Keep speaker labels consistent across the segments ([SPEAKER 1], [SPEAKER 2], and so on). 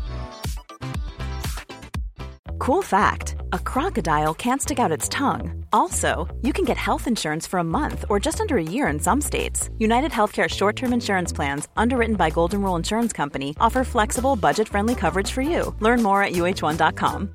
[SPEAKER 1] Cool fact a crocodile can't stick out its tongue. Also, you can get health insurance for a month or just under a year in some states. United Healthcare short term insurance plans, underwritten by Golden Rule Insurance Company, offer flexible, budget friendly coverage for you. Learn more at uh1.com.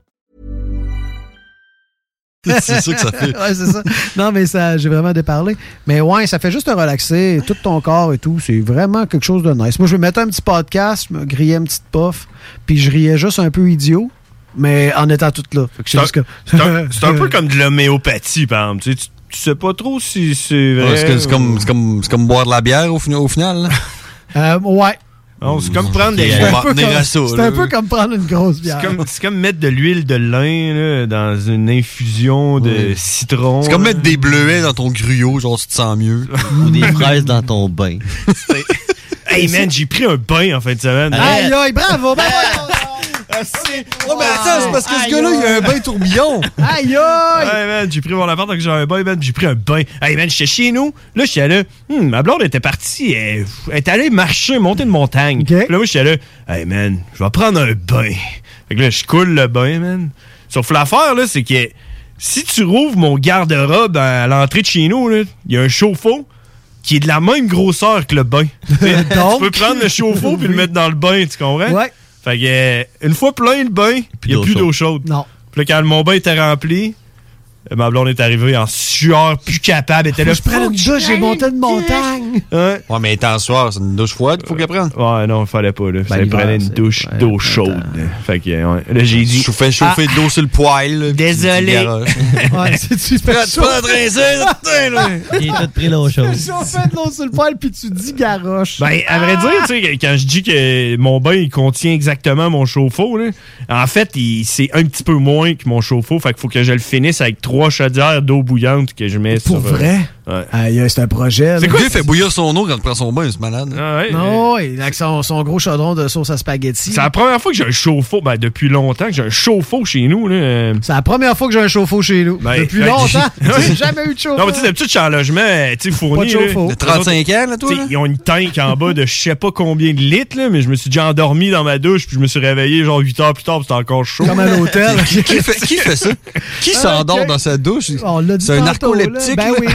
[SPEAKER 2] c'est sûr que ça fait.
[SPEAKER 3] ouais, c'est ça. Non, mais ça, j'ai vraiment déparlé. Mais ouais, ça fait juste te relaxer, tout ton corps et tout. C'est vraiment quelque chose de nice. Moi, je vais mettre un petit podcast, je me grillais une petite puff, puis je riais juste un peu idiot, mais en étant tout là. Fait que
[SPEAKER 4] C'est
[SPEAKER 3] j'ai juste
[SPEAKER 4] un,
[SPEAKER 3] comme-
[SPEAKER 4] c'est un- c'est un peu comme de l'homéopathie, par exemple. Tu, sais, tu- tu sais pas trop si c'est vrai.
[SPEAKER 2] Ouais, c'est que- c'est comme, c'est comme- c'est comme boire de la bière au, fina- au final. là. Mmh.
[SPEAKER 3] Euh, ouais.
[SPEAKER 4] Non, c'est comme prendre des.
[SPEAKER 2] C'est
[SPEAKER 3] C'est
[SPEAKER 2] On
[SPEAKER 3] un
[SPEAKER 2] va
[SPEAKER 3] peu
[SPEAKER 2] retenir
[SPEAKER 3] comme-
[SPEAKER 2] à ça,
[SPEAKER 3] c'est
[SPEAKER 2] là.
[SPEAKER 3] un peu comme prendre une grosse bière.
[SPEAKER 4] C'est comme, c'est comme mettre de l'huile de lin là, dans une infusion de
[SPEAKER 2] Oui.
[SPEAKER 4] citron.
[SPEAKER 2] C'est comme
[SPEAKER 4] là.
[SPEAKER 2] mettre des bleuets dans ton gruyot, genre tu te sens mieux.
[SPEAKER 5] Ou des fraises dans ton bain.
[SPEAKER 4] Hey man, j'ai pris un bain en fin de semaine.
[SPEAKER 3] Aïe, aïe, bravo! ben bravo.
[SPEAKER 2] Oh, mais attends, c'est parce que ce gars-là, il a un bain tourbillon.
[SPEAKER 3] Aïe, aïe!
[SPEAKER 4] Hey man, j'ai pris mon appart donc j'ai un bain, man, j'ai pris un bain. Hey man, j'étais chez nous, là j'étais là, Hmm, ma blonde était partie, elle, elle est allée marcher, monter une montagne.
[SPEAKER 3] Ok.
[SPEAKER 4] Puis là moi j'étais là, hey man, je vais prendre un bain. Fait que là je coule le bain, man. Sauf l'affaire là, c'est que si tu rouvres mon garde-robe à, à l'entrée de chez nous, là, il y a un chauffe-eau qui est de la même grosseur que le bain.
[SPEAKER 3] Donc?
[SPEAKER 4] tu peux prendre le chauffe-eau puis le mettre dans le bain, tu comprends?
[SPEAKER 3] Ouais.
[SPEAKER 4] Fait que euh, une fois plein le bain, il n'y a
[SPEAKER 5] d'eau
[SPEAKER 4] plus
[SPEAKER 5] chaude.
[SPEAKER 4] d'eau chaude.
[SPEAKER 3] Non.
[SPEAKER 4] Puis là, quand mon bain était rempli, Euh, ma blonde est arrivée en sueur, plus capable. Elle était là,
[SPEAKER 3] Je prends une douche, j'ai monté une montagne.
[SPEAKER 4] Hein?
[SPEAKER 2] Ouais, mais tant soir, c'est une douche froide, faut qu'elle prenne.
[SPEAKER 4] Ouais, non, fallait pas, là. Fallait
[SPEAKER 3] l'hiver,
[SPEAKER 4] prendre une
[SPEAKER 3] c'est-
[SPEAKER 4] douche
[SPEAKER 3] ouais,
[SPEAKER 4] d'eau chaude. Fait que, ouais. Là, j'ai dit. Ah!
[SPEAKER 2] Tu fais chauffer de l'eau sur le poêle. là, puis tu- tu
[SPEAKER 4] Désolé.
[SPEAKER 2] garoches.
[SPEAKER 3] Ouais, c'est tu fais
[SPEAKER 2] Tu
[SPEAKER 3] chaud.
[SPEAKER 2] pas dans le drain, c'est- là.
[SPEAKER 5] J'ai tout pris l'eau chaude.
[SPEAKER 3] Si on fait de l'eau sur le poil puis tu dis garoche.
[SPEAKER 4] Ben, à vrai dire, tu sais, que- quand je dis que mon bain, il contient exactement mon chauffe-eau, là, en fait, il- c'est un petit peu moins que mon chauffe-eau. Fait qu'il faut que je le finisse avec trois chaudières d'eau bouillante que je mets
[SPEAKER 3] Pour
[SPEAKER 4] sur, euh,
[SPEAKER 3] vrai?
[SPEAKER 4] Ouais.
[SPEAKER 3] Aïe, aïe, c'est un projet.
[SPEAKER 2] Le
[SPEAKER 3] là.
[SPEAKER 2] gars fait bouillir son eau quand il prend son bain, c'est malade.
[SPEAKER 4] Ah, ouais, euh,
[SPEAKER 3] Non, il a son, son gros chaudron de sauce à spaghetti.
[SPEAKER 4] C'est la première fois que j'ai un chauffe-eau. Ben, depuis longtemps que j'ai un chauffe-eau chez nous, là. euh,
[SPEAKER 3] C'est la première fois que j'ai un chauffe-eau chez nous.
[SPEAKER 4] Ben,
[SPEAKER 3] Depuis
[SPEAKER 4] ben,
[SPEAKER 3] longtemps,
[SPEAKER 4] j'ai-
[SPEAKER 3] j'ai jamais eu de chauffe-eau.
[SPEAKER 4] Non, mais tu sais, d'habitude, je suis en logement, euh, tu sais, fourni.
[SPEAKER 3] Pas de
[SPEAKER 4] là.
[SPEAKER 3] chauffe-eau.
[SPEAKER 2] Le 35 ans, là, toi?
[SPEAKER 4] Tu sais,
[SPEAKER 2] là?
[SPEAKER 4] Ils ont une tank en bas de je sais pas combien de litres, là, mais je me suis déjà endormi dans ma douche, puis je me suis réveillé genre 8 heures plus tard, puis c'était encore chaud.
[SPEAKER 3] Comme à l'hôtel. Ah,
[SPEAKER 2] Qui, qui fait, qui fait ça? Qui s'endort
[SPEAKER 3] ok.
[SPEAKER 2] dans sa douche?
[SPEAKER 3] On l'a dit
[SPEAKER 2] C'est un
[SPEAKER 3] tantôt, là.
[SPEAKER 2] narcoleptique,
[SPEAKER 3] Ben
[SPEAKER 2] là.
[SPEAKER 3] oui.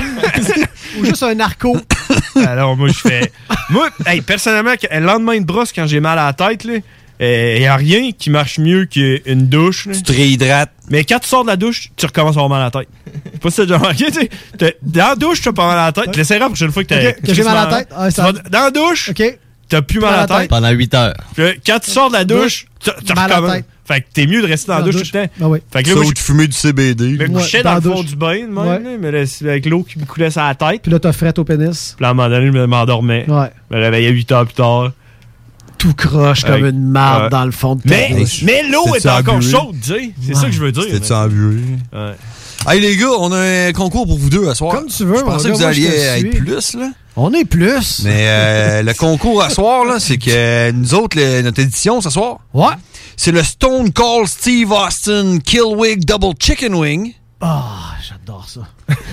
[SPEAKER 3] Ou juste un narco.
[SPEAKER 4] Alors, moi, je fais. Moi, hey, personnellement, que- le lendemain de brosse, quand j'ai mal à la tête, là, il a rien qui marche mieux qu'une douche. là.
[SPEAKER 2] Tu te réhydrates.
[SPEAKER 4] Mais quand tu sors de la douche, tu recommences à avoir mal à la tête. Je sais pas si t'as déjà remarqué, tu sais. t'as- Dans la douche, t'as pas mal à la tête. L'essaieras la prochaine fois que t'as.
[SPEAKER 3] Ok, que j'ai mal à la tête. Ah,
[SPEAKER 4] Tu
[SPEAKER 3] ça-
[SPEAKER 4] vas Dans la douche,
[SPEAKER 3] OK?
[SPEAKER 4] t'as plus mal à la tête.
[SPEAKER 5] Pendant 8 heures.
[SPEAKER 4] Puis là, quand tu sors de la douche, tu tu
[SPEAKER 3] Mal à la
[SPEAKER 4] recommences.
[SPEAKER 3] tête.
[SPEAKER 4] Fait que t'es mieux de rester dans la douche tout le temps.
[SPEAKER 3] Ben oui.
[SPEAKER 4] Fait que
[SPEAKER 2] Ça,
[SPEAKER 4] là, moi,
[SPEAKER 2] ou de fumer du CBD.
[SPEAKER 4] je me
[SPEAKER 3] Ouais,
[SPEAKER 4] couchais
[SPEAKER 3] dans
[SPEAKER 4] dans,
[SPEAKER 3] la
[SPEAKER 4] le fond
[SPEAKER 3] douche.
[SPEAKER 4] du bain, de même,
[SPEAKER 3] Ouais.
[SPEAKER 4] là, mais là, c'est avec l'eau qui me coulait sur la tête.
[SPEAKER 3] Puis là, t'as fret au pénis.
[SPEAKER 4] Puis là, à un moment donné, je me- m'endormais.
[SPEAKER 3] Ouais.
[SPEAKER 4] Je me réveillais 8 heures plus tard.
[SPEAKER 3] Tout croche comme
[SPEAKER 4] Ouais.
[SPEAKER 3] une marde
[SPEAKER 4] Ouais.
[SPEAKER 3] dans le fond de ta
[SPEAKER 4] Mais,
[SPEAKER 3] douche.
[SPEAKER 4] mais l'eau est
[SPEAKER 2] C'était-tu
[SPEAKER 4] encore
[SPEAKER 2] abusé?
[SPEAKER 4] chaude, tu sais. C'est ça que je veux dire.
[SPEAKER 2] T'es-tu embué?
[SPEAKER 4] mais- Ouais.
[SPEAKER 2] Hey, les gars, on a un concours pour vous deux à soir.
[SPEAKER 3] Comme tu veux,
[SPEAKER 2] Je
[SPEAKER 3] mon
[SPEAKER 2] pensais
[SPEAKER 3] gars,
[SPEAKER 2] que vous
[SPEAKER 3] moi, je
[SPEAKER 2] alliez
[SPEAKER 3] te suis.
[SPEAKER 2] être plus, là.
[SPEAKER 3] On est plus.
[SPEAKER 2] Mais euh, le concours à soir, là, c'est que nous autres, le- notre édition ce soir,
[SPEAKER 3] Ouais.
[SPEAKER 2] c'est le Stone Cold Steve Austin Killwig Double Chicken Wing.
[SPEAKER 3] Ah, j'adore ça.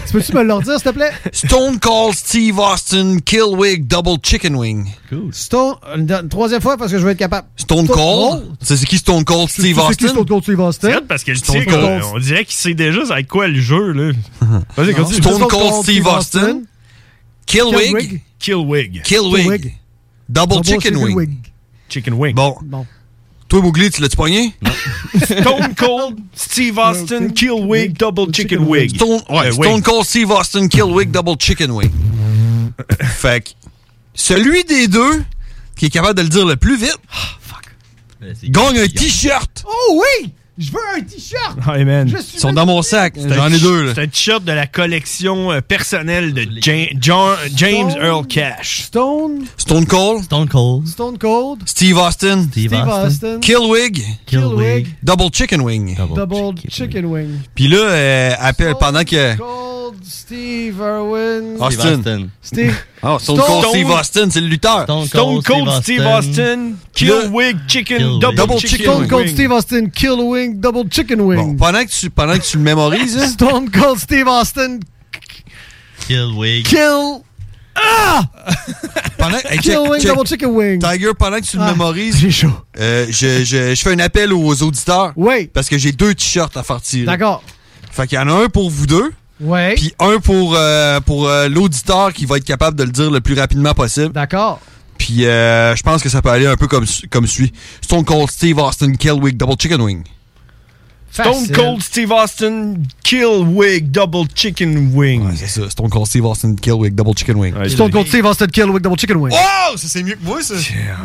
[SPEAKER 3] tu peux-tu me le redire, s'il te plaît?
[SPEAKER 2] Stone Cold Steve Austin Killwig Double Chicken Wing.
[SPEAKER 3] Stone, une, une troisième fois parce que je veux être capable.
[SPEAKER 2] Stone Cold. C'est c'est qui Stone Cold
[SPEAKER 3] Tu sais
[SPEAKER 2] Steve
[SPEAKER 3] qui
[SPEAKER 2] Austin?
[SPEAKER 3] Stone Cold Steve Austin.
[SPEAKER 4] C'est vrai, parce que je sais
[SPEAKER 3] Cold.
[SPEAKER 4] qu'on- on dirait qu'il sait déjà c'est avec quoi le jeu, là. Vas-y, continue.
[SPEAKER 2] Stone Cold Steve Austin. Killwig.
[SPEAKER 3] Killwig.
[SPEAKER 4] Killwig.
[SPEAKER 2] Killwig.
[SPEAKER 3] Killwig.
[SPEAKER 2] Double Chicken Wing.
[SPEAKER 4] Chicken Wing.
[SPEAKER 2] Bon,
[SPEAKER 3] Bon.
[SPEAKER 2] toi, Bougli, tu l'as-tu pogné?
[SPEAKER 4] Stone Cold, Steve Austin, Killwig, Double Chicken Wig.
[SPEAKER 2] Stone, ouais,
[SPEAKER 4] Euh,
[SPEAKER 2] Stone
[SPEAKER 4] wing.
[SPEAKER 2] Cold Steve Austin Killwig Double Chicken Wing. fait que celui des deux
[SPEAKER 4] Ah,
[SPEAKER 2] qui est capable de le dire le plus vite gagne un t-shirt
[SPEAKER 3] Oh oui! Je veux un t-shirt!
[SPEAKER 4] Ah, Hey, man.
[SPEAKER 3] Je suis Ils sont dans
[SPEAKER 2] mon sac.
[SPEAKER 4] C'est
[SPEAKER 2] J'en
[SPEAKER 4] un-
[SPEAKER 2] ai deux, là.
[SPEAKER 4] C'est un t-shirt de la collection euh, personnelle de Ja- John- James
[SPEAKER 3] Stone.
[SPEAKER 4] Earl Cash.
[SPEAKER 3] Stone,
[SPEAKER 2] Stone Cold,
[SPEAKER 6] Stone Cold,
[SPEAKER 3] Stone Cold,
[SPEAKER 2] Steve Austin,
[SPEAKER 6] Steve,
[SPEAKER 3] Steve
[SPEAKER 6] Austin,
[SPEAKER 3] Austin,
[SPEAKER 2] Killwig,
[SPEAKER 6] Killwig,
[SPEAKER 2] Double Chicken Wing.
[SPEAKER 3] Double Chicken, Wing.
[SPEAKER 2] Puis là, euh, appelle
[SPEAKER 3] Stone
[SPEAKER 2] pendant que.
[SPEAKER 3] Cold, Steve Irwin,
[SPEAKER 2] Ah,
[SPEAKER 6] Steve
[SPEAKER 2] Austin.
[SPEAKER 6] Austin.
[SPEAKER 3] Steve.
[SPEAKER 2] Ah, Stone,
[SPEAKER 4] Stone-
[SPEAKER 2] Cold, Steve Austin, c'est le lutteur.
[SPEAKER 4] Stone Cold Steve Austin, Killwig Chicken,
[SPEAKER 6] Killwig.
[SPEAKER 4] Double,
[SPEAKER 2] Double
[SPEAKER 4] Chicken,
[SPEAKER 2] Chicken
[SPEAKER 3] Stone Cold
[SPEAKER 4] Wing.
[SPEAKER 3] Steve Austin, Kill Wing, Double Chicken
[SPEAKER 2] Bon,
[SPEAKER 3] Wing.
[SPEAKER 2] pendant que tu, pendant que tu le mémorises, hein,
[SPEAKER 3] Stone Cold Steve Austin,
[SPEAKER 6] Killwig.
[SPEAKER 3] Kill, Ah!
[SPEAKER 2] pendant, hey, check,
[SPEAKER 3] Kill Wing,
[SPEAKER 2] check.
[SPEAKER 3] Double Chicken Wing.
[SPEAKER 2] Tiger, pendant que tu le
[SPEAKER 3] Ah,
[SPEAKER 2] mémorises,
[SPEAKER 3] J'ai chaud.
[SPEAKER 2] euh, je, je, je fais un appel aux auditeurs
[SPEAKER 3] Oui,
[SPEAKER 2] parce que j'ai deux t-shirts à faire tirer.
[SPEAKER 3] d'accord.
[SPEAKER 2] Fait qu'il y en a un pour vous deux,
[SPEAKER 3] Oui,
[SPEAKER 2] puis un pour, euh, pour euh, l'auditeur qui va être capable de le dire le plus rapidement possible.
[SPEAKER 3] d'accord.
[SPEAKER 2] Puis euh, je pense que ça peut aller un peu comme, su- comme suit. Stone Cold Steve Austin Killwig Double Chicken Wing.
[SPEAKER 4] Stone
[SPEAKER 3] Facile.
[SPEAKER 4] Cold Steve Austin, Killwig Double Chicken Wing.
[SPEAKER 2] Ouais, c'est ça. Stone Cold Steve Austin Killwig Double Chicken Wing.
[SPEAKER 4] Ouais,
[SPEAKER 3] Stone Cold Steve Austin, Kill Wing, Double Chicken Wing.
[SPEAKER 2] Oh! Ça, c'est mieux que moi, ça.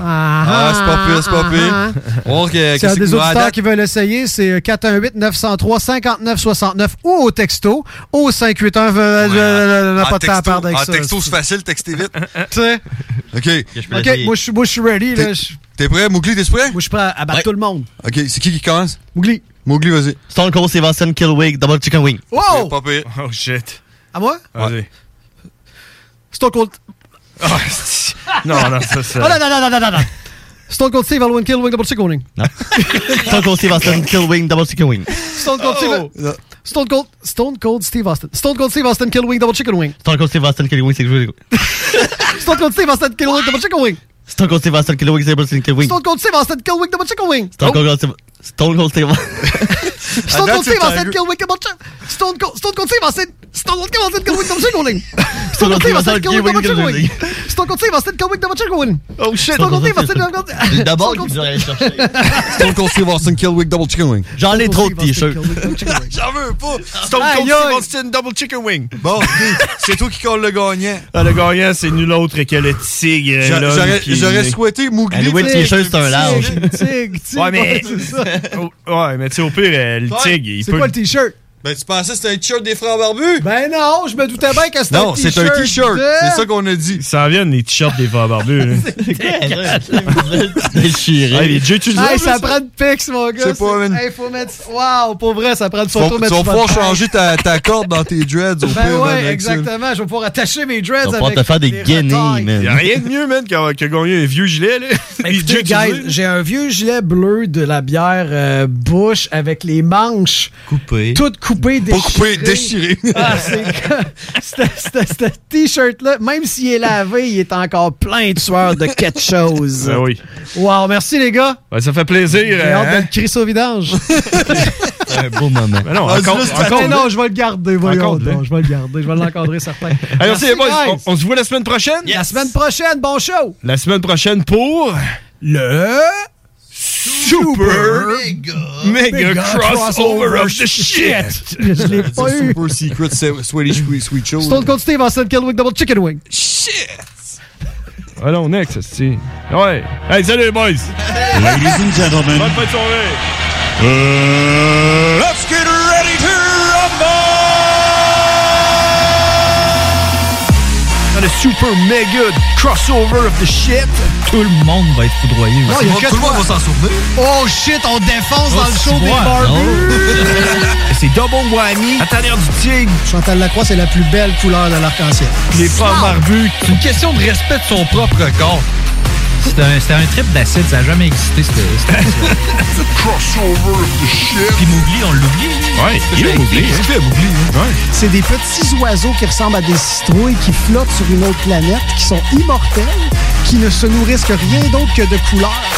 [SPEAKER 3] Ah,
[SPEAKER 2] Ah, c'est pas pire, c'est pas pire. On va voir que-
[SPEAKER 3] S'il y a
[SPEAKER 2] qu'est-ce que
[SPEAKER 3] ah. des
[SPEAKER 2] nous rend à
[SPEAKER 3] auditeurs
[SPEAKER 2] date.
[SPEAKER 3] qui veulent essayer, c'est euh, 418-903-5969 ou au texto, au 581 euh, euh, euh,
[SPEAKER 2] En
[SPEAKER 3] pas de temps à
[SPEAKER 2] Ah, texto-
[SPEAKER 3] perdre avec
[SPEAKER 2] en
[SPEAKER 3] ça.
[SPEAKER 2] texto, c'est facile, textez vite.
[SPEAKER 3] Tu sais?
[SPEAKER 2] OK.
[SPEAKER 6] Je peux
[SPEAKER 3] OK,
[SPEAKER 6] l'essayer.
[SPEAKER 3] moi je suis- moi, je suis ready. là.
[SPEAKER 2] T'es-
[SPEAKER 3] Je-
[SPEAKER 2] T'es prêt, Mowgli, t'es prêt?
[SPEAKER 3] Moi, je suis prêt à abattre
[SPEAKER 6] Ouais.
[SPEAKER 3] tout le monde.
[SPEAKER 2] OK, c'est qui qui commence?
[SPEAKER 3] Mougli.
[SPEAKER 2] Mowgli, vas-y.
[SPEAKER 6] Stone Cold Steve Austin, Killwig, Double Chicken Wing.
[SPEAKER 3] Wow!
[SPEAKER 2] Pas pire.
[SPEAKER 4] Oh shit.
[SPEAKER 3] À moi?
[SPEAKER 4] Vas-y.
[SPEAKER 3] Stone Cold.
[SPEAKER 4] Ah, c'est- non, non, ça,
[SPEAKER 3] Oh non,
[SPEAKER 4] ça.
[SPEAKER 3] non, non, non, non, non. Stone Cold Steve Alwin Kill Wing Double Chicken Wing.
[SPEAKER 6] Stone Cold Steve Austin, Killwing, Double Chicken Wing.
[SPEAKER 3] Stone Cold
[SPEAKER 4] Oh!
[SPEAKER 3] Steve. Stone Cold. Stone Cold Steve Austin. Stone Cold Steve Austin Kill Wing Double Chicken Wing.
[SPEAKER 6] Stone Cold Steve Austin, Killwing, c'est que je voulais-
[SPEAKER 3] Stone Cold Steve Austin Kill Wing Double Chicken Wing.
[SPEAKER 6] Stone Cold Steve Austin, Killwing, Double Chicken Wing.
[SPEAKER 3] Stone Cold Steve Austin Kill Wing Double Chicken Wing.
[SPEAKER 2] Oh.
[SPEAKER 6] Stone Cold Steve Stone Cold Steve Ah,
[SPEAKER 3] Stone
[SPEAKER 2] date,
[SPEAKER 3] Cold
[SPEAKER 2] c'est
[SPEAKER 3] Steve Austin
[SPEAKER 2] Tiger.
[SPEAKER 3] Kill Wing Double Chicken Stone Cold Stone Cold Steve Austin. Stone Cold Steve Austin Kill Wing Double Chicken Wing. Stone Cold Steve Austin Kill Wing Double Chicken Wing. Stone Cold Steve Austin Kill Wing Double Chicken Wing.
[SPEAKER 4] Oh shit.
[SPEAKER 3] Stone Cold Steve Austin
[SPEAKER 6] Stone
[SPEAKER 3] Kill Wing.
[SPEAKER 6] D'abord,
[SPEAKER 3] Stone
[SPEAKER 6] il
[SPEAKER 3] Cold-
[SPEAKER 6] devrait aller chercher.
[SPEAKER 2] Stone Cold Steve Austin Killwig Double Chicken Wing.
[SPEAKER 6] J'en ai trop de
[SPEAKER 3] Stone Cold Steve Austin,
[SPEAKER 6] t-shirts.
[SPEAKER 3] Kill Wing, Double Chicken Wing.
[SPEAKER 2] J'en veux pas.
[SPEAKER 4] Stone Cold
[SPEAKER 3] Aïe,
[SPEAKER 4] Steve
[SPEAKER 3] aïe.
[SPEAKER 4] Austin, Double Chicken Wing.
[SPEAKER 2] Bon, OK, c'est toi qui colle le gagnant.
[SPEAKER 4] Ah, le gagnant, c'est nul autre que le tigre.
[SPEAKER 2] J'a-
[SPEAKER 4] l'homme
[SPEAKER 2] J'aurais
[SPEAKER 4] qui-
[SPEAKER 2] j'aurais souhaité Mowgli.
[SPEAKER 6] Anyway,
[SPEAKER 2] tu sais,
[SPEAKER 6] le t-shirt, c'est un large.
[SPEAKER 3] Tig, tig,
[SPEAKER 4] Ouais, mais.
[SPEAKER 3] c'est ça.
[SPEAKER 4] Oh, ouais, mais tu sais, au pire, euh, le
[SPEAKER 2] Ouais,
[SPEAKER 4] tigre, il
[SPEAKER 3] C'est
[SPEAKER 4] peut.
[SPEAKER 3] quoi le t-shirt?
[SPEAKER 2] Ben, tu pensais que c'était un t-shirt des frères barbus?
[SPEAKER 3] Ben non, je me doutais bien que c'était
[SPEAKER 2] non, c'est un t-shirt. hein?
[SPEAKER 3] de-
[SPEAKER 2] C'est ça qu'on a dit.
[SPEAKER 4] Ils s'en viennent, les t-shirts des hein. frères barbus. là. Ouais, il
[SPEAKER 6] Déchiré.
[SPEAKER 4] est déjà utilisé.
[SPEAKER 3] Hey,
[SPEAKER 4] là,
[SPEAKER 3] ça
[SPEAKER 4] ça?
[SPEAKER 3] prend de pics, mon gars.
[SPEAKER 2] C'est pas une-
[SPEAKER 3] Hey, faut mettre... Wow, pour vrai, ça prend de
[SPEAKER 2] Tu vas,
[SPEAKER 3] photo.
[SPEAKER 2] tu
[SPEAKER 3] mettre
[SPEAKER 2] vas
[SPEAKER 3] sur
[SPEAKER 2] pouvoir
[SPEAKER 3] votre
[SPEAKER 2] changer ta, ta corde dans tes dreads au
[SPEAKER 3] page.
[SPEAKER 2] pire.
[SPEAKER 3] Ben
[SPEAKER 2] man,
[SPEAKER 3] ouais,
[SPEAKER 2] avec ça.
[SPEAKER 3] exactement. Je vais pouvoir attacher mes dreads
[SPEAKER 6] On va
[SPEAKER 3] avec
[SPEAKER 6] pouvoir te faire des
[SPEAKER 3] les
[SPEAKER 6] guenilles,
[SPEAKER 3] retailles.
[SPEAKER 4] Y a
[SPEAKER 6] man.
[SPEAKER 4] rien de mieux, man, qu'avoir- que gagner un vieux gilet, là. Il est
[SPEAKER 3] Écoutez,
[SPEAKER 4] déjà utilisé.
[SPEAKER 3] guys, j'ai un vieux gilet bleu de la bière euh, Bush avec les manches
[SPEAKER 6] Coupé.
[SPEAKER 3] toutes coupées,
[SPEAKER 2] Pas coupé, déchiré.
[SPEAKER 3] Ah, c'est que- ce- ce- ce t-shirt-là, même s'il est lavé, il est encore plein de sueur de quelque chose.
[SPEAKER 4] Ah oui.
[SPEAKER 3] Wow, merci les gars.
[SPEAKER 4] Ouais, ça fait plaisir.
[SPEAKER 3] J'ai
[SPEAKER 4] euh,
[SPEAKER 3] hâte de
[SPEAKER 4] hein?
[SPEAKER 3] le crisser au vidange.
[SPEAKER 6] Un beau moment.
[SPEAKER 4] Mais non,
[SPEAKER 2] Ah,
[SPEAKER 4] encore,
[SPEAKER 2] juste
[SPEAKER 4] encore-
[SPEAKER 3] Mais non, je vais le garder, voyons.
[SPEAKER 4] Encore deux.
[SPEAKER 3] donc, je vais le garder, je vais l'encadrer certain.
[SPEAKER 4] Ah, merci, les boys.
[SPEAKER 3] guys.
[SPEAKER 4] On, on se voit la semaine prochaine.
[SPEAKER 3] La semaine prochaine, bon show.
[SPEAKER 4] La semaine prochaine pour
[SPEAKER 3] Le
[SPEAKER 4] Super Mega, Crossover of the Shit.
[SPEAKER 3] je l'ai
[SPEAKER 2] Ça,
[SPEAKER 3] pas eu.
[SPEAKER 2] Super Secret se- Sweaty Sweet, sweet Show.
[SPEAKER 3] Stone Cold Steve Austin Killwig Double Chicken Wing.
[SPEAKER 4] Ah non, next, c'est. Ouais. Hey, salut les boys.
[SPEAKER 7] Ladies and gentlemen,
[SPEAKER 4] Bonne fin de soirée.
[SPEAKER 7] uh, let's get ready to rumble!
[SPEAKER 4] Dans Ah, le Super Mega Crossover of the Shit.
[SPEAKER 6] Tout le monde va être foudroyé.
[SPEAKER 3] Oh,
[SPEAKER 2] Tout
[SPEAKER 3] il y
[SPEAKER 2] le
[SPEAKER 3] a
[SPEAKER 2] monde-
[SPEAKER 3] que
[SPEAKER 2] tout le monde va s'en souvenir.
[SPEAKER 3] Oh shit, on défonce
[SPEAKER 4] Oh,
[SPEAKER 3] dans le show des barbus.
[SPEAKER 4] C'est Double Whammy. À travers du tigre.
[SPEAKER 3] Chantal Lacroix, c'est la plus belle couleur de l'arc-en-ciel.
[SPEAKER 4] Les frères barbus.
[SPEAKER 5] Une question de respect de son propre corps. C'était un, c'était un trip d'acide, ça n'a jamais existé, cette Crossover Puis Mowgli, on l'oublie.
[SPEAKER 4] Ouais, il est oublié.
[SPEAKER 2] J'ai oublié.
[SPEAKER 8] C'est des petits oiseaux qui ressemblent à des citrouilles qui flottent sur une autre planète, qui sont immortels, qui ne se nourrissent que rien d'autre que de couleurs.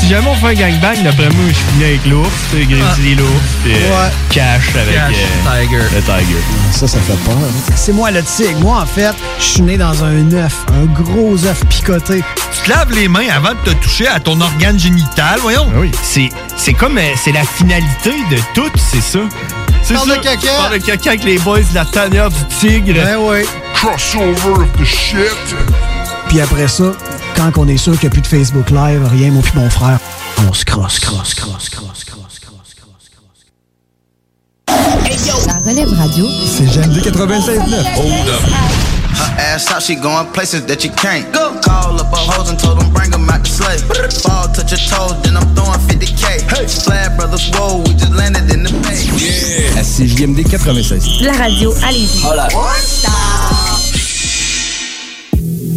[SPEAKER 4] Si jamais on fait un gangbang, d'après moi, je finis avec l'ours, c'est Grizzly l'ours, puis euh, Cash avec
[SPEAKER 5] Cash,
[SPEAKER 4] euh,
[SPEAKER 5] Tiger.
[SPEAKER 4] le Tiger.
[SPEAKER 8] Ça, ça fait peur. hein. C'est moi le tigre. Moi, en fait, je suis né dans un œuf, un gros œuf picoté.
[SPEAKER 2] Tu te laves les mains avant de te toucher à ton organe génital, voyons.
[SPEAKER 4] Ah oui. C'est, c'est comme euh, c'est la finalité de tout, c'est ça. C'est
[SPEAKER 3] Parle
[SPEAKER 4] ça.
[SPEAKER 3] de caca.
[SPEAKER 4] Tu parles de caca avec les boys de la tanière du tigre.
[SPEAKER 3] Ben oui.
[SPEAKER 8] Puis après ça,
[SPEAKER 3] quand on est sûr qu'il n'y a plus de Facebook Live, rien, mon puis mon frère, on se crosse, crosse, crosse, crosse, crosse, crosse, crosse, crosse.
[SPEAKER 9] La relève radio.
[SPEAKER 10] C'est Jeanne 96.9.
[SPEAKER 5] Hold up. Her ass out, she going places that you can't go. Call up her hoes and told them bring them out the sleigh. Ball touch your toes, then I'm throwing 50k. Hey, Slab brothers, whoa, we just landed in the bay. Yeah.
[SPEAKER 10] À CJMD 96.
[SPEAKER 9] La radio, allez-y.
[SPEAKER 10] Hola.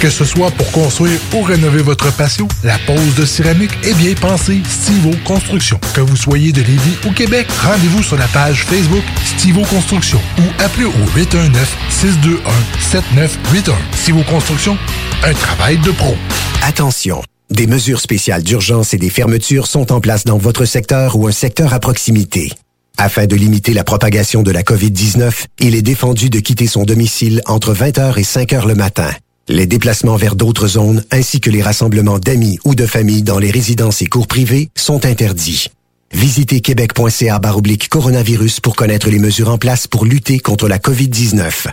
[SPEAKER 11] Que ce soit pour construire ou rénover votre patio, la pose de céramique est bien pensée Stivo Construction. Que vous soyez de Lévis ou Québec, rendez-vous sur la page Facebook Stivo Construction ou appelez au 819-621-7981. Stivo Construction, un travail de pro.
[SPEAKER 12] Attention, des mesures spéciales d'urgence et des fermetures sont en place dans votre secteur ou un secteur à proximité. Afin de limiter la propagation de la COVID-19, il est défendu de quitter son domicile entre 20h et 5h le matin. Les déplacements vers d'autres zones ainsi que les rassemblements d'amis ou de famille dans les résidences et cours privés sont interdits. Visitez québec.ca baroblique coronavirus pour connaître les mesures en place pour lutter contre la COVID-19.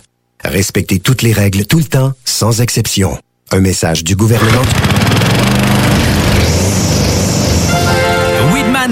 [SPEAKER 12] Respectez toutes les règles tout le temps, sans exception. Un message du gouvernement.
[SPEAKER 13] Weedman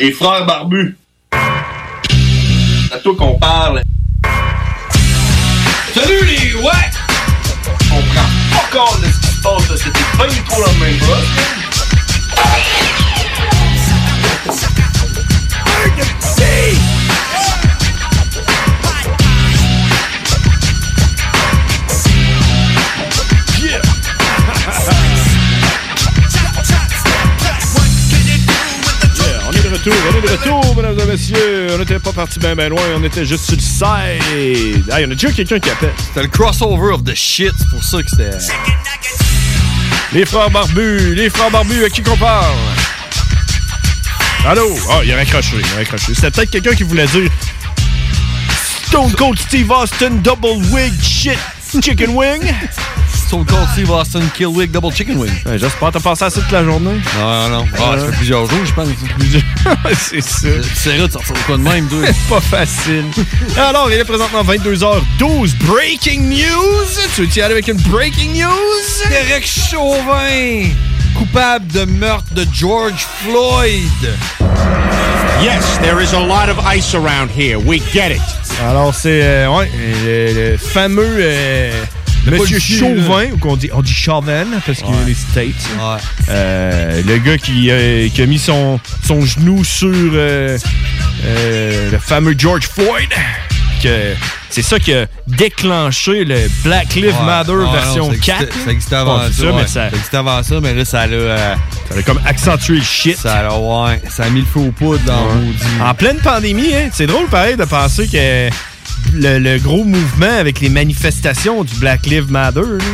[SPEAKER 14] Les frères barbus. C'est à toi qu'on parle. Salut les ouais! On prend pas compte de ce qui se passe, là. c'était pas du tout la même bras.
[SPEAKER 4] Yeah, on est de retour, on est de retour, mesdames et messieurs. On n'était pas parti bien ben loin, on était juste sur le side. Ah, il y en a déjà quelqu'un qui appelle.
[SPEAKER 2] C'était le crossover of the shit, c'est pour ça que c'était.
[SPEAKER 4] Les frères barbus, les frères barbus, à qui qu'on parle? Allô? Ah, il a raccroché, il a raccroché. C'était peut-être quelqu'un qui voulait dire Stone Cold Steve Austin, Double Wig, shit, Chicken Wing.
[SPEAKER 2] Stone Cold Steve Austin, Kill Wig, Double Chicken Wing.
[SPEAKER 4] J'espère t'as passé à ça toute la journée.
[SPEAKER 2] Non, non, non. Ah, ça fait plusieurs jours, je pense.
[SPEAKER 4] C'est ça.
[SPEAKER 2] C'est vrai, tu ressors pas de même, toi.
[SPEAKER 4] pas facile. Alors, il est présentement 22h12. Breaking news! Tu veux y aller avec une breaking news?
[SPEAKER 2] Derek Chauvin, coupable de meurtre de George Floyd.
[SPEAKER 15] Yes, there is a lot of ice around here. We get it.
[SPEAKER 4] Alors, c'est euh, ouais, le, le fameux euh,
[SPEAKER 15] Le
[SPEAKER 4] Monsieur
[SPEAKER 15] policier,
[SPEAKER 4] Chauvin, ou qu'on dit, on dit Chauvin parce qu'il est les States. Euh, le gars qui, euh, qui a mis son, son genou sur euh, euh, le fameux George Floyd. que C'est ça qui a déclenché le Black Lives
[SPEAKER 2] Ouais.
[SPEAKER 4] Matter
[SPEAKER 2] Ouais, non,
[SPEAKER 4] version
[SPEAKER 2] ça existait-
[SPEAKER 4] 4.
[SPEAKER 2] Ça existait avant
[SPEAKER 4] Bon, c'est
[SPEAKER 2] ça,
[SPEAKER 4] ça, mais
[SPEAKER 2] ouais.
[SPEAKER 4] ça-
[SPEAKER 2] Ça existait avant ça, mais là, ça l'a. euh,
[SPEAKER 4] ça a comme accentué le shit.
[SPEAKER 2] Ça l'a, ouais. Ça a mis le feu aux poudres dans le maudit.
[SPEAKER 4] En pleine pandémie, hein, c'est drôle pareil de penser que le, le gros mouvement avec les manifestations du Black Lives Matter, là,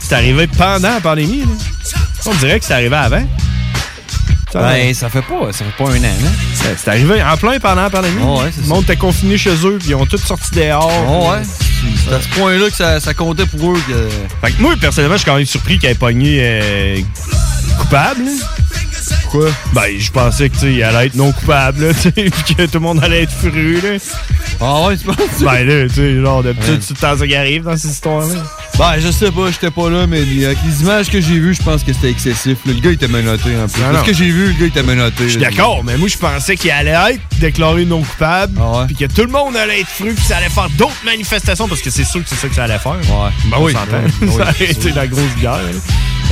[SPEAKER 4] c'est arrivé pendant la pandémie. là. On dirait que c'est arrivé avant.
[SPEAKER 2] Ben, ça fait pas, ça fait pas un an, hein?
[SPEAKER 4] C'est- C'est arrivé en plein pendant la pandémie. Le monde était confiné chez eux, puis ils ont tous sorti dehors.
[SPEAKER 2] Ouais, ouais. C'est à ce point-là que ça, ça comptait pour eux que.
[SPEAKER 4] Fait que moi, personnellement, je suis quand même surpris qu'elle ait pogné euh, coupable. Quoi? Ben, je pensais que, tu sais, il allait être non coupable, là, tu sais, puis que tout le monde allait être furieux, là.
[SPEAKER 2] Ah ouais, tu penses?
[SPEAKER 4] Ben là, tu sais, genre, d'habitude, c'est le temps ça qui arrive dans ces histoires-là.
[SPEAKER 2] Ben, je sais pas, j'étais pas là, mais avec les images que j'ai vues, je pense que c'était excessif. là. Le gars, il était menotté en plus.
[SPEAKER 4] Non,
[SPEAKER 2] De
[SPEAKER 4] non.
[SPEAKER 2] ce que j'ai vu, le gars, il était menotté.
[SPEAKER 4] Je suis d'accord, mais moi, je pensais qu'il allait être déclaré non coupable, puis que tout le monde allait être fru, puis ça allait faire d'autres manifestations, parce que c'est sûr que c'est ça que ça allait faire. Ouais. Ben
[SPEAKER 2] On
[SPEAKER 4] oui.
[SPEAKER 2] s'entend.
[SPEAKER 4] Ben oui, ça a été la grosse guerre. là.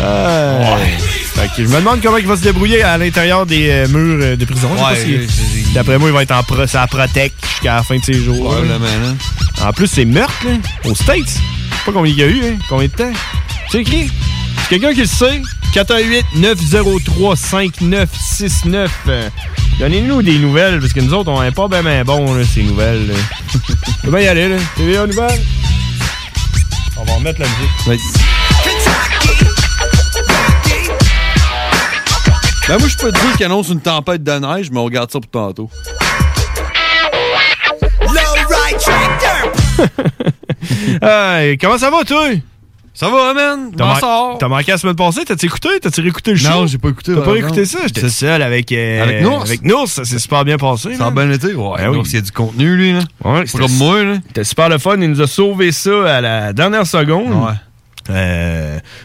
[SPEAKER 4] Euh, fait que je me demande comment il va se débrouiller à l'intérieur des euh, murs euh, de prison. Je sais pas
[SPEAKER 2] Ouais,
[SPEAKER 4] si-
[SPEAKER 2] euh, c'est-
[SPEAKER 4] D'après moi, il va être en pro, ça protect jusqu'à la fin de ses jours.
[SPEAKER 2] Probablement, hein.
[SPEAKER 4] là. En plus, c'est meurtre, là, aux States. Je sais pas combien il y a eu, hein, combien de temps. C'est écrit. C'est quelqu'un qui le sait. 418-903-5969. Euh, Donnez-nous des nouvelles, parce que nous autres, on est pas ben, ben bon, là, ces nouvelles. là. On va y aller, là. TVA Nouvelles. On va remettre la musique.
[SPEAKER 2] Ben, moi, je peux te dire qu'il annonce une tempête de neige, mais on regarde ça pour tantôt.
[SPEAKER 16] Lowride Tractor!
[SPEAKER 4] Hey, Euh, comment ça va, toi? Ça va, man?
[SPEAKER 2] M'en
[SPEAKER 4] T'as manqué la semaine passée? T'as-tu écouté? T'as-tu réécouté le show?
[SPEAKER 2] Non, j'ai pas écouté,
[SPEAKER 4] T'as
[SPEAKER 2] par
[SPEAKER 4] pas
[SPEAKER 2] exemple.
[SPEAKER 4] écouté ça? J'étais
[SPEAKER 2] C'est-
[SPEAKER 4] seul avec... euh,
[SPEAKER 2] Avec Nours.
[SPEAKER 4] Avec Nours, ça s'est super bien passé. Ça a bien été, ouais.
[SPEAKER 2] Nours, il
[SPEAKER 4] y a du contenu, lui, là. Ouais, c'était-
[SPEAKER 2] comme moi,
[SPEAKER 4] C'était super le fun. Il nous a sauvé ça à la dernière seconde. Ouais.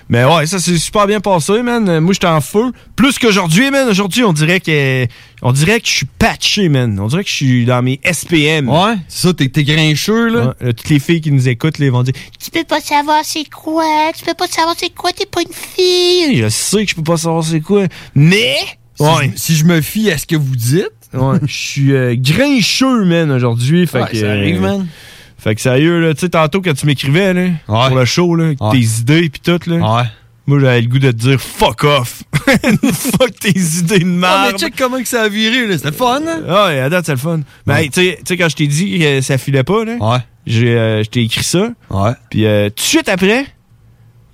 [SPEAKER 4] mais ouais, ça s'est super bien passé, man. Euh, Moi, j'étais en feu. Plus qu'aujourd'hui, man. Aujourd'hui, on dirait que on dirait que je suis patché, man. On dirait que je suis dans mes SPM. Ouais, ça, t'es grincheux, là. Toutes les filles qui nous écoutent, là, vont dire
[SPEAKER 17] Tu peux pas savoir c'est quoi, tu peux pas savoir c'est quoi, t'es pas une fille.
[SPEAKER 4] Je sais que je peux pas savoir c'est quoi, mais si, je, me fie à ce que vous dites, je suis euh, grincheux, man, aujourd'hui. Fait
[SPEAKER 2] Ouais,
[SPEAKER 4] que,
[SPEAKER 2] ça arrive,
[SPEAKER 4] euh,
[SPEAKER 2] man.
[SPEAKER 4] Fait que sérieux, là, tu sais, tantôt quand tu m'écrivais, là, pour le show, là, avec
[SPEAKER 2] Ouais.
[SPEAKER 4] tes idées pis tout, là. Moi, j'avais le goût de te dire fuck off. fuck tes idées de merde.
[SPEAKER 2] mais check comment que ça a viré, là. C'était le fun, hein?
[SPEAKER 4] Ah, ouais, à date, c'est le fun. Mais hey, tu sais- tu sais, quand je t'ai dit que ça filait pas, là, j'ai, euh, je t'ai écrit ça. Puis euh, tout de suite après,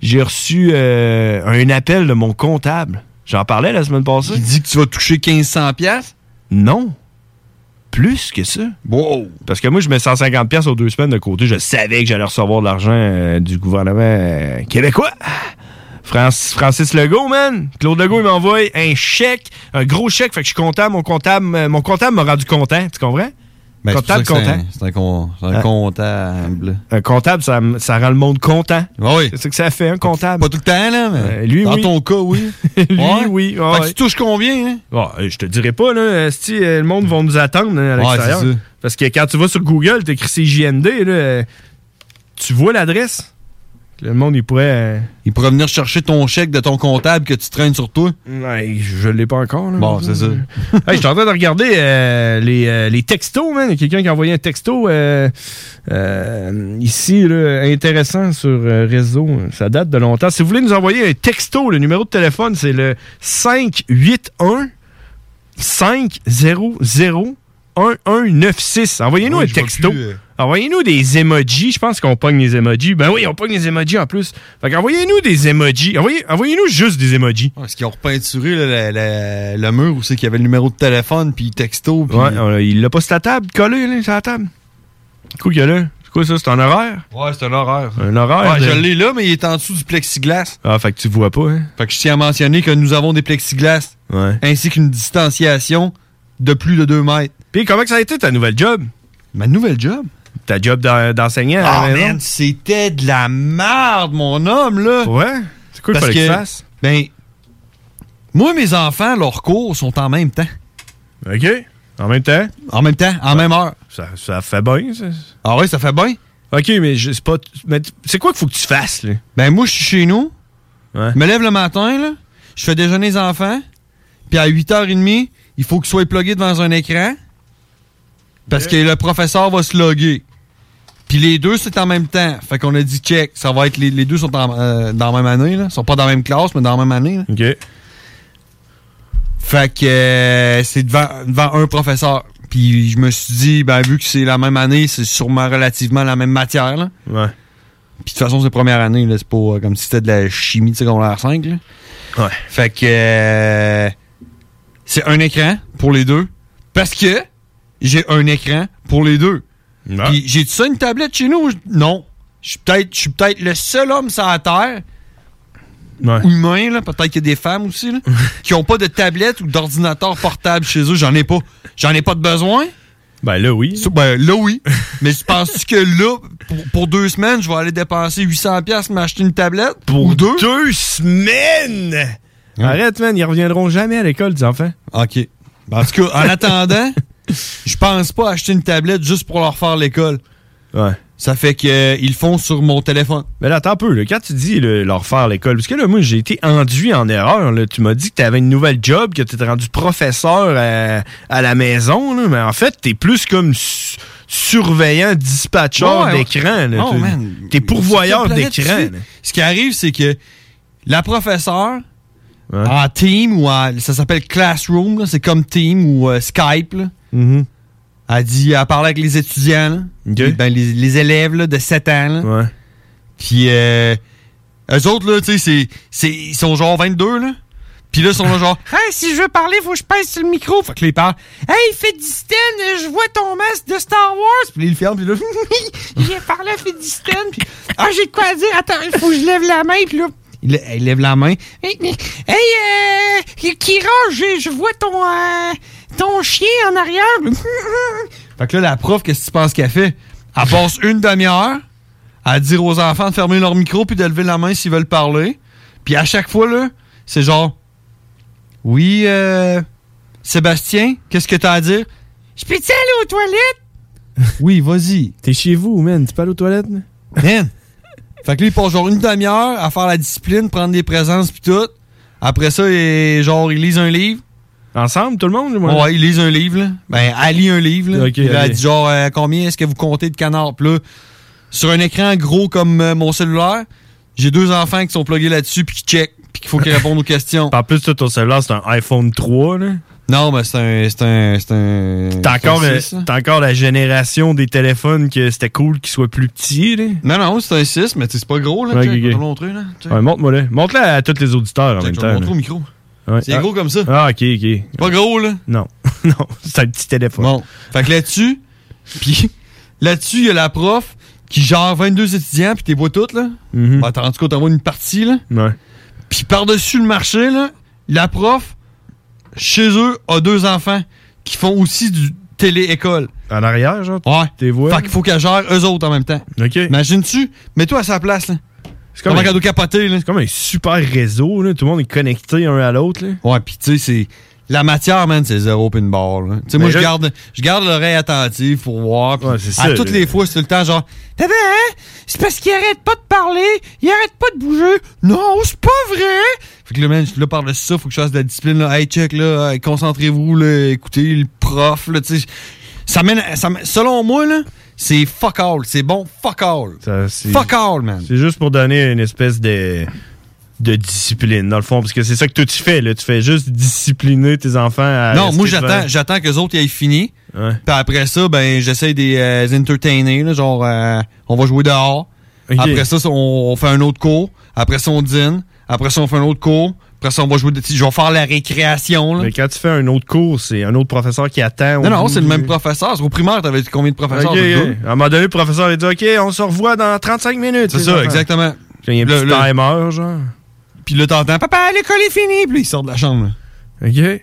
[SPEAKER 4] j'ai reçu euh, un appel de mon comptable. J'en parlais la semaine passée. Il dit que tu vas toucher 1500 pièces Non. Plus que ça. Wow. Parce que moi, je mets 150 pièces aux deux semaines de côté. Je savais que j'allais recevoir de l'argent euh, du gouvernement euh, québécois. France- Francis Legault, man. Claude Legault, il m'envoie un chèque, un gros chèque. Fait que je suis content. Mon comptable, euh, mon comptable m'a rendu content. Tu comprends?
[SPEAKER 2] Ben, c'est pour ça
[SPEAKER 4] comptable
[SPEAKER 2] que c'est
[SPEAKER 4] content.
[SPEAKER 2] un- C'est un, con- c'est un
[SPEAKER 4] Ah.
[SPEAKER 2] comptable.
[SPEAKER 4] Un comptable, ça, ça rend le monde content. Ah Oui. C'est ça que ça fait, un comptable. Pas tout le temps, là, mais. lui,
[SPEAKER 2] dans
[SPEAKER 4] oui.
[SPEAKER 2] ton
[SPEAKER 4] cas, oui. lui,
[SPEAKER 2] Ouais.
[SPEAKER 4] oui.
[SPEAKER 2] Fait que tu
[SPEAKER 4] touches combien, hein? je te dirais pas, là. Si le monde va nous attendre hein, à
[SPEAKER 2] Ouais,
[SPEAKER 4] l'extérieur.
[SPEAKER 2] c'est ça.
[SPEAKER 4] Parce que quand tu vas sur Google, t'écris CJMD, là. euh, Tu vois l'adresse? Le monde, il pourrait. euh,
[SPEAKER 2] Il pourrait venir chercher ton chèque de ton comptable que tu traînes sur toi.
[SPEAKER 4] Ouais, je l'ai pas encore. Là,
[SPEAKER 2] bon, c'est ça.
[SPEAKER 4] hey, je suis en train de regarder euh, les, euh, les textos, man. Il y a quelqu'un qui a envoyé un texto euh, euh, ici, là, intéressant sur euh, réseau. Ça date de longtemps. Si vous voulez nous envoyer un texto, le numéro de téléphone, c'est le 581 500 1196. Envoyez-nous un texto.
[SPEAKER 2] euh,
[SPEAKER 4] Envoyez-nous des emojis. Je pense qu'on pogne les emojis. Ben oui, on pogne les emojis en plus. Fait qu'envoyez-nous des emojis. Envoyez- Envoyez-nous juste des emojis.
[SPEAKER 2] Parce qu'ils ont repeinturé là, la- la- le mur où c'est qu'il y avait le numéro de téléphone, puis texto. Puis...
[SPEAKER 4] Ouais, on- il l'a pas sur la table, collé, là, sur la table. Cool que là. C'est quoi ça? C'est un horaire?
[SPEAKER 2] Ouais, c'est un horaire.
[SPEAKER 4] Un horaire?
[SPEAKER 2] Ouais,
[SPEAKER 4] de-
[SPEAKER 2] je l'ai là, mais il est en dessous du plexiglas.
[SPEAKER 4] Ah, fait que tu vois pas, hein?
[SPEAKER 2] Fait que je tiens à mentionner que nous avons des plexiglas,
[SPEAKER 4] Ouais.
[SPEAKER 2] ainsi qu'une distanciation de plus de 2 mètres.
[SPEAKER 4] Puis comment que ça a été ta nouvelle job?
[SPEAKER 2] Ma nouvelle job?
[SPEAKER 4] Ta job d'en- d'enseignant à
[SPEAKER 2] Ah,
[SPEAKER 4] la maison?
[SPEAKER 2] man, c'était de la merde, mon homme, là.
[SPEAKER 4] Ouais? C'est quoi qu'il
[SPEAKER 2] Parce
[SPEAKER 4] fallait que
[SPEAKER 2] que,
[SPEAKER 4] tu fasses?
[SPEAKER 2] Ben, moi, mes enfants, leurs cours sont en même temps.
[SPEAKER 4] OK. En même temps?
[SPEAKER 2] En même temps, en même heure.
[SPEAKER 4] Ça, ça fait bien, ça.
[SPEAKER 2] Ah oui, ça fait bien?
[SPEAKER 4] OK, mais je- c'est pas... mais t- c'est quoi qu'il faut que tu fasses, là?
[SPEAKER 2] Ben, moi, je suis chez nous. Je me lève le matin, là. Je fais déjeuner les enfants. Puis à 8h30, il faut qu'ils soient plugués devant un écran. Parce que le professeur va se loguer. Puis les deux, c'est en même temps. Fait qu'on a dit check. Ça va être les, les deux sont en- euh, dans la même année. Là. Ils sont pas dans la même classe, mais dans la même année. là. Fait que euh, c'est devant, devant un professeur. Puis je me suis dit, ben vu que c'est la même année, c'est sûrement relativement la même matière. Là.
[SPEAKER 4] Ouais.
[SPEAKER 2] Puis de toute façon, c'est première année, là, c'est pas euh, comme si c'était de la chimie de secondaire 5. Là.
[SPEAKER 4] Ouais.
[SPEAKER 2] Fait que euh, c'est un écran pour les deux. Parce que j'ai un écran pour les deux. Puis j'ai ça une tablette chez nous? Non. Je suis peut-être je suis peut-être le seul homme sur la Terre humain, là, peut-être qu'il y a des femmes aussi, là, qui n'ont pas de tablette ou d'ordinateur portable chez eux. J'en ai pas. J'en ai pas de besoin.
[SPEAKER 4] Ben là, oui.
[SPEAKER 2] Ben là, oui. Mais tu penses que là, pour, pour deux semaines, je vais aller dépenser 800$ piastres m'acheter une tablette? Pour ou deux?
[SPEAKER 4] Deux semaines! Arrête, man, ils reviendront jamais à l'école, des enfants.
[SPEAKER 2] OK. Ben, En tout cas, en attendant, je pense pas acheter une tablette juste pour leur faire l'école.
[SPEAKER 4] Ouais.
[SPEAKER 2] Ça fait qu'ils le font sur mon téléphone.
[SPEAKER 4] Mais là, attends un peu, là. quand tu dis là, leur faire l'école, parce que là, moi, j'ai été enduit en erreur. là. Tu m'as dit que tu avais une nouvelle job, que tu étais rendu professeur à, à la maison, là. mais en fait, tu es plus comme su- surveillant, dispatcheur
[SPEAKER 2] Ouais, ouais.
[SPEAKER 4] d'écran. là.
[SPEAKER 2] Oh,
[SPEAKER 4] Tu-
[SPEAKER 2] man.
[SPEAKER 4] T'es pourvoyeur
[SPEAKER 2] Sur quelle planète
[SPEAKER 4] d'écran.
[SPEAKER 2] tu vis?
[SPEAKER 4] là.
[SPEAKER 2] Ce qui arrive, c'est que la professeure, en team, ou en- ça s'appelle Classroom, là, c'est comme team ou euh, Skype, là.
[SPEAKER 4] Mm-hmm.
[SPEAKER 2] elle dit, elle parle avec les étudiants, là. Et, ben, les, les élèves là, de 7 ans. là. Puis, euh, eux autres, là, tu sais, c'est- c'est- ils sont genre 22, là. Puis là, ils sont là, genre,
[SPEAKER 18] Hey, si je veux parler, faut que je pèse sur le micro.
[SPEAKER 2] fait que là, ils parlent.
[SPEAKER 18] Hey, Fedistan, je vois ton masque de Star Wars.
[SPEAKER 2] Puis là, ils le ferment, puis là,
[SPEAKER 18] Il vient parler à Fedistan. Puis, ah, j'ai de quoi à dire. Attends, il faut que je lève la main. Puis là,
[SPEAKER 2] ils, le- ils lèvent la main.
[SPEAKER 18] hey, hey, euh, Kira, je, je vois ton, euh, ton chien en arrière.
[SPEAKER 2] Fait que là, la prof, qu'est-ce que tu penses qu'elle fait? Elle passe une demi-heure à dire aux enfants de fermer leur micro puis de lever la main s'ils veulent parler. Puis à chaque fois, là, c'est genre Oui, euh, Sébastien, qu'est-ce que t'as à dire?
[SPEAKER 18] Je peux-tu aller aux toilettes?
[SPEAKER 2] Oui, vas-y.
[SPEAKER 4] T'es chez vous, man. Tu peux aller aux toilettes, là?
[SPEAKER 2] Man! Fait que lui, il passe genre une demi-heure à faire la discipline, prendre des présences puis tout. Après ça, il, genre, il lise un livre.
[SPEAKER 4] Ensemble, tout le monde?
[SPEAKER 2] Ouais, il lise un livre, là. Ben, elle lit un livre, là.
[SPEAKER 4] Ok,
[SPEAKER 2] Puis là, elle
[SPEAKER 4] ok.
[SPEAKER 2] dit genre, euh, combien est-ce que vous comptez de canards? Puis là, sur un écran gros comme euh, mon cellulaire, j'ai deux enfants qui sont plugués là-dessus puis qui check, puis qu'il faut qu'ils répondent aux questions.
[SPEAKER 4] En plus, toi, ton cellulaire, c'est un iPhone 3, là.
[SPEAKER 2] Non, mais c'est un. C'est un. C'est un.
[SPEAKER 4] T'as encore,
[SPEAKER 2] c'est un
[SPEAKER 4] le-
[SPEAKER 2] six, là.
[SPEAKER 4] t'as encore la génération des téléphones que c'était cool qu'ils soient plus petits, là.
[SPEAKER 2] Non, non, c'est un 6, mais tu sais, c'est pas gros, là.
[SPEAKER 4] Ouais,
[SPEAKER 2] check, je
[SPEAKER 4] ok,
[SPEAKER 2] vais te
[SPEAKER 4] ok.
[SPEAKER 2] le montrer, là. Check.
[SPEAKER 4] Ouais, montre-moi-le. Montre-le à tous les auditeurs en
[SPEAKER 2] Check,
[SPEAKER 4] même
[SPEAKER 2] je
[SPEAKER 4] temps.
[SPEAKER 2] vais le montrer
[SPEAKER 4] là.
[SPEAKER 2] au micro.
[SPEAKER 4] Ouais.
[SPEAKER 2] C'est
[SPEAKER 4] Ah.
[SPEAKER 2] gros comme ça.
[SPEAKER 4] Ah, ok, ok.
[SPEAKER 2] C'est pas gros, là.
[SPEAKER 4] Non. non, c'est un petit téléphone.
[SPEAKER 2] Bon. Fait que là-dessus, puis là-dessus, il y a la prof qui gère 22 étudiants, puis t'es vois toutes, là. Bah, t'en- en tout cas, t'envoies une partie, là.
[SPEAKER 4] Mm-hmm. Ouais.
[SPEAKER 2] Puis par-dessus le marché, là, la prof, chez eux, a deux enfants qui font aussi du télé-école.
[SPEAKER 4] En arrière, genre?
[SPEAKER 2] Ouais.
[SPEAKER 4] T'es vois?
[SPEAKER 2] Fait qu'il faut qu'elle gère eux autres en même temps.
[SPEAKER 4] OK.
[SPEAKER 2] Imagines-tu? Mets-toi à sa place, là.
[SPEAKER 4] C'est
[SPEAKER 2] Comment
[SPEAKER 4] un-
[SPEAKER 2] qu'elle doit capoter, là?
[SPEAKER 4] C'est comme un super réseau, là. Tout le monde est connecté un à l'autre, là.
[SPEAKER 2] Ouais, puis tu sais, c'est. La matière, man, c'est zéro pin bar. là. Tu sais,
[SPEAKER 4] Mais
[SPEAKER 2] moi, je
[SPEAKER 4] là-
[SPEAKER 2] garde, je garde l'oreille attentive pour voir. puis
[SPEAKER 4] c'est
[SPEAKER 2] à
[SPEAKER 4] ça,
[SPEAKER 2] toutes
[SPEAKER 4] là.
[SPEAKER 2] les fois, c'est tout le temps genre,
[SPEAKER 18] T'as vu, hein? C'est parce qu'il arrête pas de parler. Il arrête pas de bouger. Non, c'est pas vrai.
[SPEAKER 2] Fait que là, man, je suis là par de ça, faut que je fasse de la discipline, là. Hey, check, là, hey, concentrez-vous, là, écoutez le prof, là, tu sais. Ça mène, à- ça mène- selon moi, là, c'est fuck all, c'est bon, fuck all.
[SPEAKER 4] Ça, c'est-
[SPEAKER 2] Fuck all, man.
[SPEAKER 4] C'est juste pour donner une espèce de, de discipline, dans le fond, parce que c'est ça que toi, tu fais, là. Tu fais juste discipliner tes enfants à.
[SPEAKER 2] non,
[SPEAKER 4] rester
[SPEAKER 2] moi,
[SPEAKER 4] devant-
[SPEAKER 2] j'attends, j'attends que les autres y aient fini. Puis après ça, ben, j'essaie de les euh, entertainer, là, genre, euh, on va jouer dehors.
[SPEAKER 4] Ok.
[SPEAKER 2] Après ça, on, on fait un autre cours. Après ça, on dîne. Après ça, on fait un autre cours. Après ça, on va jouer, de- je vais faire la récréation, là.
[SPEAKER 4] Mais quand tu fais un autre cours, c'est un autre professeur qui attend. au
[SPEAKER 2] Non, non,
[SPEAKER 4] bout
[SPEAKER 2] c'est le
[SPEAKER 4] du-
[SPEAKER 2] même professeur. Au primaire, t'avais combien de professeurs?
[SPEAKER 4] Ok,
[SPEAKER 2] Deux?
[SPEAKER 4] ok. À un moment donné, le professeur il dit OK, on se revoit dans 35 minutes.
[SPEAKER 2] C'est
[SPEAKER 4] les
[SPEAKER 2] ça,
[SPEAKER 4] enfants.
[SPEAKER 2] exactement.
[SPEAKER 4] Il y a un
[SPEAKER 2] Le-
[SPEAKER 4] petit
[SPEAKER 2] le-
[SPEAKER 4] timer, genre.
[SPEAKER 2] Puis là, t'entends, papa, l'école est finie. Puis là, il sort de la chambre.
[SPEAKER 4] OK.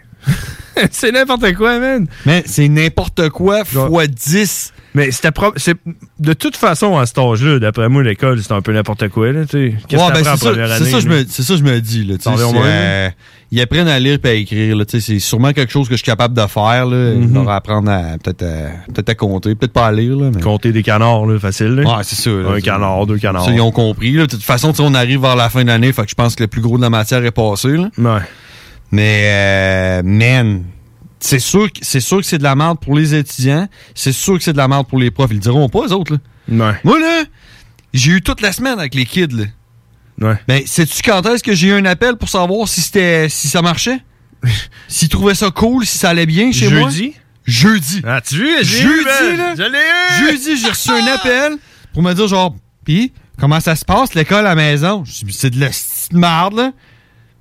[SPEAKER 4] c'est n'importe quoi, man.
[SPEAKER 2] Mais c'est n'importe quoi fois 10.
[SPEAKER 4] Mais c'était pro- c'est de toute façon à cet âge-là, d'après moi l'école, c'est un peu n'importe quoi là, tu sais. Qu'est-ce
[SPEAKER 2] Ouais,
[SPEAKER 4] que
[SPEAKER 2] ben,
[SPEAKER 4] t'apprends en
[SPEAKER 2] c'est ça,
[SPEAKER 4] première
[SPEAKER 2] c'est
[SPEAKER 4] année,
[SPEAKER 2] ça, je
[SPEAKER 4] là?
[SPEAKER 2] me- c'est ça, je me dis. Là, tu sais,
[SPEAKER 4] T'en viens au
[SPEAKER 2] c'est,
[SPEAKER 4] moins,
[SPEAKER 2] euh, ils apprennent à lire et à écrire. Là, tu sais, c'est sûrement quelque chose que je suis capable de faire. Là.
[SPEAKER 4] Mhm.
[SPEAKER 2] Ils doivent apprendre à, peut-être, à, peut-être à compter, peut-être pas à lire. Là, mais...
[SPEAKER 4] Compter des canards, là, facile.
[SPEAKER 2] Là. Ouais, c'est ça. là,
[SPEAKER 4] Un
[SPEAKER 2] tu-
[SPEAKER 4] canard, deux canards.
[SPEAKER 2] Ça, ils ont compris. là. De toute façon, tu sais, on arrive vers la fin de l'année, fait que je pense que le plus gros de la matière est passé. là. Mais, euh, man, c'est sûr, que- c'est sûr que c'est de la merde pour les étudiants. C'est sûr que c'est de la merde pour les profs. Ils le diront pas, eux autres. Là. Moi, là, j'ai eu toute la semaine avec les kids. Là. Mais sais-tu quand est-ce que j'ai eu un appel pour savoir si, c'était, si ça marchait? S'ils trouvaient ça cool, si ça allait bien chez moi?
[SPEAKER 4] Jeudi?
[SPEAKER 2] Jeudi.
[SPEAKER 4] Ah, tu veux? j'ai eu,
[SPEAKER 2] Jeudi,
[SPEAKER 4] man.
[SPEAKER 2] là.
[SPEAKER 4] Je l'ai eu. Ah!
[SPEAKER 2] Jeudi, j'ai reçu un appel pour me dire, genre, pis, comment ça se passe, l'école à la maison? Je dis, c'est de la petite marde, là.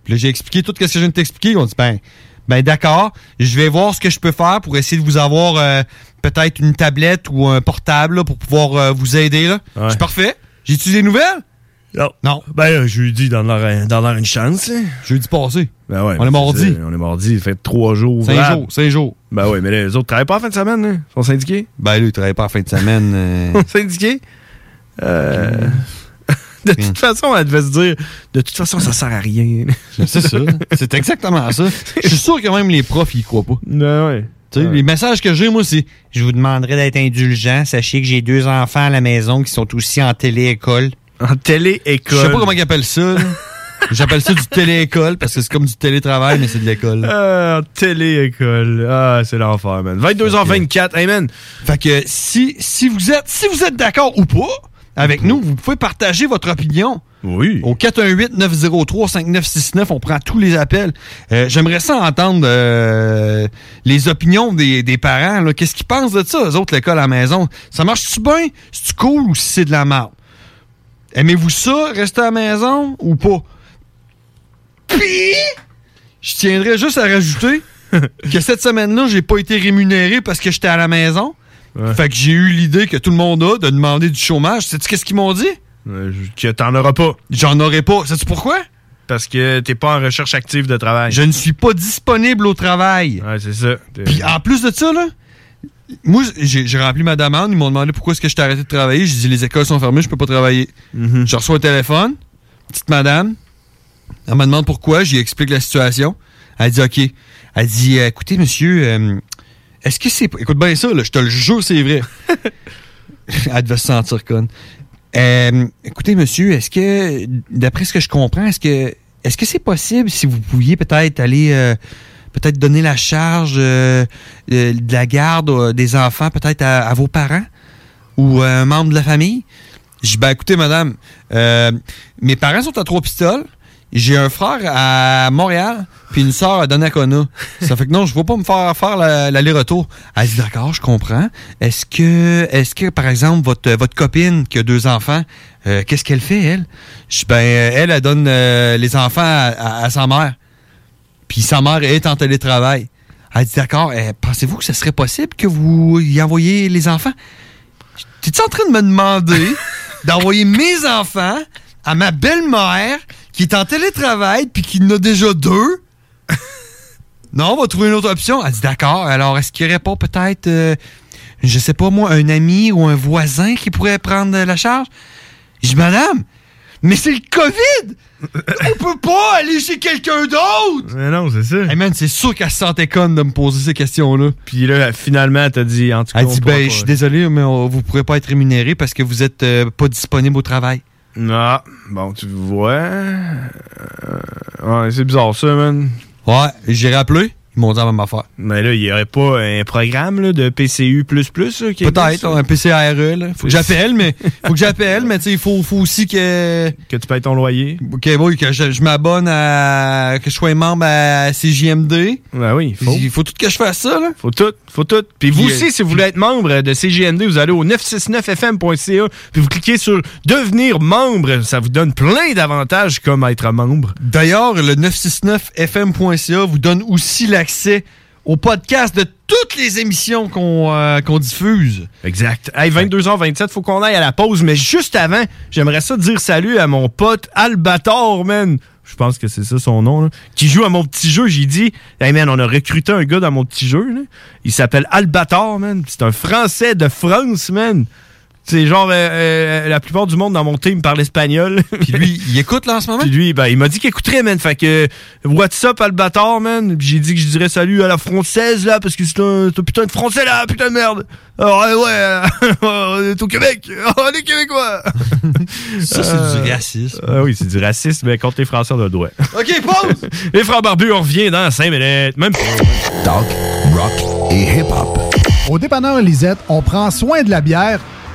[SPEAKER 2] Puis là, j'ai expliqué tout ce que je viens de t'expliquer. On dit, ben, ben d'accord, je vais voir ce que je peux faire pour essayer de vous avoir euh, peut-être une tablette ou un portable là, pour pouvoir euh, vous aider, là. C'est parfait. J'ai-tu des nouvelles?
[SPEAKER 4] Non. Non. Ben, là, je lui dis d'en avoir, d'en avoir une chance. Jeudi passé. Ben ouais.
[SPEAKER 2] On
[SPEAKER 4] mais
[SPEAKER 2] est mardi.
[SPEAKER 4] c'est ça, On est mardi. Ça fait trois jours.
[SPEAKER 2] Cinq
[SPEAKER 4] ouvrables.
[SPEAKER 2] jours, cinq jours.
[SPEAKER 4] Ben oui, mais les autres travaillent pas en fin de semaine. hein? Ils sont syndiqués.
[SPEAKER 2] Ben là, il travaille pas en fin de semaine. euh,
[SPEAKER 4] syndiqués. Euh, de
[SPEAKER 2] Mm.
[SPEAKER 4] toute façon, elle devait se dire de toute façon, ça sert à rien.
[SPEAKER 2] c'est ça. C'est exactement ça. Je suis sûr que même les profs, ils y croient pas.
[SPEAKER 4] Ben ouais.
[SPEAKER 2] Tu sais, les messages que j'ai, moi, c'est
[SPEAKER 19] Je vous demanderai d'être indulgent. Sachez que j'ai deux enfants à la maison qui sont aussi en télé-école.
[SPEAKER 4] En télé-école?
[SPEAKER 2] Je sais pas comment ils appellent ça. là. J'appelle ça du télé-école parce que c'est comme du télétravail, mais c'est de l'école.
[SPEAKER 4] Euh, télé-école. Ah, c'est l'enfer, man. 22h24, hey, man.
[SPEAKER 2] Fait que si, si vous êtes, si vous êtes d'accord ou pas avec nous, vous pouvez partager votre opinion.
[SPEAKER 4] Oui.
[SPEAKER 2] Au 418-903-5969, on prend tous les appels. Euh, J'aimerais ça entendre euh, les opinions des, des parents. là. Qu'est-ce qu'ils pensent de ça, eux autres, l'école à la maison? Ça marche-tu bien? C'est-tu cool ou si c'est de la merde? Aimez-vous ça, rester à la maison ou pas? Puis, je tiendrais juste à rajouter que cette semaine-là, j'ai pas été rémunéré parce que j'étais à la maison. Fait que j'ai eu l'idée que tout le monde a de demander du chômage. Sais-tu qu'est-ce qu'ils m'ont dit?
[SPEAKER 4] que t'en auras pas.
[SPEAKER 2] J'en aurai pas. Sais-tu pourquoi?
[SPEAKER 4] Parce que t'es pas en recherche active de travail.
[SPEAKER 2] Je ne suis pas disponible au travail.
[SPEAKER 4] Ouais, c'est ça. T'es-
[SPEAKER 2] Puis en plus de ça, là, moi, j'ai j'ai rempli ma demande. Ils m'ont demandé pourquoi est-ce que j'étais arrêté de travailler. J'ai dit les écoles sont fermées, je peux pas travailler. Je reçois un téléphone, petite madame. Elle me demande pourquoi, j'y explique la situation. Elle dit OK. Elle dit euh, écoutez, monsieur, euh, est-ce que c'est. Écoute bien ça, là, je te le jure, c'est vrai. Elle devait se sentir conne. Euh, écoutez, monsieur, est-ce que, d'après ce que je comprends, est-ce que est-ce que c'est possible si vous pouviez peut-être aller euh, peut-être donner la charge euh, euh, de la garde euh, des enfants peut-être à, à vos parents ou à un membre de la famille? Je dis, ben écoutez, madame, euh, mes parents sont à trois pistoles. J'ai un frère à Montréal, puis une sœur à Donnacona. Ça fait que non, je ne vais pas me faire faire la- l'aller-retour. Elle dit d'accord, je comprends. Est-ce que, est-ce que par exemple votre votre copine qui a deux enfants, euh, qu'est-ce qu'elle fait elle Je dis, ben euh, elle, elle donne euh, les enfants à, à- à sa mère. Puis sa mère est en télétravail. Elle dit d'accord. euh, pensez-vous que ce serait possible que vous y envoyiez les enfants T'es-tu en train de me demander d'envoyer mes enfants à ma belle-mère qui est en télétravail puis qui en a déjà deux? non, on va trouver une autre option. Elle dit d'accord. Alors, est-ce qu'il n'y aurait pas peut-être, euh, je sais pas moi, un ami ou un voisin qui pourrait prendre euh, la charge? Je dis, madame, mais c'est le COVID! on peut pas aller chez quelqu'un d'autre!
[SPEAKER 4] Mais non, c'est ça.
[SPEAKER 2] Hey man, c'est sûr qu'elle se sentait conne de me poser ces questions-là.
[SPEAKER 4] Puis là, finalement, elle t'a dit, en tout cas,
[SPEAKER 2] Elle
[SPEAKER 4] on
[SPEAKER 2] dit,
[SPEAKER 4] pourra
[SPEAKER 2] ben,
[SPEAKER 4] pas.
[SPEAKER 2] je suis désolé, mais on- vous pourrez pas être rémunéré parce que vous êtes euh, pas disponible au travail.
[SPEAKER 4] Ah, bon, tu vois. Euh, ouais, c'est bizarre ça, man.
[SPEAKER 2] Ouais, j'ai rappelé. Ils m'ont dit la même affaire.
[SPEAKER 4] Mais là, il y aurait pas un programme là, de PCU là, qui existe,
[SPEAKER 2] Peut-être,
[SPEAKER 4] là?
[SPEAKER 2] un PCARE, E, là. Faut que j'appelle, mais, faut que j'appelle, mais tu sais, il faut, faut aussi que.
[SPEAKER 4] Que tu payes ton loyer.
[SPEAKER 2] Que, oui, que je, je m'abonne à. que je sois membre à CJMD.
[SPEAKER 4] Ben oui, il
[SPEAKER 2] faut. Il faut tout que je fasse ça, là.
[SPEAKER 4] Faut tout, faut tout. Puis vous
[SPEAKER 2] Puis, euh,
[SPEAKER 4] aussi, si vous voulez être membre de CGND, vous allez au 969fm.ca, puis vous cliquez sur Devenir membre. Ça vous donne plein d'avantages comme être membre.
[SPEAKER 2] D'ailleurs, le 969fm.ca vous donne aussi l'accès au podcast de toutes les émissions qu'on euh, qu'on diffuse.
[SPEAKER 4] Exact. Hey, 22h27, faut qu'on aille à la pause, mais juste avant, j'aimerais ça dire salut à mon pote Albator, man. Je pense que c'est ça son nom, là, qui joue à mon petit jeu. J'ai dit, hey man, on a recruté un gars dans mon petit jeu. là. Il s'appelle Albator, man. C'est un Français de France, man. C'est genre, euh, euh, la plupart du monde dans mon team parle espagnol. Puis
[SPEAKER 2] lui, il écoute là en ce moment?
[SPEAKER 4] Puis lui, ben, il m'a dit qu'il écouterait, man. Fait que, what's up, Albator, man? Puis j'ai dit que je dirais salut à la française, là, parce que c'est un, c'est un putain de français, là, putain de merde. Alors, ouais, ouais, on est au Québec.
[SPEAKER 2] Oh,
[SPEAKER 4] On est québécois.
[SPEAKER 2] Ça, c'est
[SPEAKER 4] Euh,
[SPEAKER 2] du racisme.
[SPEAKER 4] Ah oui, c'est du racisme, mais contre les Français, on a le droit.
[SPEAKER 2] OK, pause!
[SPEAKER 4] les frères barbus, on revient dans 5 minutes. Même pas.
[SPEAKER 10] Talk, rock et hip-hop.
[SPEAKER 20] Au dépanneur Lisette, on prend soin de la bière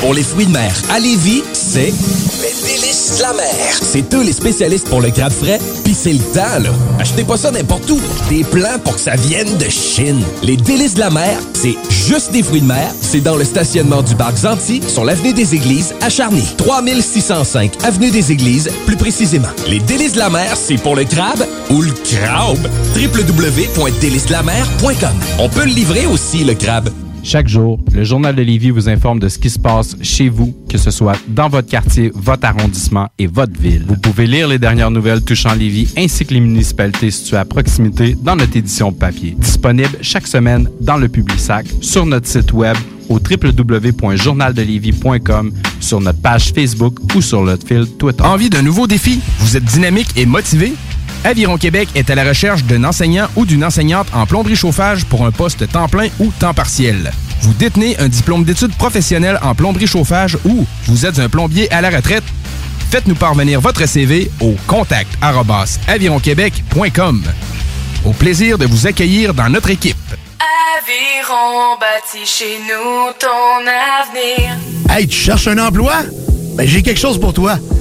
[SPEAKER 21] Pour les fruits de mer à Lévis, c'est
[SPEAKER 16] Mais délicieux!
[SPEAKER 18] Police la mer. C'est eux les spécialistes pour le crabe frais, puis c'est le temps, là. Achetez pas ça n'importe où. Des plans pour que ça vienne de Chine. Les délices de la mer, c'est juste des fruits de mer. C'est dans le stationnement du parc Zanti, sur l'avenue des Églises, à Charny. 3605 avenue des Églises, plus précisément. Les délices de la mer, c'est pour le crabe ou le crabe. www.délice-de-la-mer.com On peut le livrer aussi, le crabe.
[SPEAKER 22] Chaque jour, le Journal de Lévis vous informe de ce qui se passe chez vous, que ce soit dans votre quartier, votre arrondissement et votre ville. Vous pouvez lire les dernières nouvelles touchant Lévis ainsi que les municipalités situées à proximité dans notre édition papier. Disponible chaque semaine dans le Publisac, sur notre site web au www.journaldelévis.com, sur notre page Facebook ou sur notre fil Twitter.
[SPEAKER 10] Envie d'un nouveau défi? Vous êtes dynamique et motivé? Aviron Québec est à la recherche d'un enseignant ou d'une enseignante en plomberie chauffage pour un poste temps plein ou temps partiel. Vous détenez un diplôme d'études professionnelles en plomberie chauffage ou vous êtes un plombier à la retraite? Faites-nous parvenir votre CV au contact arobase avironquebec.com. Au plaisir de vous accueillir dans notre équipe.
[SPEAKER 21] Aviron bâti chez nous ton avenir.
[SPEAKER 23] Hey, tu cherches un emploi? Ben, j'ai quelque chose pour toi.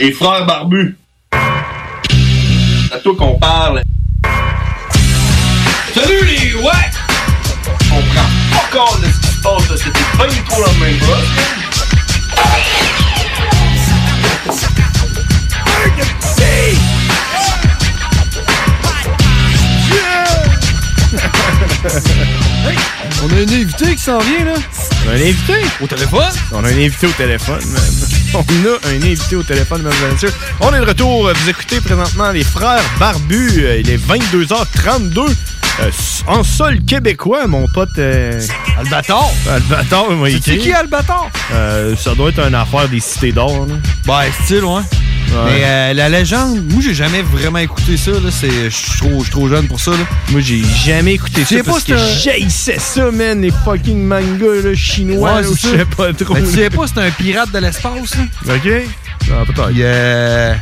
[SPEAKER 5] Les frères barbus. C'est à toi qu'on parle. Salut les ouais! On prend pas compte de ce qui se passe, là. c'était pas du tout la même chose.
[SPEAKER 2] On a un invité qui s'en vient, là.
[SPEAKER 4] On a un invité au téléphone. On a un invité au téléphone, même. On a un invité au téléphone, mesdames et messieurs. On est de retour. Vous écoutez présentement les frères Barbus. Euh, Il est 22h32. euh, en sol québécois, mon pote. Albator. Albator, moi, il
[SPEAKER 2] C'est qui, Albator?
[SPEAKER 4] Euh, ça doit être une affaire des cités d'or.
[SPEAKER 2] Bah, style, ouais. Mais euh, la légende, moi, j'ai jamais vraiment écouté ça. là. C'est- Je suis trop, je suis trop jeune pour ça.
[SPEAKER 4] Moi, j'ai jamais écouté
[SPEAKER 2] ça.
[SPEAKER 4] Je sais pas
[SPEAKER 2] parce
[SPEAKER 4] si
[SPEAKER 2] que
[SPEAKER 4] c'est un- j'haïssais ça, man, les fucking mangas là, chinois,
[SPEAKER 2] Ouais,
[SPEAKER 4] là,
[SPEAKER 2] c'est
[SPEAKER 4] ou je
[SPEAKER 2] ça.
[SPEAKER 4] sais pas trop.
[SPEAKER 2] Mais tu sais pas, c'est un pirate de l'espace, là?
[SPEAKER 4] OK. Ah, peut-être.
[SPEAKER 2] Il, euh,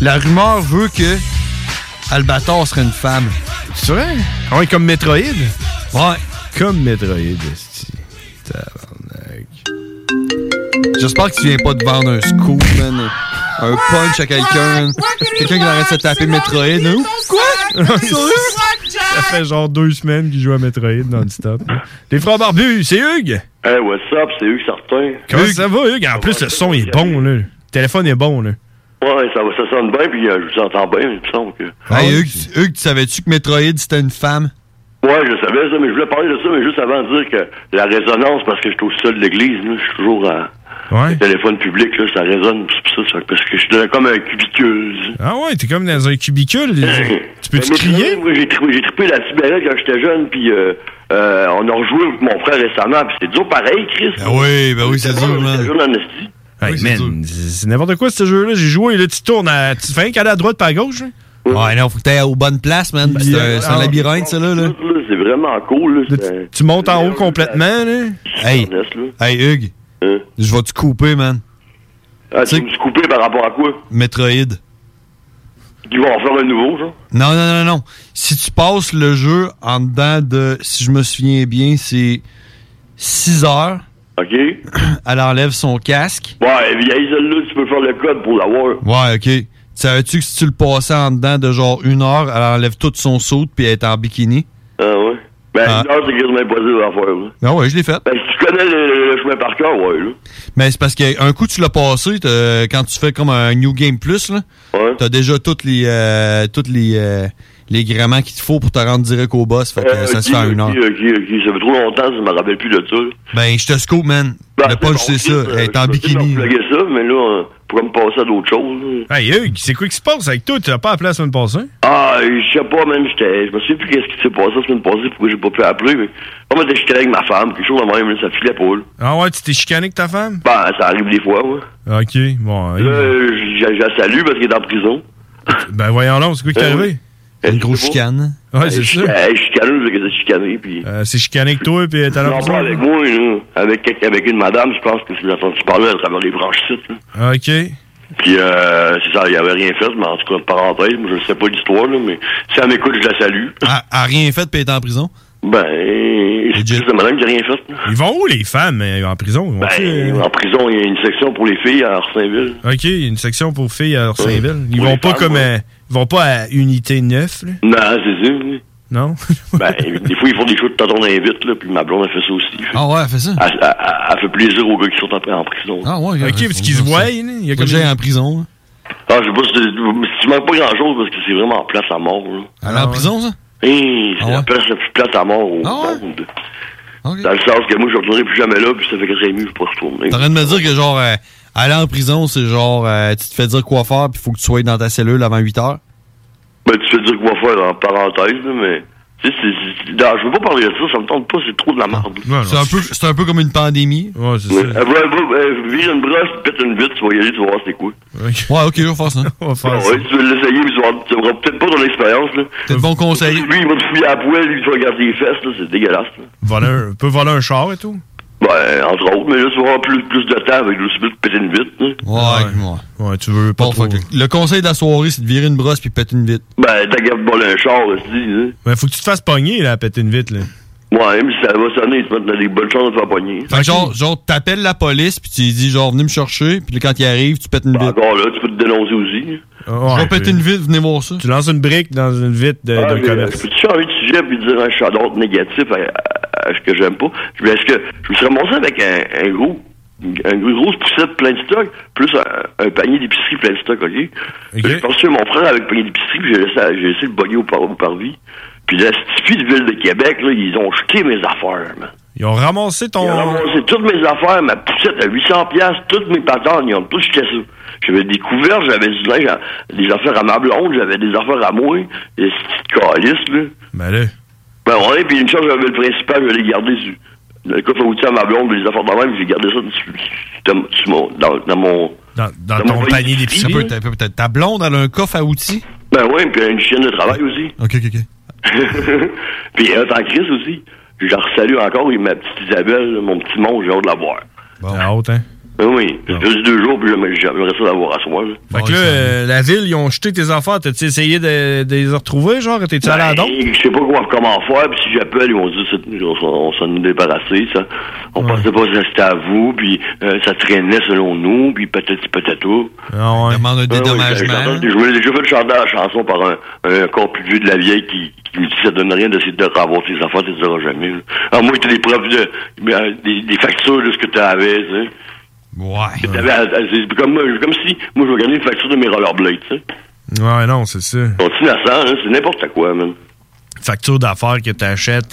[SPEAKER 2] la rumeur veut que Albator serait une femme.
[SPEAKER 4] C'est vrai? Ah Ouais, comme Metroid?
[SPEAKER 2] Ouais.
[SPEAKER 4] Comme Metroid, esti. Tabarnak.
[SPEAKER 2] J'espère que tu viens pas de vendre un scoop, man. Un punch à quelqu'un. Quelqu'un qui arrête de se taper Metroid, nous.
[SPEAKER 4] Quoi? Ça fait genre deux semaines qu'il joue à Metroid non-stop. les frères barbus, c'est Hugues!
[SPEAKER 6] Hey, what's up? C'est Hugues Sartin.
[SPEAKER 4] Comment ça va, Hugues? En plus, le son est bon, là. Le téléphone est bon, là.
[SPEAKER 6] Ouais, ça, va- ça sonne bien, puis euh, je vous entends bien, il me semble que...
[SPEAKER 2] Hey, Hugues, tu- Hugues, tu savais-tu que Metroid, c'était une femme?
[SPEAKER 6] Ouais, je savais ça, mais je voulais parler de ça, mais juste avant de dire que la résonance, parce que je suis au sol de l'église, là, je suis toujours à...
[SPEAKER 4] Ouais.
[SPEAKER 6] Le téléphone public, là, ça résonne, c'est pour ça, ça, parce que je suis dans- comme un cubiculeuse.
[SPEAKER 4] Ah ouais, t'es comme dans un cubicule. tu peux-tu
[SPEAKER 6] Mais moi, Moi, j'ai trippé, j'ai trippé la cigarette quand j'étais jeune, puis euh, euh, on a rejoué avec mon frère récemment, puis c'est dur pareil, Chris.
[SPEAKER 2] Ah oui, ben oui, c'est dur,
[SPEAKER 6] C'est
[SPEAKER 2] man.
[SPEAKER 6] dur en esti.
[SPEAKER 4] Hey, man, c'est c'est n'importe quoi ce jeu-là. J'ai joué, là, tu tournes à. Tu fais rien qu'aller à droite pas à gauche, là.
[SPEAKER 2] Ouais, non, faut que t'ailles aux bonnes places, man. parce que C'est un, c'est un labyrinthe, ça, là. là.
[SPEAKER 6] Là, C'est vraiment cool, là. c'est-
[SPEAKER 4] Tu montes en haut complètement, là.
[SPEAKER 2] Hey, hey Hugues, je vais te couper, man.
[SPEAKER 6] Ah, tu veux me couper par rapport à quoi?
[SPEAKER 2] Metroid.
[SPEAKER 6] Ils vont en faire un nouveau, genre?
[SPEAKER 2] Non, non, non, non. Si tu passes le jeu en dedans de, si je me souviens bien, c'est 6 heures.
[SPEAKER 6] OK.
[SPEAKER 2] Elle enlève son casque.
[SPEAKER 6] Ouais, vieille celle-là, tu peux faire le code pour l'avoir.
[SPEAKER 2] Ouais, ok. Tu Savais-tu que si tu le passais en dedans de genre une heure, elle enlève tout son saut puis elle est en bikini?
[SPEAKER 6] Ah ouais? Ben,
[SPEAKER 2] Ah.
[SPEAKER 6] une heure, c'est quasiment impossible à faire, là.
[SPEAKER 2] Ah ouais, je l'ai fait.
[SPEAKER 6] Ben, si tu connais le, le chemin par cœur, ouais, là.
[SPEAKER 2] Mais c'est parce qu'un coup tu l'as passé, t'as- quand tu fais comme un New Game Plus, là, t'as déjà toutes les euh, toutes les, euh, les gréements qu'il te faut pour te rendre direct au boss. Fait que
[SPEAKER 6] Euh,
[SPEAKER 2] ça se
[SPEAKER 6] ok,
[SPEAKER 2] fait en une heure.
[SPEAKER 6] ok, ok, ok. Ça fait trop longtemps, je me rappelle plus de ça. Ben, là.
[SPEAKER 2] Ben, je te scoop, man. le punch, c'est ça. Elle est en bikini.
[SPEAKER 6] Je pluguais ça, mais là, euh, pourquoi me passer à d'autres choses? là?
[SPEAKER 4] Hey, Hugues, c'est quoi qui se passe avec toi? Tu n'as pas appelé la semaine passée?
[SPEAKER 6] Ah, je sais pas, même, j'étais, je me souviens plus qu'est-ce qui s'est passé la semaine passée, pourquoi j'ai pas pu appeler, mais, comment j'étais j'étais avec ma femme, quelque chose de même, là, ça filait pas, là.
[SPEAKER 4] Ah ouais, tu t'es chicané avec ta femme?
[SPEAKER 6] Ben, ça arrive des fois, ouais.
[SPEAKER 4] Ok, bon.
[SPEAKER 6] Là, euh, je je la salue parce qu'elle est en prison.
[SPEAKER 4] Ben voyons là, c'est quoi qui t'est arrivé?
[SPEAKER 6] Une grosse
[SPEAKER 2] chicane.
[SPEAKER 4] Ouais, c'est ça.
[SPEAKER 6] Elle est chicaneuse, elle s'est chicanée, puis...
[SPEAKER 4] Euh, c'est chicané avec toi, puis t'as
[SPEAKER 6] Non, pas
[SPEAKER 4] l'impression.
[SPEAKER 6] avec moi, là. Avec, quelqu'un- avec une madame, je pense que c'est la tu parlais à travers les branches sites, là.
[SPEAKER 4] Ok.
[SPEAKER 6] Puis, euh, c'est ça, il avait rien fait, mais en tout cas, parenthèse, moi, je sais pas l'histoire, là, mais si elle m'écoute, je la salue.
[SPEAKER 2] Ah, Elle a rien fait puis elle est en prison.
[SPEAKER 6] Ben, c'est juste de madame qui a rien fait.
[SPEAKER 4] Ils vont où, les femmes, euh, en prison? Ils euh? vont
[SPEAKER 6] Ben, en prison, il y a une section pour les filles à Orsainville.
[SPEAKER 4] Ok, il y a une section pour filles à Saint-Ville. Ils
[SPEAKER 6] Pour
[SPEAKER 4] vont
[SPEAKER 6] les
[SPEAKER 4] pas
[SPEAKER 6] femmes,
[SPEAKER 4] comme.
[SPEAKER 6] ouais.
[SPEAKER 4] euh, ils vont pas à unité 9, là?
[SPEAKER 6] Non, c'est sûr. oui.
[SPEAKER 4] Non?
[SPEAKER 6] Ben, des fois, ils font des choses de tonton invite, là, puis ma blonde a fait ça aussi.
[SPEAKER 2] Ah ouais, elle fait ça.
[SPEAKER 6] Elle, elle- elle fait plaisir aux gars qui sont après en prison.
[SPEAKER 2] Ah ouais,
[SPEAKER 6] Ok, parce qu'ils se voient, il y a
[SPEAKER 2] Faut que
[SPEAKER 6] comme-
[SPEAKER 2] j'aille en prison.
[SPEAKER 6] Ah, je sais pas si tu- tu manques pas grand-chose, parce que c'est vraiment place à mort, là.
[SPEAKER 4] Ah
[SPEAKER 2] Elle est en prison, ça?
[SPEAKER 6] Hey,
[SPEAKER 2] Ah
[SPEAKER 6] c'est la place la plus plate à mort au monde. Dans le sens que moi, je retournerai plus jamais là, puis ça fait que j'ai mieux, je peux pas retourner.
[SPEAKER 2] T'es en train de me dire que genre, euh, aller en prison, c'est genre, euh, tu te fais dire quoi faire puis faut que tu sois dans ta cellule avant 8 heures?
[SPEAKER 6] Ben, tu fais dire quoi faire en parenthèse, là, mais. Tu sais, c'est- c'est- non, je veux pas parler de ça, ça me tente pas, c'est trop de
[SPEAKER 2] Ah,
[SPEAKER 6] la merde.
[SPEAKER 2] C'est un, peu- c'est un peu comme une pandémie.
[SPEAKER 4] Ouais,
[SPEAKER 6] Ouais. Euh, ouais, ouais, euh, vire une brosse, pète une bite, tu vas y aller, tu vas voir c'est quoi.
[SPEAKER 2] Ouais, ok, je vais faire ça.
[SPEAKER 6] Ah ouais, tu veux l'essayer, mais tu vas- tu auras peut-être pas ton expérience.
[SPEAKER 2] Peut-être bon conseil.
[SPEAKER 6] Lui, il va te fouiller à la poêle, lui, tu vas garder les fesses, là, c'est dégueulasse. là.
[SPEAKER 4] Voler un- peut voler un char et tout?
[SPEAKER 6] Ben, entre autres, mais là, tu vas avoir plus, plus de temps avec le subit de péter une bite. là.
[SPEAKER 2] Ouais, moi.
[SPEAKER 4] Ouais, tu veux pas trop-
[SPEAKER 2] Le conseil de la soirée, c'est de virer une brosse puis péter une vite.
[SPEAKER 6] Ben, t'as qu'à voler un char, là, tu dis, là.
[SPEAKER 4] Ben, faut que tu te fasses pogner, là, à péter une vitre, là.
[SPEAKER 6] Ouais, mais ça va sonner, tu vas t'as des bonnes chances de te faire pogner.
[SPEAKER 2] Fait que genre, genre t'appelles la police puis tu lui dis genre, venez me chercher puis là, quand il arrive, tu pètes une vite.
[SPEAKER 6] Encore Bah, là, tu peux te dénoncer aussi.
[SPEAKER 4] Ah,
[SPEAKER 2] Je vais péter une vitre, venez voir ça.
[SPEAKER 4] Tu lances une brique dans une vitre de-
[SPEAKER 6] Ah,
[SPEAKER 4] d'un
[SPEAKER 6] mais, euh,
[SPEAKER 4] commerce.
[SPEAKER 6] Peux-tu changer de sujet puis dire un shout-out négatif à, à- à ce que j'aime pas? Je, est-ce que je me suis ramassé avec un, un gros, un gros grosse poussette plein de stock, plus un, un panier d'épicerie plein de stock, OK? J'ai passé mon frère avec panier d'épicerie, puis j'ai laissé, j'ai laissé le bugger au, par- au parvis. Puis la stifi de Ville de Québec, là, ils ont jeté mes affaires, man.
[SPEAKER 4] Ils ont ramassé ton.
[SPEAKER 6] Ils ont ramassé toutes mes affaires, ma poussette à 800 pièces, toutes mes patentes, ils ont tout jeté ça. J'avais des couverts, j'avais du linge, à- des affaires à ma blonde, j'avais des affaires à moi, des petites calices, là.
[SPEAKER 4] Ben là.
[SPEAKER 6] Ben ouais, puis une chose, j'avais le principal, je l'ai gardé sur dans le coffre à outils à ma blonde, les affaires de même, j'ai gardé ça sur- sur- sur mon- dans, dans mon...
[SPEAKER 4] Dans, dans
[SPEAKER 6] Dans
[SPEAKER 4] ton
[SPEAKER 6] mon
[SPEAKER 4] panier
[SPEAKER 6] panier
[SPEAKER 4] d'épicerie.
[SPEAKER 6] d'épicerie.
[SPEAKER 2] Peut- peut- peut- Ta blonde, elle a un coffre à outils.
[SPEAKER 6] Ben ouais, puis une chienne de travail aussi.
[SPEAKER 2] Ok, ok, ok.
[SPEAKER 6] puis un tant Chris aussi. Je la salue encore, et ma petite Isabelle, mon petit monde, j'ai hâte de la voir.
[SPEAKER 4] Bon. La haute, hein.
[SPEAKER 6] Ben oui, juste deux jours, puis j'aimerais- j'aimerais ça la voir à soi. là.
[SPEAKER 4] Fait que là, euh, la ville, ils ont jeté tes affaires. T'as-tu essayé de, de les retrouver, genre? T'es-tu allé à la dompe?
[SPEAKER 6] Ben, Je sais pas quoi, comment faire, puis si j'appelle, ils vont dire c'est- on, s'en- on s'en est débarrassé, ça. On pensait pas que c'était à vous, puis euh, ça traînait selon nous, puis patati patata.
[SPEAKER 4] Ah ouais.
[SPEAKER 2] Demande un
[SPEAKER 6] Ah oui, j'entends- Je voulais déjà fait chanter la chanson par un, un corps plus vieux de la vieille qui, qui me dit ça donne rien d'essayer de ravoir tes affaires, tu les auras jamais. là. Alors moi, t'as des preuves de, mais, euh, des, des factures de ce que tu avais, tu sais.
[SPEAKER 2] Ouais.
[SPEAKER 6] T'avais à- à- c'est comme, moi, comme si moi je regardais une facture de mes rollerblades, tu sais.
[SPEAKER 4] Ouais, non, c'est ça.
[SPEAKER 6] Ils sont innocents, hein, c'est n'importe quoi, même.
[SPEAKER 4] facture d'affaires que tu achètes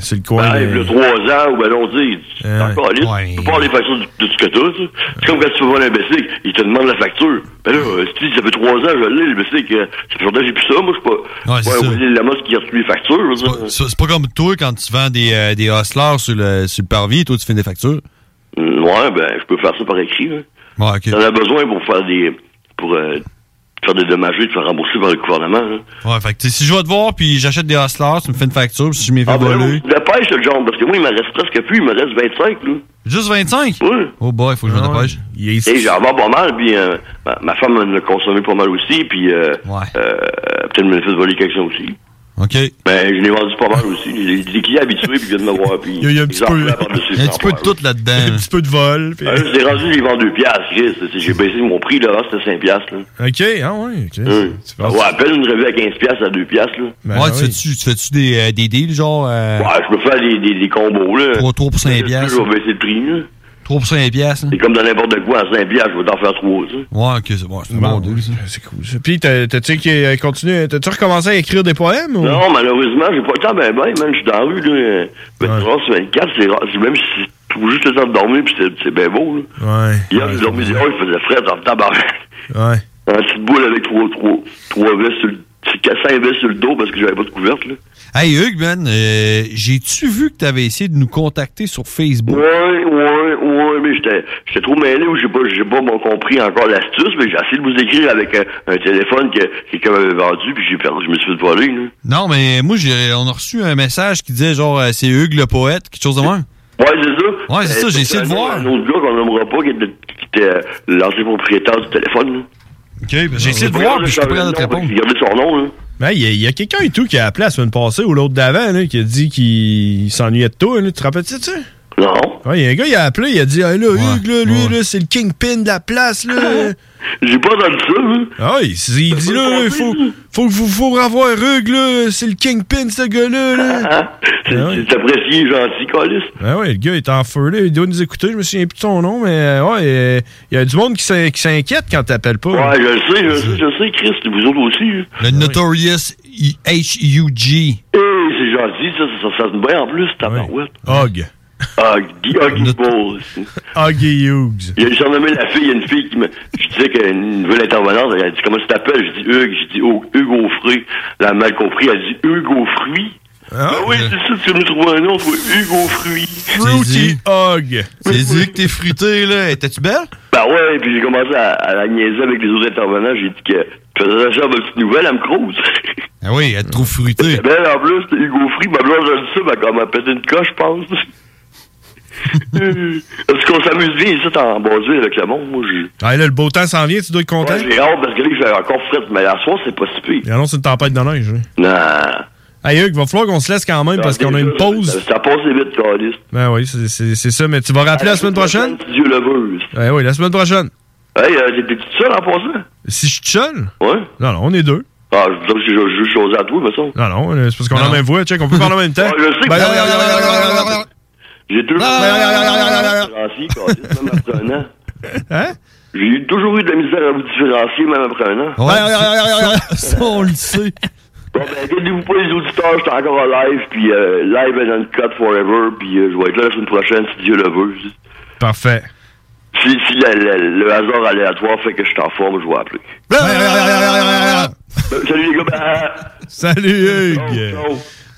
[SPEAKER 4] sur le coin.
[SPEAKER 6] Ben,
[SPEAKER 4] de-
[SPEAKER 6] il y a trois ans, ou ben on dit,
[SPEAKER 4] Euh,
[SPEAKER 6] t'es encore libre, tu peux pas avoir les factures de de ce que t'as, ça. C'est comme quand tu peux voir un bicycle, il te demande la facture. Ben là, euh, si tu dis, ça fait trois ans, je l'ai, le bicycle, euh, ça fait longtemps que j'ai plus ça, moi, je suis pas,
[SPEAKER 2] Ouais,
[SPEAKER 6] je
[SPEAKER 2] c'est
[SPEAKER 6] suis pas
[SPEAKER 2] ça.
[SPEAKER 6] un Willy Lamotte qui a reçu les factures, ça.
[SPEAKER 2] Ça, C'est pas comme toi quand tu vends des, euh, des hustlers sur le, sur le parvis, toi tu fais des factures.
[SPEAKER 6] Mm, Ouais, ben, je peux faire ça par écrit, hein.
[SPEAKER 2] Ouais, ok.
[SPEAKER 6] T'en as besoin pour faire des, pour, euh, faire des dommages, te faire rembourser par le gouvernement, hein.
[SPEAKER 2] Ouais, fait que tu sais, si je vais te voir puis j'achète des hustlers, tu me fais une facture, puis si je m'y fais
[SPEAKER 6] Ah, ben, là,
[SPEAKER 2] voler.
[SPEAKER 6] la pêche, le genre, parce que moi, il me reste presque plus, il me reste 25, là.
[SPEAKER 2] Juste 25?
[SPEAKER 6] Oui. Ah
[SPEAKER 2] Oh boy, faut que je me dépêche.
[SPEAKER 6] Et j'en vends pas mal, puis euh, ma, ma femme en a consommé pas mal aussi, puis euh, euh, peut-être me l'a fait voler quelques-uns aussi.
[SPEAKER 2] OK.
[SPEAKER 6] Ben, je l'ai vendu pas mal aussi. J'ai des clients habitués, puis ils viennent me voir, puis
[SPEAKER 4] Il y a un petit peu-
[SPEAKER 6] Il
[SPEAKER 4] il y a un petit peu de
[SPEAKER 6] tout
[SPEAKER 2] là-dedans.
[SPEAKER 4] Un petit peu de vol. puis-
[SPEAKER 6] Euh, Je l'ai rendu, j'ai vendu 2 piastres, Chris. C'est- J'ai baissé mon prix, là, avant, c'était 5 piastres, là.
[SPEAKER 4] OK, ah ouais, OK.
[SPEAKER 6] Hum. Ouais, à peine une revue à 15 piastres, à 2 piastres, là.
[SPEAKER 4] Ben
[SPEAKER 2] ouais, tu fais-tu tu fais-tu des, euh, des deals genre euh,
[SPEAKER 6] Ben Ouais, je peux faire des, des, des combos, là.
[SPEAKER 2] 3 tours pour 5
[SPEAKER 6] Là,
[SPEAKER 2] piastres?
[SPEAKER 6] Je vais baisser le prix, là.
[SPEAKER 2] 3 pour 5 piastres? hein?
[SPEAKER 6] C'est comme dans n'importe quoi, à 5 piastres, je vais t'en faire 3, ça.
[SPEAKER 2] Ouais, ok, c'est bon, c'est un bon deal ça.
[SPEAKER 4] C'est cool. Puis, t'as- t'as-tu qui- continué- t'as-tu recommencé à écrire des poèmes? Ou?
[SPEAKER 6] Non, malheureusement, j'ai pas le temps, ben ben, man, je suis dans la rue, là. 23 sur 24, c'est rare. C'est Même si c'est tout juste le temps de dormir, puis c'est- c'est bien beau, là.
[SPEAKER 4] Ouais.
[SPEAKER 6] Hier, j'ai dormi dehors, il faisait frais dans le tabarnak.
[SPEAKER 4] Ouais.
[SPEAKER 6] Un petite boule avec trois, trois, trois vestes sur le, quatre, cinq vestes sur le dos parce que j'avais pas de couverte, là.
[SPEAKER 2] Hey Hugues, man, euh, j'ai-tu vu que t'avais essayé de nous contacter sur
[SPEAKER 4] Mm.
[SPEAKER 2] Facebook?
[SPEAKER 6] Ouais, ouais, ouais, mais j'étais, j'étais trop mêlé ou j'ai pas, j'ai pas bon, compris encore l'astuce, mais j'ai essayé de vous écrire avec un, un téléphone que quelqu'un m'avait vendu puis j'ai perdu, je me suis fait voler, là.
[SPEAKER 2] Non, mais moi, j'ai, on a reçu un message qui disait genre, euh, c'est Hugues le poète, quelque chose de même.
[SPEAKER 6] Ouais, c'est ça.
[SPEAKER 2] Ouais, c'est ça,
[SPEAKER 6] Euh,
[SPEAKER 2] j'ai essayé de
[SPEAKER 6] un-
[SPEAKER 2] voir.
[SPEAKER 6] Un autre gars qu'on nommera pas qui était, qui était euh, l'ancien propriétaire du téléphone, là.
[SPEAKER 4] OK, ben,
[SPEAKER 6] j'ai essayé de voir, puis je suis pas capable de te répondre. J'ai gardé son nom, hein. là.
[SPEAKER 4] Ben, il y a- il y a, quelqu'un et tout qui a appelé la semaine passée ou l'autre d'avant, là, qui a dit qu'il il s'ennuyait de toi, là. Tu te rappelles-tu de ça?
[SPEAKER 6] Non.
[SPEAKER 4] Ouais, il y a un gars, il a appelé, il a dit, hey, là, Hugues, là, lui, là, c'est le kingpin de la place, là.
[SPEAKER 6] J'ai pas entendu ça, hein.
[SPEAKER 4] Ah, il, s- il dit, là, là, il faut, faut que vous, faut revoir Hugues, là. C'est le kingpin, ce gars-là, là.
[SPEAKER 6] C'est, c'est apprécié, gentil, Colis.
[SPEAKER 4] Ben ouais, le gars il est en feu, là. Il doit nous écouter. Je me souviens plus de son nom, mais euh, ouais, euh, il y a du monde qui s'in- qui s'inquiète quand t'appelles pas.
[SPEAKER 6] Ouais, je le sais, je le sais, je le sais, Chris, vous autres aussi. hein.
[SPEAKER 2] Le Notorious I- H.U.G.
[SPEAKER 6] Eh, c'est gentil, ça, ça, ça, ça sonne bien en plus, ta barouette.
[SPEAKER 4] Hog.
[SPEAKER 6] Hug, The Huggy Balls.
[SPEAKER 4] Huggy Hughes.
[SPEAKER 6] Il y a j'ai nommé la fille, il y a une fille qui me. Je disais qu'une nouvelle intervenante, elle a dit comment tu t'appelles Je dis Hugues, je dis oh, Hugues aux fruits. Elle a mal compris, elle dit Hugues aux fruits. Ah, oui, c'est ça, tu vas nous trouver un nom, toi, Hugues aux fruits.
[SPEAKER 2] Fruity
[SPEAKER 4] Hog.
[SPEAKER 2] C'est dit que t'es fruité, là. T'es-tu belle?
[SPEAKER 6] Ben ouais, puis j'ai commencé à, à la niaiser avec les autres intervenants, j'ai dit que tu faisais ça ma petite nouvelle, elle me crouse.
[SPEAKER 2] Ah oui, elle te trouve fruitée.
[SPEAKER 6] Ben en plus, c'était Hugo Free, ma blonde a dit ça, ben elle m'a pété une coche, je pense. Parce qu'on s'amuse bien ici en Basse-Ville avec le monde, moi j'ai.
[SPEAKER 4] Ah, là, le beau temps s'en vient, tu dois être content.
[SPEAKER 6] Ouais, j'ai hâte parce que là, il fait encore fret, mais la soirée, c'est pas si pire.
[SPEAKER 4] Il annonce une tempête de neige, là.
[SPEAKER 6] Non.
[SPEAKER 4] Hey, Hugues, va falloir qu'on se laisse quand même parce qu'on a une pause.
[SPEAKER 6] Ça, ça passe vite, Carlis.
[SPEAKER 4] Ben oui, c'est- c'est c'est ça, mais tu vas rappeler la semaine prochaine?
[SPEAKER 6] Si Dieu le veut.
[SPEAKER 4] Ben oui, la semaine prochaine.
[SPEAKER 6] Hey, euh, t'es tout seul en passant?
[SPEAKER 4] Si je suis tout seul?
[SPEAKER 6] Ouais.
[SPEAKER 4] Non, non, on est deux.
[SPEAKER 6] Ah, je veux dire que j'ai juste chose à toi, mais ça.
[SPEAKER 4] Non, non, euh, c'est parce qu'on a la même voix, check, on peut parler en même temps.
[SPEAKER 6] Ah, je sais que-
[SPEAKER 4] Ben, non, non, non, non, non, non, non.
[SPEAKER 6] J'ai
[SPEAKER 4] Ah,
[SPEAKER 6] toujours. Différencier, Carlis, même après un an.
[SPEAKER 4] Hein?
[SPEAKER 6] J'ai eu- toujours eu de la misère à vous différencier, même après un an.
[SPEAKER 2] ça, on le sait.
[SPEAKER 6] Bon, ben, inquiétez-vous pas, les auditeurs, j'étais encore en live, puis euh, live and uncut forever, puis euh, je vais être là la semaine prochaine si Dieu le veut.
[SPEAKER 4] Parfait.
[SPEAKER 6] Si, si la- la- le hasard aléatoire fait que je suis en forme, je vais appeler. Ben, Salut les gars, ben,
[SPEAKER 4] Salut Hugues!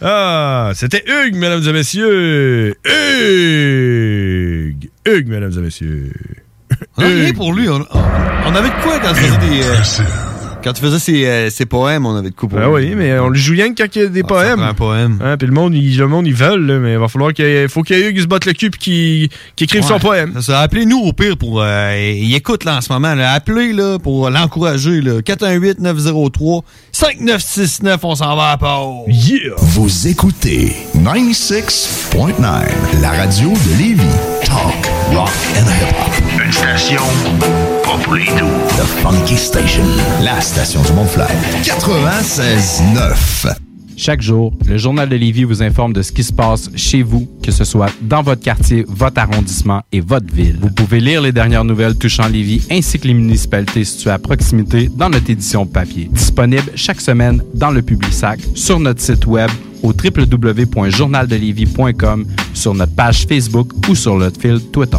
[SPEAKER 4] Ah, c'était Hugues, mesdames et messieurs! Hugues! Hugues, mesdames et messieurs!
[SPEAKER 2] On a rien pour lui. On, on- on avait de quoi quand tu faisais des. euh, quand tu faisais ses, euh, ses poèmes, on avait de quoi pour
[SPEAKER 4] Ah
[SPEAKER 2] lui.
[SPEAKER 4] oui, mais on le joue rien que quand il y a des poèmes.
[SPEAKER 2] prend un poème.
[SPEAKER 4] Hein, puis le monde, ils, le monde, ils veulent, là, mais il va falloir qu'il y ait- faut qu'il y ait Hugues qui se batte le cul puis qu'il qu'il écrive son
[SPEAKER 2] Ouais.
[SPEAKER 4] poème.
[SPEAKER 2] Ça, Appelez-nous au pire pour. euh, il écoute là en ce moment. là. Appelez là, pour l'encourager. là. 418-903-5969. On s'en va à part.
[SPEAKER 24] Oh. Vous écoutez 96.9, la radio de Lévis. Talk, rock and hip-hop. Une station pas pour les doux. The Funky Station, la station du Mont-Flair. 96.9.
[SPEAKER 22] Chaque jour, le Journal de Lévis vous informe de ce qui se passe chez vous, que ce soit dans votre quartier, votre arrondissement et votre ville. Vous pouvez lire les dernières nouvelles touchant Lévis ainsi que les municipalités situées à proximité dans notre édition papier. Disponible chaque semaine dans le Publisac, sur notre site web au www.journaldelivie.com, sur notre page Facebook ou sur notre fil Twitter.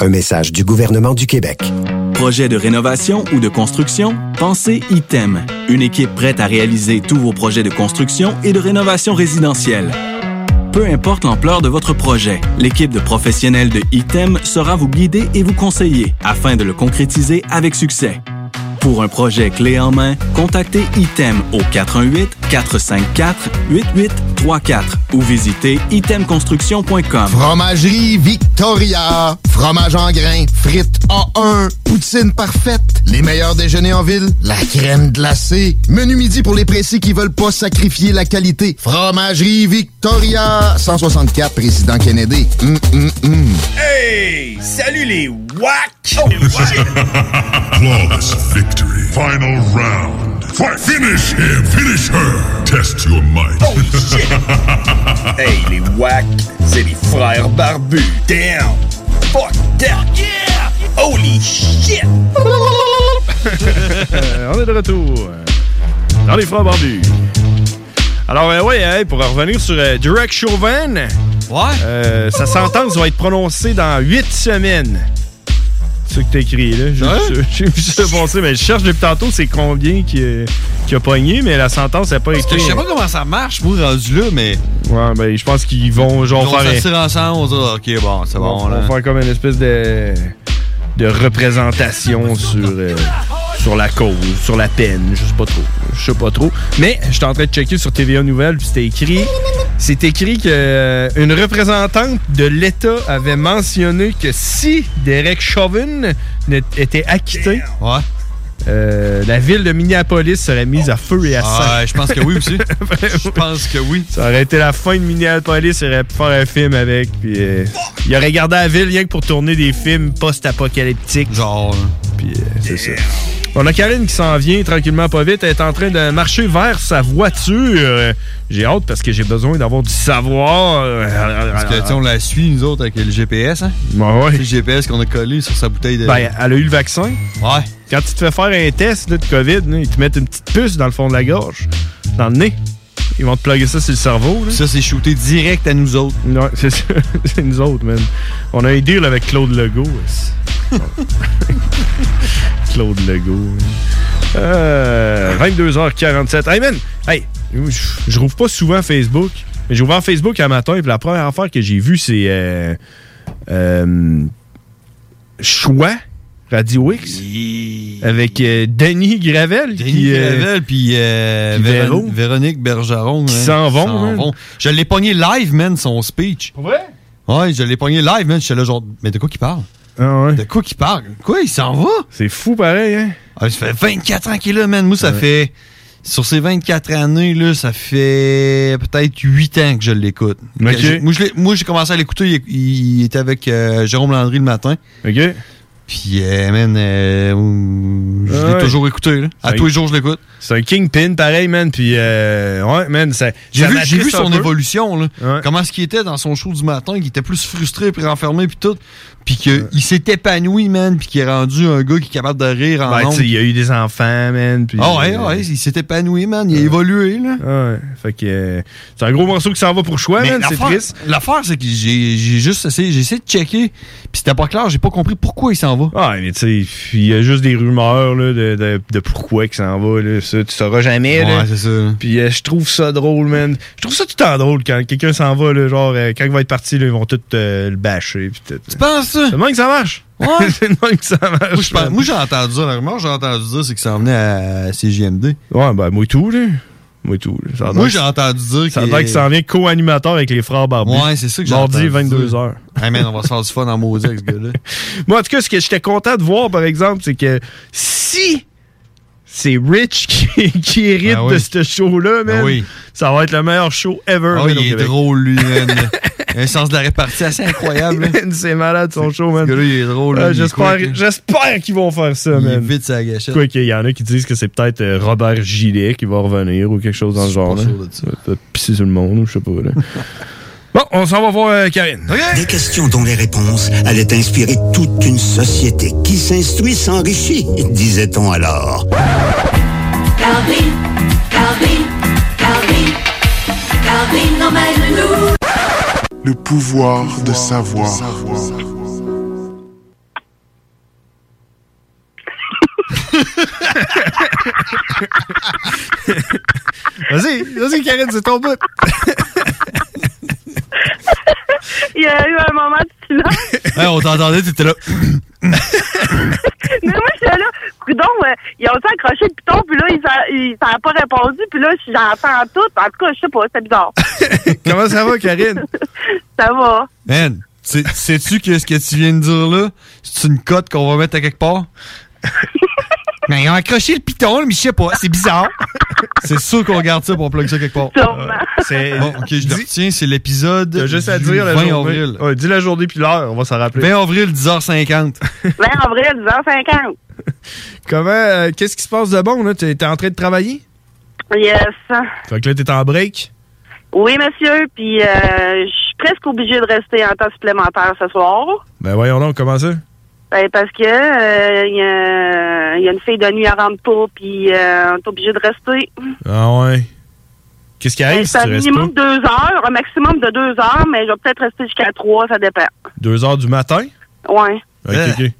[SPEAKER 12] Un message du gouvernement du Québec.
[SPEAKER 25] Projet de rénovation ou de construction, pensez ITEM. Une équipe prête à réaliser tous vos projets de construction et de rénovation résidentielle. Peu importe l'ampleur de votre projet, l'équipe de professionnels de ITEM sera vous guider et vous conseiller afin de le concrétiser avec succès. Pour un projet clé en main, contactez ITEM au 418-454-8834 ou visitez itemconstruction.com.
[SPEAKER 26] Fromagerie Victoria. Fromage en grains, frites A1, poutine parfaite, les meilleurs déjeuners en ville, la crème glacée, menu midi pour les pressés qui veulent pas sacrifier la qualité. Fromagerie Victoria. 164 Président Kennedy. Hum, hum, hum.
[SPEAKER 5] Hey! Salut les WAC! Oh,
[SPEAKER 27] Flawless victory. Final round. Fight. Finish him. Finish her. Test your might.
[SPEAKER 5] Oh, hey, les WAC, c'est les frères barbus. Damn! Fuck that! Yeah! Holy shit!
[SPEAKER 4] Euh, on est de retour euh, dans les frères barbus. Alors, euh, ouais, hey, pour en revenir sur euh, Derek Chauvin, euh, sa sentence va être prononcée dans huit semaines. C'est ce que t'as écrit, là. J'ai vu ça- J'ai vu ça passer, mais je cherche depuis tantôt c'est combien qui, euh, qui a pogné, mais la sentence n'a pas
[SPEAKER 2] Parce
[SPEAKER 4] été...
[SPEAKER 2] que je sais pas comment ça marche, moi, rendu là, mais.
[SPEAKER 4] Ouais, ben, je pense qu'ils vont genre
[SPEAKER 2] on va
[SPEAKER 4] faire... un-
[SPEAKER 2] sortir ensemble, on va dire, OK, bon, c'est bon,
[SPEAKER 4] on
[SPEAKER 2] là.
[SPEAKER 4] va faire comme une espèce de, de représentation sur, euh, sur la cause, sur la peine, je sais pas trop. Je sais pas trop. Mais j'étais en train de checker sur TVA Nouvelles, puis c'était écrit. C'est écrit que euh, une représentante de l'État avait mentionné que si Derek Chauvin n'était- était acquitté, euh, la ville de Minneapolis serait mise à feu et à sang.
[SPEAKER 2] Ah, je pense que oui aussi. Je pense que oui.
[SPEAKER 4] Ça aurait été la fin de Minneapolis, il aurait pu faire un film avec. Puis, euh, il aurait gardé la ville rien que pour tourner des films post-apocalyptiques. Genre. Puis, euh, c'est ça. On a Karine qui s'en vient tranquillement, pas vite. Elle est en train de marcher vers sa voiture. Euh, J'ai hâte parce que j'ai besoin d'avoir du savoir.
[SPEAKER 2] Parce que, tu sais, on la suit, nous autres, avec le GPS, hein?
[SPEAKER 4] Bah ouais.
[SPEAKER 2] C'est le GPS qu'on a collé sur sa bouteille de.
[SPEAKER 4] Ben, elle a eu le vaccin.
[SPEAKER 2] Ouais.
[SPEAKER 4] Quand tu te fais faire un test là, de COVID, là, ils te mettent une petite puce dans le fond de la gorge, dans le nez. Ils vont te plugger ça sur le cerveau. Ça, c'est shooté direct à nous autres. Ouais, c'est ça. c'est nous autres, man. On a un deal avec Claude Legault. ouais. Claude Legault. Euh, 22h47. Hey, man! Hey! Je je rouvre pas souvent Facebook. Mais j'ai ouvert Facebook un matin, puis la première affaire que j'ai vue, c'est... euh, euh, Choix Radio X avec euh, Denis Gravel
[SPEAKER 2] Denis
[SPEAKER 4] qui, euh,
[SPEAKER 2] Gravel, puis euh,
[SPEAKER 4] puis
[SPEAKER 2] Véron-
[SPEAKER 4] Véro.
[SPEAKER 2] Véronique Bergeron.
[SPEAKER 4] Qui
[SPEAKER 2] hein,
[SPEAKER 4] s'en vont, man.
[SPEAKER 2] Je l'ai pogné live, man, son speech.
[SPEAKER 4] Ouais?
[SPEAKER 2] Ouais, je l'ai pogné live, man. J'étais là, genre, mais de quoi qu'il parle? De quoi qu'il parle? Quoi, il s'en va?
[SPEAKER 4] Ah,
[SPEAKER 2] Ah,
[SPEAKER 4] C'est fou, pareil, hein?
[SPEAKER 2] ça fait 24 ans qu'il est là, man. Moi, ça
[SPEAKER 4] Ouais.
[SPEAKER 2] fait. Sur ces 24 années, là, ça fait peut-être 8 ans que je l'écoute.
[SPEAKER 4] Ok.
[SPEAKER 2] Je- Moi, je l'ai- moi, j'ai commencé à l'écouter, il, il était avec euh, Jérôme Landry le matin.
[SPEAKER 4] OK.
[SPEAKER 2] Puis, euh, man, euh, ouh, je l'ai
[SPEAKER 4] Ouais.
[SPEAKER 2] toujours écouté. là. À
[SPEAKER 4] C'est un-
[SPEAKER 2] tous les jours, je l'écoute.
[SPEAKER 4] C'est un kingpin, pareil, man. Puis, euh, ouais, man, ça.
[SPEAKER 2] J'ai
[SPEAKER 4] ça
[SPEAKER 2] vu,
[SPEAKER 4] m'attriste
[SPEAKER 2] j'ai vu
[SPEAKER 4] un
[SPEAKER 2] son
[SPEAKER 4] peu.
[SPEAKER 2] évolution, là. Comment ce qu'il était dans son show du matin, qu'il était plus frustré, puis renfermé, puis tout. Puis qu'il s'est épanoui, man, puis qu'il est rendu un gars qui est capable de rire en
[SPEAKER 4] Ben, tu
[SPEAKER 2] ondes.
[SPEAKER 4] sais, il y a eu des enfants, man. Puis, euh, Ah
[SPEAKER 2] Ah ouais, ouais, il s'est épanoui, man. Il a évolué, là.
[SPEAKER 4] Ouais. Fait que. euh, C'est un gros morceau qui s'en va pour choix,
[SPEAKER 2] Mais
[SPEAKER 4] man. C'est
[SPEAKER 2] l'affaire-
[SPEAKER 4] triste.
[SPEAKER 2] L'affaire, c'est que j'ai j'ai juste essayé, j'ai essayé de checker, puis c'était pas clair, j'ai pas compris pourquoi il s'en va.
[SPEAKER 4] Ouais, Ah, mais tu sais, il y a juste des rumeurs là, de, de, de pourquoi qu'il s'en va. Là, ça, tu sauras jamais. là.
[SPEAKER 2] Ouais, c'est ça.
[SPEAKER 4] Puis euh, je trouve ça drôle, man. Je trouve ça tout le temps drôle quand quelqu'un s'en va. Là, genre, euh, quand il va être parti, là, ils vont tout euh, le bâcher. Puis tout.
[SPEAKER 2] Tu penses ça?
[SPEAKER 4] C'est le même que ça marche.
[SPEAKER 2] Ouais.
[SPEAKER 4] c'est le même que ça marche.
[SPEAKER 2] Moi, je pense- moi, j'ai entendu ça, la rumeur, j'ai entendu ça, c'est que ça en venait à CGMD.
[SPEAKER 4] Ouais, ben, moi tout, là. Moi tout. là. Ça a l'air
[SPEAKER 2] Moi,
[SPEAKER 4] que-
[SPEAKER 2] j'ai entendu dire
[SPEAKER 4] Ça a l'air qu'il s'en vient co-animateur avec les frères Barbus.
[SPEAKER 2] Ouais, c'est ça que j'ai entendu
[SPEAKER 4] Mardi, 22h.
[SPEAKER 2] dire. Hey man, on va se faire du fun en maudit avec ce gars-là.
[SPEAKER 4] Moi, en tout cas, ce que j'étais content de voir, par exemple, c'est que si c'est Rich qui, qui hérite
[SPEAKER 2] Ah oui.
[SPEAKER 4] de ce show-là, man,
[SPEAKER 2] oui.
[SPEAKER 4] ça va être le meilleur show ever.
[SPEAKER 2] Oh,
[SPEAKER 4] man, au
[SPEAKER 2] il est
[SPEAKER 4] Québec.
[SPEAKER 2] drôle, lui, man. Un sens de la répartie assez incroyable.
[SPEAKER 4] Man, c'est malade, son show, man.
[SPEAKER 2] Ce gars-là, il est drôle.
[SPEAKER 4] Ah,
[SPEAKER 2] man, il est
[SPEAKER 4] j'espère,
[SPEAKER 2] quick, hein. là.
[SPEAKER 4] j'espère qu'ils vont faire ça,
[SPEAKER 2] Il est
[SPEAKER 4] man.
[SPEAKER 2] vite sa gâchette.
[SPEAKER 4] Quoi qu'il y en a qui disent que c'est peut-être euh, Robert Gillet qui va revenir ou quelque chose dans le genre. là. Ça va pisser sur le monde ou je sais pas. là. bon, on s'en va voir euh, Karine.
[SPEAKER 19] Des questions dont les réponses allaient inspirer toute une société qui s'instruit s'enrichit, disait-on alors.
[SPEAKER 9] Calvin, Calvin, Calvin, Calvin emmène-nous.
[SPEAKER 28] Le pouvoir de savoir.
[SPEAKER 4] Vas-y, vas-y, Karine, c'est ton but.
[SPEAKER 19] Il y a eu un moment de silence.
[SPEAKER 2] Hey, on t'entendait, t'étais là.
[SPEAKER 19] Mais moi, j'étais là. Coudon, euh, ils ont accroché le piton, puis là, ils a- ils ça a pas répondu, puis là, j'entends tout. En tout cas, je sais pas, c'est bizarre.
[SPEAKER 4] Comment ça va, Karine?
[SPEAKER 19] Ça va.
[SPEAKER 2] Man, sais- sais-tu que ce que tu viens de dire là, c'est une cote qu'on va mettre à quelque part? Mais ils ont accroché le piton, là, mais je sais pas, c'est bizarre. C'est sûr qu'on garde ça pour plug ça quelque part.
[SPEAKER 4] C'est-
[SPEAKER 2] Bon, ok, je le retiens, c'est l'épisode
[SPEAKER 4] T'as juste à
[SPEAKER 2] du
[SPEAKER 4] dire la
[SPEAKER 2] 20
[SPEAKER 4] journée.
[SPEAKER 2] avril.
[SPEAKER 4] Ouais, dis la journée puis l'heure, on va s'en rappeler.
[SPEAKER 2] 20 avril, 10h50.
[SPEAKER 19] 20 avril, 10h50.
[SPEAKER 4] Comment, euh, qu'est-ce qui se passe de bon, là? T'es t'es en train de travailler?
[SPEAKER 19] Yes.
[SPEAKER 4] Fait que là, t'es en break.
[SPEAKER 19] Oui, monsieur, puis euh, je suis presque obligée de rester en temps supplémentaire ce soir.
[SPEAKER 4] Ben voyons donc, comment ça?
[SPEAKER 19] Ben, parce que euh, il y, a- il y a une fille de nuit à rentre pas, puis euh, on est obligé de rester.
[SPEAKER 4] Ah ouais. Qu'est-ce qui arrive si
[SPEAKER 19] C'est
[SPEAKER 4] tu
[SPEAKER 19] un
[SPEAKER 4] restes
[SPEAKER 19] minimum
[SPEAKER 4] pas?
[SPEAKER 19] de deux heures, un maximum de deux heures, mais je vais peut-être rester jusqu'à trois, ça dépend.
[SPEAKER 4] Deux heures du matin?
[SPEAKER 19] Ouais.
[SPEAKER 4] Ok, ok.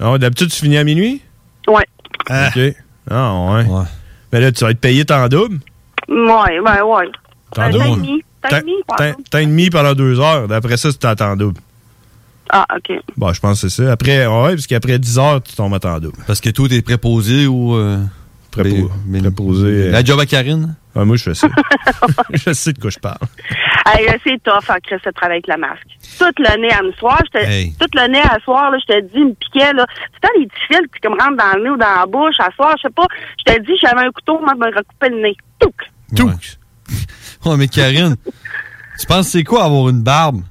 [SPEAKER 4] Ah ouais, d'habitude, tu finis à minuit?
[SPEAKER 19] Ouais.
[SPEAKER 4] Ok. Ah ouais. Mais là, tu vas être payé temps double.
[SPEAKER 19] Ouais, ben, ouais.
[SPEAKER 4] Temps
[SPEAKER 19] Un
[SPEAKER 4] double?
[SPEAKER 19] temps et demi. Temps et demi, pardon.
[SPEAKER 4] Temps et demi pendant deux heures. Après ça, c'est en temps double.
[SPEAKER 19] Ah, OK.
[SPEAKER 4] Bon, je pense que c'est ça. Après, ah ouais, parce qu'après 10 heures, tu tombes à temps double.
[SPEAKER 2] Parce que tout est préposé ou. euh, bé- bé- La job à Karine?
[SPEAKER 4] Ouais, euh, Ah, moi, je fais ça. je sais de quoi je parle.
[SPEAKER 19] Hey, là, c'est tough, en Christ, de travailler avec la masque. Tout le nez à me soir, j'étais-
[SPEAKER 4] Hey.
[SPEAKER 19] tout le nez à soir, là, je te dis, il me piquait, là. C'était les petits fils qui me rentrent dans le nez ou dans la bouche à soir, je sais pas. Je te dis, j'avais un couteau, moi, je me recoupais le nez. Touc!
[SPEAKER 2] Tout. Oh, mais Karine, tu penses que c'est quoi avoir une barbe?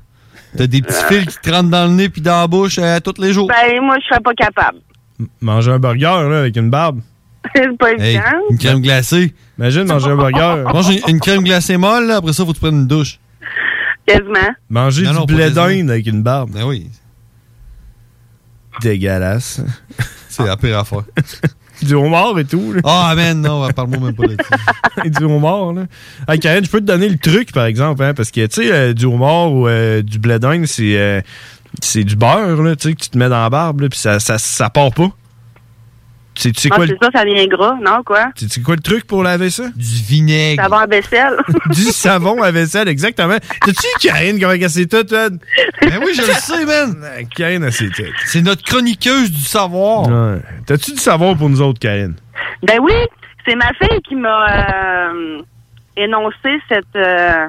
[SPEAKER 2] T'as des petits fils qui te rentrent dans le nez puis dans la bouche euh, tous les jours.
[SPEAKER 19] Ben, moi, je serais pas capable.
[SPEAKER 4] Manger un burger, là, avec une barbe.
[SPEAKER 19] C'est pas
[SPEAKER 2] Hey,
[SPEAKER 19] évident.
[SPEAKER 2] une crème glacée.
[SPEAKER 4] Imagine manger un burger.
[SPEAKER 2] Mange une, une crème glacée molle, là, après ça, faut que tu prennes une douche.
[SPEAKER 19] Quasiment.
[SPEAKER 4] Manger
[SPEAKER 2] Non,
[SPEAKER 4] du
[SPEAKER 2] non, pas
[SPEAKER 4] blé
[SPEAKER 2] quasiment.
[SPEAKER 4] d'Inde avec une barbe.
[SPEAKER 2] Ben oui.
[SPEAKER 4] Dégueulasse.
[SPEAKER 2] C'est la pire affaire.
[SPEAKER 4] du homard et tout. là.
[SPEAKER 2] Ah, man, non, parle-moi même pas de ça.
[SPEAKER 4] Et du homard, là. Hey, Karen, je peux te donner le truc, par exemple, hein, parce que, tu sais, euh, du homard ou euh, du blé d'Inde, c'est, euh, c'est du beurre, là, tu sais, que tu te mets dans la barbe, là, puis ça, ça, ça part pas. Tu sais, tu sais
[SPEAKER 19] Ah,
[SPEAKER 4] quoi,
[SPEAKER 19] c'est
[SPEAKER 4] le-
[SPEAKER 19] ça, ça devient gras, non, quoi?
[SPEAKER 4] tu sais quoi le truc pour laver ça?
[SPEAKER 2] Du vinaigre.
[SPEAKER 19] Ça va en vaisselle.
[SPEAKER 4] du savon à vaisselle, exactement. T'as-tu vu Karine comment elle s'est toute, man? Euh,
[SPEAKER 2] Ben oui, je le sais, man.
[SPEAKER 4] Karine, elle s'est toute.
[SPEAKER 2] C'est notre chroniqueuse du savoir.
[SPEAKER 4] Ouais. T'as-tu du savon pour nous autres, Karine?
[SPEAKER 19] ben oui, c'est ma fille qui m'a euh, énoncé cette, euh,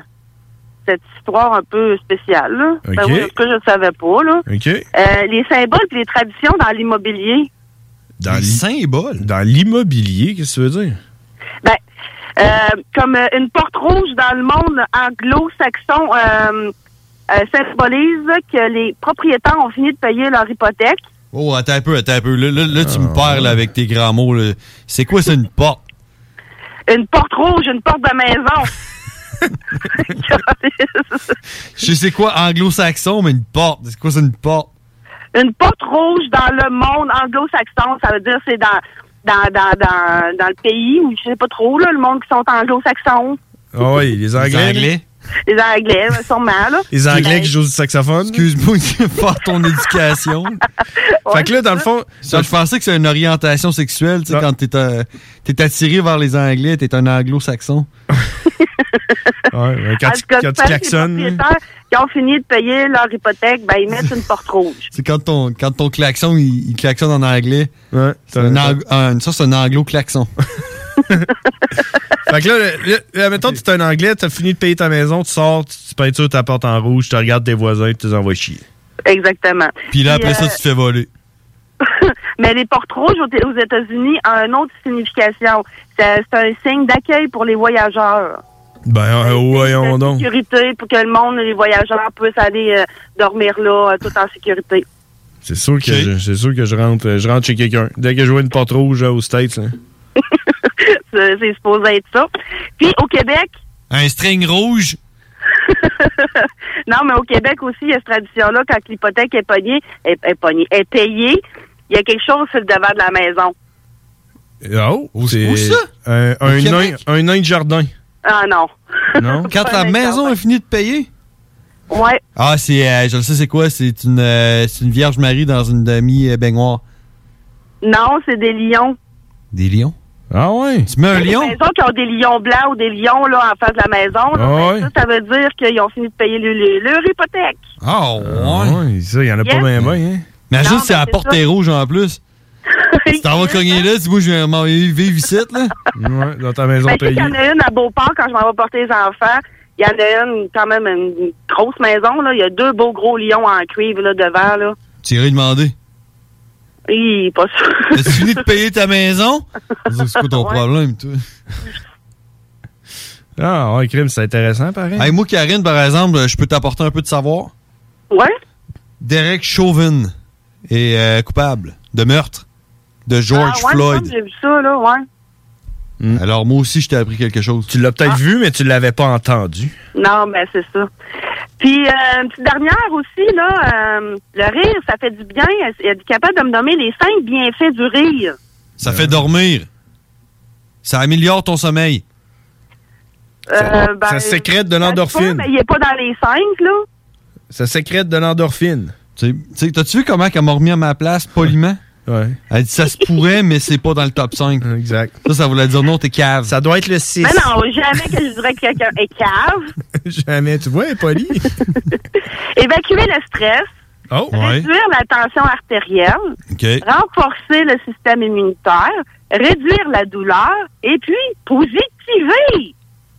[SPEAKER 19] cette histoire un peu spéciale, là. Ben
[SPEAKER 4] Ok.
[SPEAKER 19] oui, en tout cas, je le savais pas, là.
[SPEAKER 4] OK?
[SPEAKER 19] Euh, les symboles et les traditions dans l'immobilier.
[SPEAKER 4] Dans les symboles? Dans l'immobilier, qu'est-ce que tu veux dire?
[SPEAKER 19] Ben, euh, comme euh, une porte rouge dans le monde anglo-saxon euh, euh, symbolise que les propriétaires ont fini de payer leur hypothèque
[SPEAKER 2] Oh, attends un peu, attends un peu. Là, là- là,
[SPEAKER 4] Ah.
[SPEAKER 2] tu me perds là, avec tes grands mots. là. C'est quoi, c'est une porte?
[SPEAKER 19] Une porte rouge, une porte de maison.
[SPEAKER 2] Je sais quoi, anglo-saxon, mais une porte. C'est quoi, c'est une porte?
[SPEAKER 19] une porte rouge dans le monde anglo-saxon, ça veut dire c'est dans, dans, dans, dans, dans le pays ou je sais pas trop, là, le monde qui sont anglo-saxons.
[SPEAKER 4] Ah oui, les Anglais. Les Anglais.
[SPEAKER 19] Les Anglais, sûrement, là.
[SPEAKER 4] Les Anglais
[SPEAKER 19] Ben,
[SPEAKER 4] qui jouent du saxophone.
[SPEAKER 2] Excuse-moi de faire ton éducation.
[SPEAKER 4] fait que là, dans le fond.
[SPEAKER 2] Ça, je pensais que c'est une orientation sexuelle, tu sais, quand t'es euh, t'es attiré vers les Anglais, t'es un anglo-saxon.
[SPEAKER 4] ouais,
[SPEAKER 19] en tout cas, tu sais, Les propriétaires qui ont fini de payer leur hypothèque, ben, ils mettent une porte rouge.
[SPEAKER 2] C'est quand ton, quand ton klaxon, il, il klaxonne en anglais. C'est un ang- un- ça, c'est un anglo-klaxon.
[SPEAKER 4] Fait que là, là, là, mettons, tu es un Anglais, tu as fini de payer ta maison, tu sors, tu, tu peintures ta porte en rouge, tu regardes tes voisins, tu les envoies chier.
[SPEAKER 19] Exactement. euh,
[SPEAKER 2] fais voler.
[SPEAKER 19] Mais les portes rouges aux aux États-Unis ont une autre signification. C'est c'est un signe d'accueil pour les voyageurs.
[SPEAKER 4] Ben, euh, voyons donc.
[SPEAKER 19] Sécurité pour que le monde, les voyageurs, puissent aller euh, dormir là, euh, tout en sécurité.
[SPEAKER 4] C'est sûr, que je- c'est sûr que je rentre, euh, je rentre chez quelqu'un. Dès que je vois une porte rouge euh, aux States, là.
[SPEAKER 19] C'est euh, c'est supposé être ça. Puis au Québec,
[SPEAKER 2] Un string rouge.
[SPEAKER 19] non, mais au Québec aussi, il y a cette tradition-là, quand l'hypothèque est pognée, est, est pognée, est payée, il y a quelque chose sur le devant de la maison.
[SPEAKER 4] Oh, c'est
[SPEAKER 2] où ça?
[SPEAKER 4] Un, un,
[SPEAKER 2] Au
[SPEAKER 4] nain,
[SPEAKER 2] Québec?
[SPEAKER 4] un nain de jardin.
[SPEAKER 19] Ah non.
[SPEAKER 4] Non?
[SPEAKER 2] Quand ta maison est finie de payer.
[SPEAKER 19] Ouais.
[SPEAKER 2] Ah, c'est, euh, je le sais, c'est quoi? C'est une, euh, c'est une Vierge Marie dans une demi-baignoire.
[SPEAKER 19] Non, c'est des lions.
[SPEAKER 2] Des lions?
[SPEAKER 4] Ah ouais?
[SPEAKER 2] Tu mets un
[SPEAKER 19] Les
[SPEAKER 2] lion?
[SPEAKER 19] maisons qui ont des lions blancs ou des lions là, en face de la maison, là, Ben,
[SPEAKER 4] Ah ouais.
[SPEAKER 19] ça, ça veut dire qu'ils ont fini de payer le- le- leur hypothèque.
[SPEAKER 2] Ah ouais.
[SPEAKER 4] ça, il y en a
[SPEAKER 19] Yes.
[SPEAKER 4] pas bien, bien, hein?
[SPEAKER 2] Imagine
[SPEAKER 19] Non,
[SPEAKER 2] si la
[SPEAKER 19] mais
[SPEAKER 2] porte
[SPEAKER 19] c'est
[SPEAKER 2] est
[SPEAKER 19] ça. hein?
[SPEAKER 2] rouge en plus. tu t'en vas cogner là, dis-moi, je vais m'en aller vivre ici, là.
[SPEAKER 4] Ouais, dans ta maison
[SPEAKER 19] Ben, tu sais qu'il y en a une à Beauport quand je m'en vais porter les enfants. Il y en a une, quand même, une grosse maison. Là. Il y a deux beaux gros lions en cuivre là, devant. Là.
[SPEAKER 2] Tu irais demander.
[SPEAKER 19] Hi, pas sûr.
[SPEAKER 2] T'as fini de payer ta maison? C'est quoi ton problème, toi?
[SPEAKER 4] Ah, ouais, crime, c'est intéressant, pareil.
[SPEAKER 2] Hey, moi, Karine, par exemple, je peux t'apporter un peu de savoir.
[SPEAKER 19] Ouais?
[SPEAKER 2] Derek Chauvin est euh, coupable de meurtre de George
[SPEAKER 19] Ah ouais,
[SPEAKER 2] Floyd.
[SPEAKER 19] J'ai vu ça, là, ouais.
[SPEAKER 2] Alors, moi aussi, je t'ai appris quelque chose.
[SPEAKER 4] Hmm.
[SPEAKER 2] Ah.
[SPEAKER 4] Tu l'as peut-être vu, mais tu l'avais pas entendu.
[SPEAKER 19] Non, mais c'est ça. Puis, euh, une petite dernière aussi, là, euh, le rire, ça fait du bien. Elle est capable de me nommer les cinq bienfaits du rire.
[SPEAKER 2] Ça fait dormir. Ça améliore ton sommeil.
[SPEAKER 19] Euh, ben,
[SPEAKER 4] ça sécrète de
[SPEAKER 19] Ouais,
[SPEAKER 4] l'endorphine.
[SPEAKER 19] mais il n'est pas dans les cinq, là.
[SPEAKER 4] Ça sécrète de l'endorphine.
[SPEAKER 2] Tu sais, t'as-tu vu comment elle m'a remis à ma place poliment?
[SPEAKER 4] Ouais.
[SPEAKER 2] Elle dit ça se pourrait, mais c'est pas dans le top 5.
[SPEAKER 4] Exact.
[SPEAKER 2] Ça, ça voulait dire non, t'es cave.
[SPEAKER 4] Ça doit être le 6.
[SPEAKER 19] Mais Ben non, jamais que je dirais que quelqu'un est cave.
[SPEAKER 4] Jamais, tu vois, elle est polie.
[SPEAKER 19] Évacuer le stress.
[SPEAKER 4] Oh,
[SPEAKER 19] réduire la tension artérielle,
[SPEAKER 2] OK.
[SPEAKER 19] renforcer le système immunitaire, réduire la douleur et puis positiver.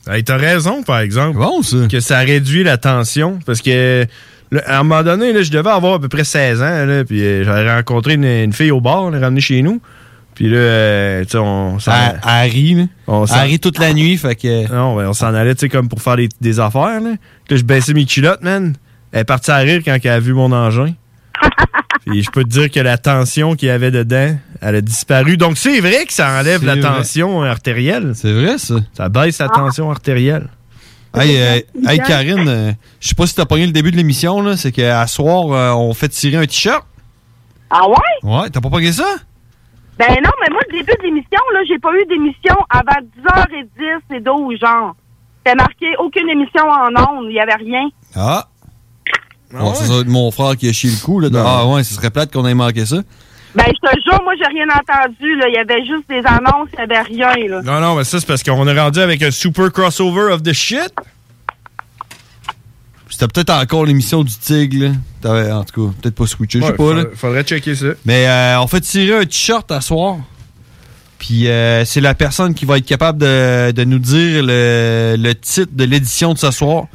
[SPEAKER 4] Hey, t'as raison, par exemple.
[SPEAKER 2] Que
[SPEAKER 4] ça réduit la tension. Parce que, là, à un moment donné, là, je devais avoir à peu près 16 ans, là, puis euh, j'avais rencontré une, une fille au bar, on l'a ramenée chez nous. Puis là, euh, tu sais, on s'en...
[SPEAKER 2] Harry, là.
[SPEAKER 4] On s'en-
[SPEAKER 2] Harry toute la nuit, fait que...
[SPEAKER 4] Non, ben, on s'en allait, tu sais, comme pour faire des, des affaires, là. Puis là, je baissais mes culottes, man. Elle est partie à rire quand elle a vu mon engin. Puis je peux te dire que la tension qu'il y avait dedans, elle a disparu. Donc, c'est vrai que ça enlève
[SPEAKER 2] C'est
[SPEAKER 4] la
[SPEAKER 2] vrai.
[SPEAKER 4] tension artérielle.
[SPEAKER 2] C'est vrai, ça.
[SPEAKER 4] Ça baisse la tension artérielle.
[SPEAKER 2] Hey, euh, hey, Karine, euh, je sais pas si t'as pogné le début de l'émission, là, c'est qu'à soir, euh, on fait tirer un t-shirt.
[SPEAKER 19] Ah ouais?
[SPEAKER 2] Ouais, t'as pas pogné ça?
[SPEAKER 19] Ben non, mais moi, le début de l'émission, là, j'ai pas eu d'émission avant 10h10 et 12, genre. C'était marqué aucune émission en ondes, il y avait rien.
[SPEAKER 2] Ah!
[SPEAKER 4] Ah
[SPEAKER 2] Bon, ça, ça doit être mon frère qui a chié le coup, là. Ah ouais, ce serait plate qu'on ait manqué ça.
[SPEAKER 19] Ben, je te jure, moi, j'ai rien entendu, là. Il y avait juste des annonces, il y avait rien, là.
[SPEAKER 4] Non, non, mais ça, c'est parce qu'on est rendu avec un super crossover of the shit.
[SPEAKER 2] C'était peut-être encore l'émission du Tigre, là. T'avais- En tout cas, peut-être pas switché, je sais
[SPEAKER 4] Ouais,
[SPEAKER 2] pas, là.
[SPEAKER 4] faudrait- Faudrait checker ça.
[SPEAKER 2] Mais euh, on fait tirer un t-shirt à soir. Puis euh, c'est la personne qui va être capable de, de nous dire le, le titre de l'édition de ce soir,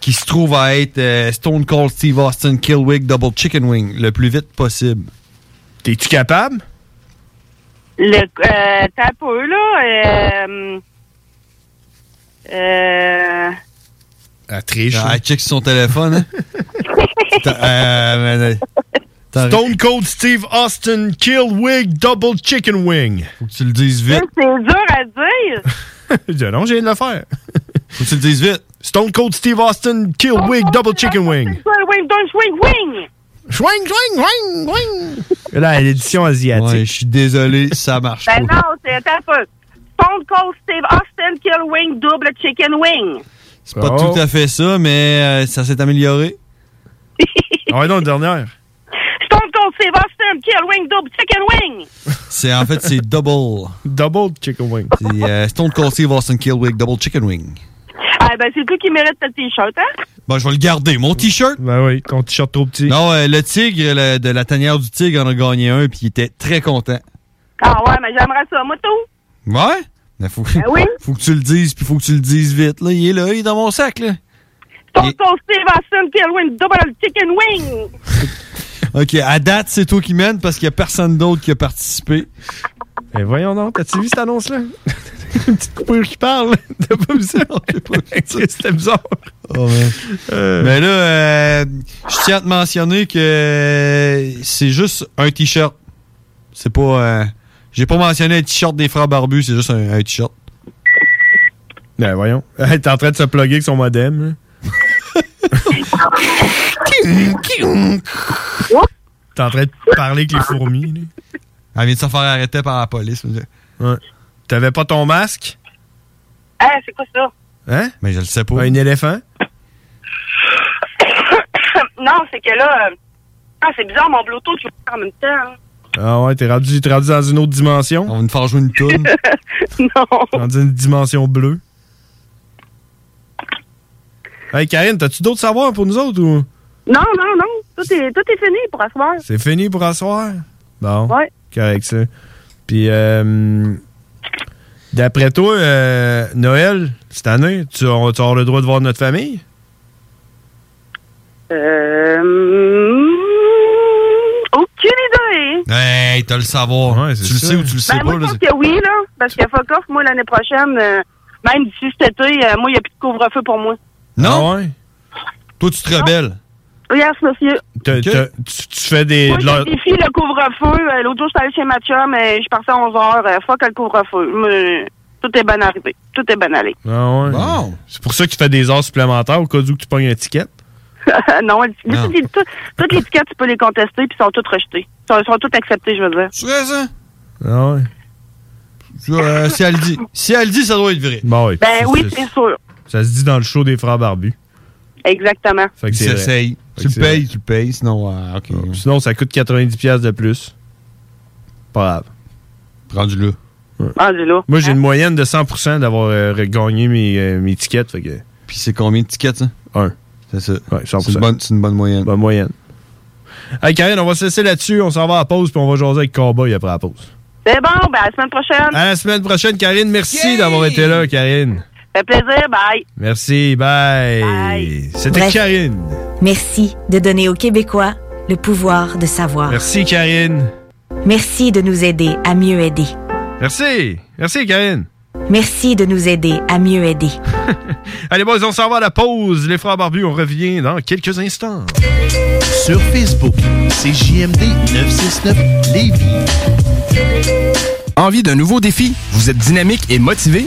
[SPEAKER 2] qui se trouve à être euh, Stone Cold Steve Austin Killwig Double Chicken Wing, le plus vite possible.
[SPEAKER 4] T'es-tu capable?
[SPEAKER 19] Le, euh, t'as un peu, là, euh, euh,
[SPEAKER 4] Elle triche.
[SPEAKER 2] Ah, Elle check son téléphone. hein. T'as- hein. euh, euh,
[SPEAKER 4] Stone Cold Steve Austin Kill Wig Double Chicken Wing. Faut que tu le dises vite.
[SPEAKER 19] C'est dur à dire.
[SPEAKER 4] non, j'ai rien de le faire. Faut que tu le dises vite. Stone Cold Steve Austin Kill Wig Double Chicken Wing.
[SPEAKER 19] Swing, wing, don't swing, wing.
[SPEAKER 4] Swing, swing, wing, wing. Là, l'édition asiatique.
[SPEAKER 2] Ouais, je suis désolé, ça marche
[SPEAKER 19] Ben
[SPEAKER 2] pas.
[SPEAKER 19] non, c'est attends un peu. Stone Cold Steve Austin Kill Wing Double Chicken Wing.
[SPEAKER 2] C'est pas tout à fait ça, mais euh, ça s'est amélioré.
[SPEAKER 4] Ah ouais, non, dernière.
[SPEAKER 19] Stone Cold Steve Austin Kill Wing Double Chicken Wing.
[SPEAKER 2] C'est en fait c'est double.
[SPEAKER 4] Double chicken wing.
[SPEAKER 2] C'est euh, Stone Cold Steve Austin Killwig double chicken wing.
[SPEAKER 19] Ah ben c'est lui qui mérite le t-shirt, hein?
[SPEAKER 2] Bon, je vais le garder. Mon t-shirt.
[SPEAKER 4] Ben oui, ton t-shirt trop petit.
[SPEAKER 2] Non, euh, le tigre le- de la tanière du tigre en a gagné un puis il était très content.
[SPEAKER 19] Ah ouais, mais j'aimerais ça, moi tout.
[SPEAKER 2] Ouais. Mais faut,
[SPEAKER 19] Ben oui.
[SPEAKER 2] faut que tu le dises puis faut que tu le dises vite. Là, il est là, il est dans mon sac là.
[SPEAKER 19] Stone Cold Steve Austin Kill Wing Double Chicken Wing.
[SPEAKER 2] Ok, à date c'est toi qui mène parce qu'il y a personne d'autre qui a participé.
[SPEAKER 4] Ben voyons donc, t'as-tu vu cette annonce là? Une petite coupure qui parle. T'as pas vu ça? C'était bizarre.
[SPEAKER 2] Oh, man. Mais là, euh, je tiens à te mentionner que c'est juste un t-shirt. C'est pas. euh, J'ai pas mentionné un t-shirt des frères barbus, c'est juste un, un t-shirt.
[SPEAKER 4] Ben voyons. T'es en train de se plugger avec son modem. là. T'es en train de parler avec les fourmis. là.
[SPEAKER 2] Elle vient de se faire arrêter par la police.
[SPEAKER 4] Ouais. T'avais pas ton masque?
[SPEAKER 19] Ah, c'est quoi ça?
[SPEAKER 4] Hein?
[SPEAKER 2] Mais je le sais pas.
[SPEAKER 4] Un éléphant?
[SPEAKER 19] non, c'est que là. euh, Ah, c'est bizarre, mon Bluetooth, je le en même temps. hein.
[SPEAKER 4] Ah ouais, t'es rendu, t'es rendu dans une autre dimension.
[SPEAKER 2] On va nous faire jouer une toune.
[SPEAKER 19] non.
[SPEAKER 4] Rendu dans une dimension bleue. Hey Karine, t'as-tu d'autres savoirs pour nous autres ou?
[SPEAKER 19] Non, non, non. Tout est, tout est fini pour asseoir.
[SPEAKER 4] C'est fini pour asseoir? Bon.
[SPEAKER 19] Ouais.
[SPEAKER 4] Correct, ça. Puis, euh, d'après toi, euh, Noël, cette année, tu, on- tu auras le droit de voir notre famille?
[SPEAKER 19] Euh, aucune idée.
[SPEAKER 2] Hey, Ben, t'as le savoir. tu le sais ou tu le sais
[SPEAKER 19] Ben, moi,
[SPEAKER 2] pas.
[SPEAKER 19] je
[SPEAKER 2] là,
[SPEAKER 19] pense que oui, là. Parce que fuck off, moi, l'année prochaine, euh, même d'ici cet été, euh, moi, il n'y a plus de couvre-feu pour moi.
[SPEAKER 2] Non? Toi, tu te rebelles.
[SPEAKER 19] Yes, monsieur.
[SPEAKER 4] T'as- t'as- tu, tu fais des.
[SPEAKER 19] Moi,
[SPEAKER 4] de
[SPEAKER 19] je
[SPEAKER 4] l'or-
[SPEAKER 19] défie le couvre-feu. Euh, L'autre jour, j'étais allé chez ma chum, euh, je suis parti à 11h. Euh, fuck le couvre-feu. Moi, Tout est bon arrivé. Tout est bon allé.
[SPEAKER 4] Ah ouais. C'est pour ça que tu fais des heures supplémentaires au cas où que tu pognes une étiquette.
[SPEAKER 19] non, elle-
[SPEAKER 4] Non.
[SPEAKER 19] toutes les- tout- toutes les étiquettes, tu peux les contester, puis sont toutes rejetées. Ils sont, sont toutes acceptées, je veux dire.
[SPEAKER 2] C'est vrai, ça?
[SPEAKER 4] Ah ouais.
[SPEAKER 2] Euh, si elle dit. Si elle dit, ça doit être vrai.
[SPEAKER 4] Bon, Bah ouais.
[SPEAKER 19] Ben oui,
[SPEAKER 4] Ça-
[SPEAKER 19] c'est sûr.
[SPEAKER 4] Ça se dit dans le show des frères barbus.
[SPEAKER 19] Exactement.
[SPEAKER 4] Fait que c'est
[SPEAKER 2] Tu
[SPEAKER 4] vrai.
[SPEAKER 2] essayes. Tu
[SPEAKER 4] Fait que
[SPEAKER 2] le
[SPEAKER 4] c'est vrai. Ah,
[SPEAKER 2] payes, tu le payes, sinon, euh, ok.
[SPEAKER 4] Sinon, ça coûte 90$ piastres de plus. Pas
[SPEAKER 2] grave. Rendu là.
[SPEAKER 19] Rendu là.
[SPEAKER 4] Moi, j'ai une moyenne de 100% d'avoir euh, gagné mes, euh, mes tickets. Fait que...
[SPEAKER 2] Puis c'est combien de tickets, ça?
[SPEAKER 4] Un.
[SPEAKER 2] C'est ça.
[SPEAKER 4] Ouais, 100%.
[SPEAKER 2] C'est une bonne- moyenne.
[SPEAKER 4] Bonne moyenne. Hey, Karine, on va se laisser là-dessus. On s'en va à la pause, puis on va jaser avec Cowboy après la pause.
[SPEAKER 19] C'est bon, ben à la semaine prochaine.
[SPEAKER 4] À la semaine prochaine, Karine. Merci d'avoir été là, Karine.
[SPEAKER 19] Fait plaisir, bye.
[SPEAKER 4] Merci, bye. C'était
[SPEAKER 9] Bref.
[SPEAKER 4] Karine.
[SPEAKER 9] Merci de donner aux Québécois le pouvoir de savoir.
[SPEAKER 4] Merci, Karine.
[SPEAKER 9] Merci de nous aider à mieux aider.
[SPEAKER 4] Merci. Merci, Karine.
[SPEAKER 9] Merci de nous aider à mieux aider.
[SPEAKER 4] Allez, boys, on s'en va à la pause. Les frères barbus, on revient dans quelques instants.
[SPEAKER 12] Sur Facebook, c'est JMD 969 Lévis.
[SPEAKER 10] Envie d'un nouveau défi? Vous êtes dynamique et motivé?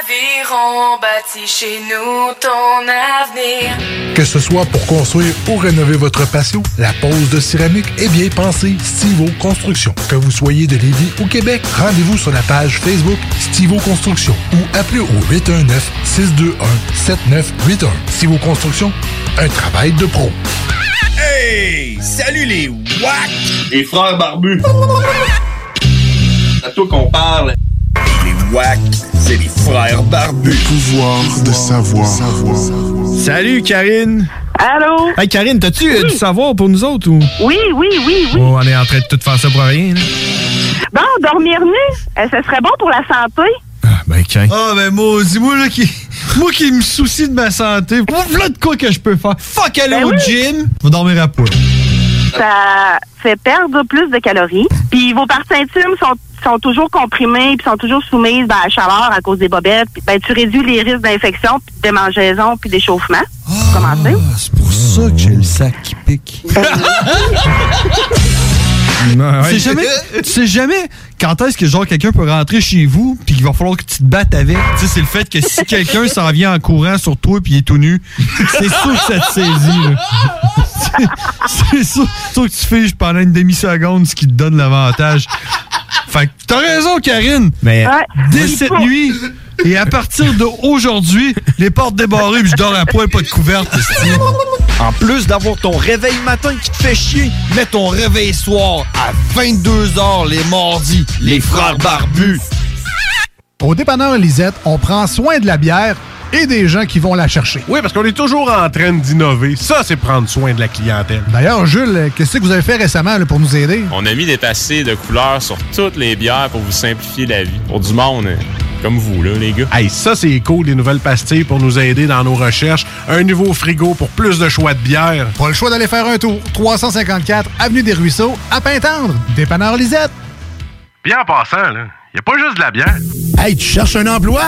[SPEAKER 21] Aviron bâti chez nous ton avenir.
[SPEAKER 11] Que ce soit pour construire ou rénover votre patio, la pose de céramique est bien pensée Stivo Construction. Que vous soyez de Lévis ou Québec, rendez-vous sur la page Facebook Stivo Construction ou appelez au 819 621 7981. Stivo Construction, un travail de pro.
[SPEAKER 29] Hey! Salut les WAC! Les frères barbus! à toi qu'on parle. Les WAC, c'est les frères barbus.
[SPEAKER 30] Pouvoir de savoir.
[SPEAKER 4] Salut, Karine.
[SPEAKER 19] Allô?
[SPEAKER 4] Hey, Karine, t'as-tu euh, du savoir pour nous autres ou?
[SPEAKER 19] Ben, Oui, oui, oui, oui.
[SPEAKER 4] Oh, on est en train de tout faire ça pour rien. là.
[SPEAKER 19] Bon, dormir nu, euh, ce serait bon pour la santé.
[SPEAKER 4] Ben, quand?
[SPEAKER 2] Ah, ben, moi, dis-moi, là, qui. Moi qui me soucie de ma santé, voilà de quoi que je peux faire. Fuck aller
[SPEAKER 19] Ben
[SPEAKER 2] au
[SPEAKER 19] oui.
[SPEAKER 2] gym, je vais dormir à poil.
[SPEAKER 19] Ça fait perdre plus de calories. Puis vos parties intimes sont, sont toujours comprimées puis sont toujours soumises ben, à la chaleur à cause des bobettes. Puis, ben, tu réduis les risques d'infection, puis de démangeaison, puis d'échauffement. Commencez.
[SPEAKER 2] Ah, C'est pour ça que j'ai le sac qui pique. C'est jamais, tu sais jamais quand est-ce que genre quelqu'un peut rentrer chez vous puis qu'il va falloir que tu te battes avec. Tu sais, c'est le fait que si quelqu'un s'en vient en courant sur toi puis il est tout nu, c'est sûr que ça te saisit. là. C'est- C'est sûr, sûr que tu fiches pendant une demi-seconde ce qui te donne l'avantage. Fait que t'as raison, Karine.
[SPEAKER 30] Mais-
[SPEAKER 2] Eh, dès cette nuit et à partir d'aujourd'hui, les portes débarrées puis je dors à poil, pas de couverte. esti.
[SPEAKER 30] En plus d'avoir ton réveil matin qui te fait chier, mets ton réveil soir à 22h les mardis. Les frères barbus.
[SPEAKER 31] Au dépanneur Lisette, on prend soin de la bière et des gens qui vont la chercher.
[SPEAKER 32] Oui, parce qu'on est toujours en train d'innover. Ça, c'est prendre soin de la clientèle.
[SPEAKER 31] D'ailleurs, Jules, qu'est-ce que vous avez fait récemment là, pour nous aider?
[SPEAKER 33] On a mis des passés de couleurs sur toutes les bières pour vous simplifier la vie. Pour du monde, hein, comme vous, là, les gars.
[SPEAKER 32] Hey, ça, c'est cool, les nouvelles pastilles pour nous aider dans nos recherches. Un nouveau frigo pour plus de choix de bière.
[SPEAKER 31] Pas le choix d'aller faire un tour. 354 Avenue des Ruisseaux, à Pintendre, dépanneur Lisette.
[SPEAKER 32] Bien en passant, là, y a pas juste de la bière.
[SPEAKER 23] Hey, tu cherches un emploi?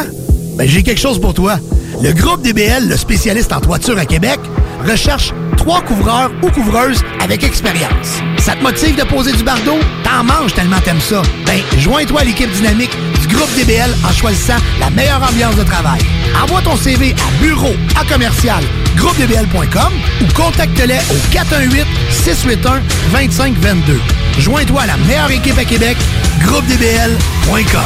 [SPEAKER 23] Ben, j'ai quelque chose pour toi. Le groupe DBL, le spécialiste en toiture à Québec, recherche trois couvreurs ou couvreuses avec expérience. Ça te motive de poser du bardeau? T'en manges tellement t'aimes ça. Ben, joins-toi à l'équipe dynamique du groupe DBL en choisissant la meilleure ambiance de travail. Envoie ton CV à bureau à commercial groupedbl.com ou contacte-les au 418-681-2522. Joins-toi à la meilleure équipe à Québec, groupedbl.com.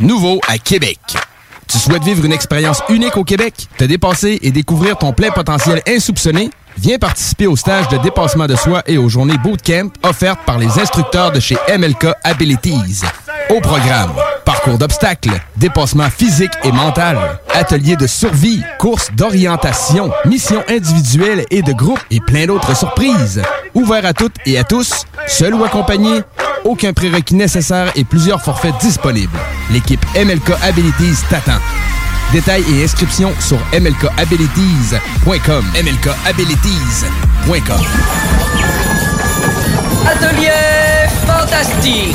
[SPEAKER 10] Nouveau à Québec. Tu souhaites vivre une expérience unique au Québec, te dépasser et découvrir ton plein potentiel insoupçonné? Viens participer au stage de dépassement de soi et aux journées bootcamp offertes par les instructeurs de chez MLK Abilities. Au programme, parcours d'obstacles, dépassement physique et mental, ateliers de survie, courses d'orientation, missions individuelles et de groupe et plein d'autres surprises. Ouvert à toutes et à tous, seul ou accompagné, aucun prérequis nécessaire et plusieurs forfaits disponibles. L'équipe MLK Abilities t'attend. Détails et inscriptions sur mlkabilities.com. mlkabilities.com.
[SPEAKER 34] Atelier fantastique.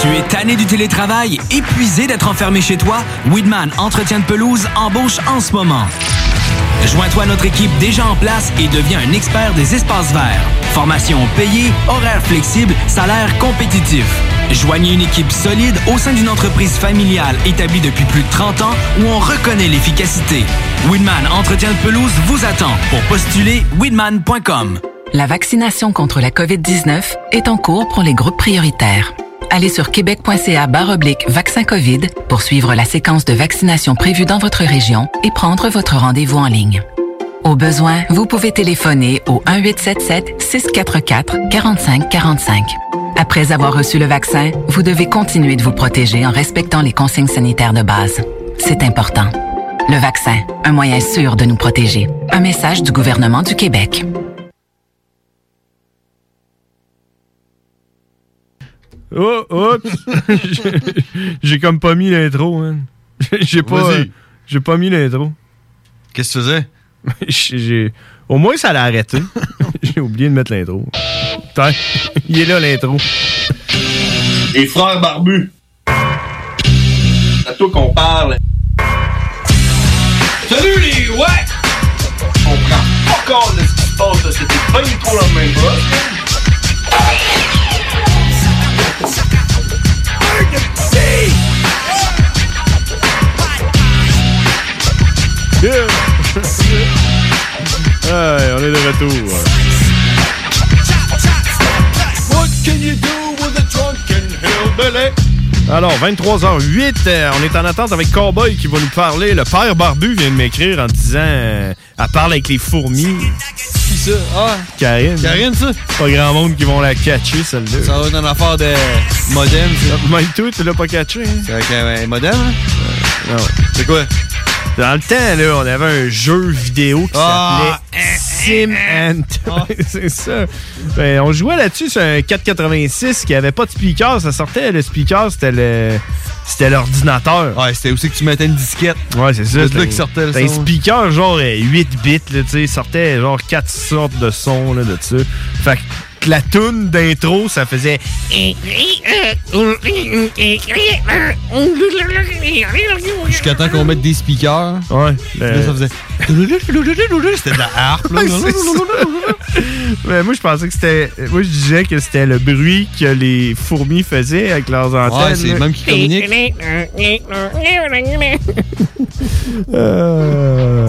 [SPEAKER 13] Tu es tanné du télétravail, épuisé d'être enfermé chez toi? Weedman Entretien de pelouse embauche en ce moment. Joins-toi à notre équipe déjà en place et deviens un expert des espaces verts. Formation payée, horaires flexibles, salaire compétitif. Joignez une équipe solide au sein d'une entreprise familiale établie depuis plus de 30 ans où on reconnaît l'efficacité. Weedman Entretien de pelouse vous attend. Pour postuler, weedman.com.
[SPEAKER 35] La vaccination contre la COVID-19 est en cours pour les groupes prioritaires. Allez sur québec.ca barre oblique vaccin COVID pour suivre la séquence de vaccination prévue dans votre région et prendre votre rendez-vous en ligne. Au besoin, vous pouvez téléphoner au 1-877-644-4545. Après avoir reçu le vaccin, vous devez continuer de vous protéger en respectant les consignes sanitaires de base. C'est important. Le vaccin, un moyen sûr de nous protéger. Un message du gouvernement du Québec.
[SPEAKER 4] Oh, oups! J'ai- J'ai comme pas mis l'intro, man. J'ai pas,
[SPEAKER 2] Vas-y.
[SPEAKER 4] euh, j'ai pas mis l'intro. Qu'est-ce que tu faisais? J'ai... Au moins, ça l'a arrêté. J'ai oublié de mettre l'intro. Putain, il est là, l'intro.
[SPEAKER 5] Les frères barbus. C'est à toi qu'on parle. Salut les ouais! On prend pas compte de ce qui se passe, là. c'était pas du tout la même chose.
[SPEAKER 4] Yeah! Hey, on est de retour.
[SPEAKER 5] What can you do with a drunken hillbilly?
[SPEAKER 4] Alors, 23h08, euh, on est en attente avec Cowboy qui va nous parler. Le père Barbu vient de m'écrire en disant euh, Elle parle avec les fourmis.
[SPEAKER 2] Qui ça? Ah,
[SPEAKER 4] Karine.
[SPEAKER 2] Karine, ça?
[SPEAKER 4] Pas grand monde qui vont la catcher, celle-là.
[SPEAKER 2] Ça va être une affaire de modem, ça.
[SPEAKER 4] Même toi, tu l'as pas catché. Hein?
[SPEAKER 2] C'est avec un un modem, hein?
[SPEAKER 4] Ah ouais.
[SPEAKER 2] C'est quoi?
[SPEAKER 4] Dans le temps, là, on avait un jeu vidéo qui
[SPEAKER 2] Ah,
[SPEAKER 4] s'appelait Sim and C'est ça. Ben, on jouait là-dessus sur un 486 qui avait pas de speaker. Ça sortait, le speaker, c'était le c'était l'ordinateur.
[SPEAKER 2] Ouais, c'était aussi que tu mettais une disquette.
[SPEAKER 4] Ouais, c'est ça.
[SPEAKER 2] C'est là
[SPEAKER 4] T'as-
[SPEAKER 2] qui sortait le
[SPEAKER 4] t'as un
[SPEAKER 2] son.
[SPEAKER 4] speaker genre euh, 8 bits, là, tu sais, sortait genre 4 sortes de sons là, de ça. Fait que la toune d'intro, ça faisait
[SPEAKER 2] Jusqu'à temps qu'on mette des speakers.
[SPEAKER 4] Ouais.
[SPEAKER 2] Là, ça faisait. C'était de la harpe, là.
[SPEAKER 4] Ouais, c'est ça. Mais moi, je pensais que c'était. Moi, je disais que c'était le bruit que les fourmis faisaient avec leurs antennes.
[SPEAKER 2] c'est
[SPEAKER 4] là.
[SPEAKER 2] le même qui communique.
[SPEAKER 4] Euh.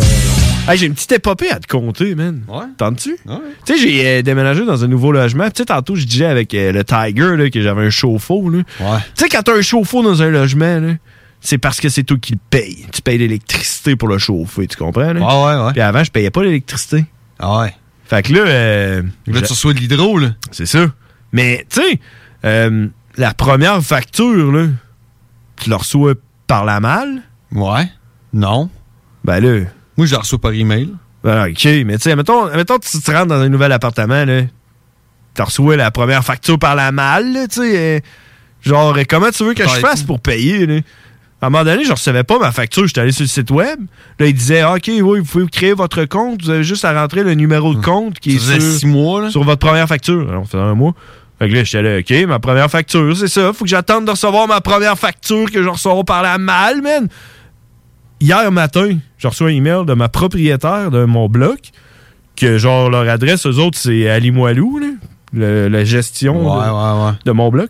[SPEAKER 4] Hey, j'ai une petite épopée à te conter, man. Ouais. T'entends-tu? Tu sais, j'ai euh, déménagé dans un nouveau logement. Tu sais, tantôt, je disais avec euh, le Tiger là, que j'avais un chauffe-eau. Là. Ouais. Tu sais, quand t'as un chauffe-eau dans un logement, là, c'est parce que c'est toi qui le payes. Tu payes l'électricité pour le chauffer, tu comprends? Là?
[SPEAKER 2] Ouais, ouais, ouais.
[SPEAKER 4] Puis avant, je payais pas l'électricité.
[SPEAKER 2] Ah ouais.
[SPEAKER 4] Fait que là. euh,
[SPEAKER 2] Là, tu reçois de l'hydro, là.
[SPEAKER 4] C'est ça. Mais, tu sais, euh, la première facture, là, tu la reçois par la malle?
[SPEAKER 2] Ouais. Non.
[SPEAKER 4] Ben là.
[SPEAKER 2] Moi, je la reçois par email.
[SPEAKER 4] Ben, OK, mais tu sais, mettons, mettons, tu te rentres dans un nouvel appartement, là. Tu reçois la première facture par la malle, là, tu sais. euh, genre, euh, comment tu veux que je
[SPEAKER 2] Peut-être.
[SPEAKER 4] fasse pour payer, là? À un moment donné, je recevais pas ma facture, j'étais allé sur le site web. Là, il disait ah, OK, oui, vous pouvez créer votre compte, vous avez juste à rentrer le numéro
[SPEAKER 2] Hmm.
[SPEAKER 4] de compte qui
[SPEAKER 2] Ça
[SPEAKER 4] est
[SPEAKER 2] faisait
[SPEAKER 4] sur,
[SPEAKER 2] six mois, là.
[SPEAKER 4] sur votre première facture. Alors, on faisait un mois. Fait que là, j'étais là, OK, ma première facture, c'est ça. Faut que j'attende de recevoir ma première facture que je reçois par la malle, man. Hier matin, je reçois un email de ma propriétaire de mon bloc que, genre, leur adresse, eux autres, c'est à Limoilou, là, le- la gestion de, de mon bloc.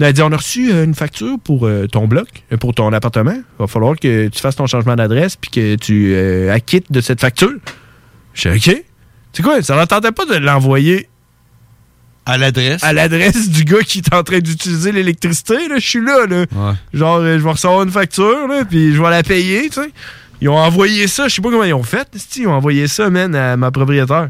[SPEAKER 4] Elle dit, on a reçu euh, une facture pour euh, ton bloc, euh, pour ton appartement. va falloir que tu fasses ton changement d'adresse puis que tu euh, acquittes de cette facture. Je dis, OK. C'est quoi? Ça leur tentait pas de l'envoyer
[SPEAKER 2] À l'adresse.
[SPEAKER 4] à l'adresse du gars qui est en train d'utiliser l'électricité, là, je suis là, là. Genre, euh, je vais recevoir une facture, là, puis je vais la payer, tu sais. Ils ont envoyé ça, je sais pas comment ils ont fait, esti, ils ont envoyé ça, man, à ma propriétaire.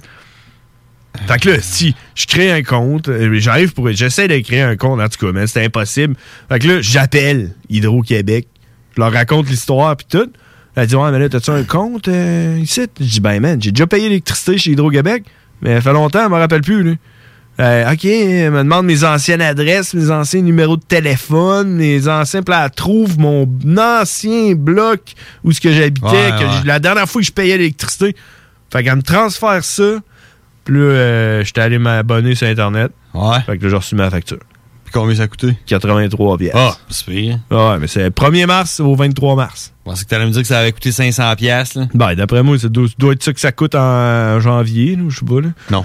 [SPEAKER 4] Fait que là, si je crée un compte, euh, j'arrive pour. J'essaie de créer un compte, en tout cas, man, c'était impossible. Fait que là, j'appelle Hydro-Québec. Je leur raconte l'histoire, puis tout. Elle dit, ouais, mais là, t'as-tu un compte euh, ici? Je dis, ben, man, j'ai déjà payé l'électricité chez Hydro-Québec, mais ça fait longtemps, elle me rappelle plus, là. Euh, OK, elle me demande mes anciennes adresses, mes anciens numéros de téléphone, mes anciens. Puis là, elle trouve mon ancien bloc où ce que j'habitais,
[SPEAKER 2] Ouais,
[SPEAKER 4] que
[SPEAKER 2] ouais.
[SPEAKER 4] j'ai- la dernière fois que je payais l'électricité. Fait qu'elle me transfère ça. Puis là, euh, j'étais allé m'abonner sur Internet.
[SPEAKER 2] Ouais.
[SPEAKER 4] Fait que là, j'ai reçu ma facture.
[SPEAKER 2] Puis combien ça a coûté?
[SPEAKER 4] 83 pièces.
[SPEAKER 2] Ah, c'est pire.
[SPEAKER 4] Ouais, mais c'est 1er mars au 23 mars.
[SPEAKER 2] Je pensais que t'allais me dire que ça avait coûté 500 pièces là.
[SPEAKER 4] Ben, d'après moi, ça doit, doit être ça que ça coûte en janvier, là, je sais pas. Là.
[SPEAKER 2] Non.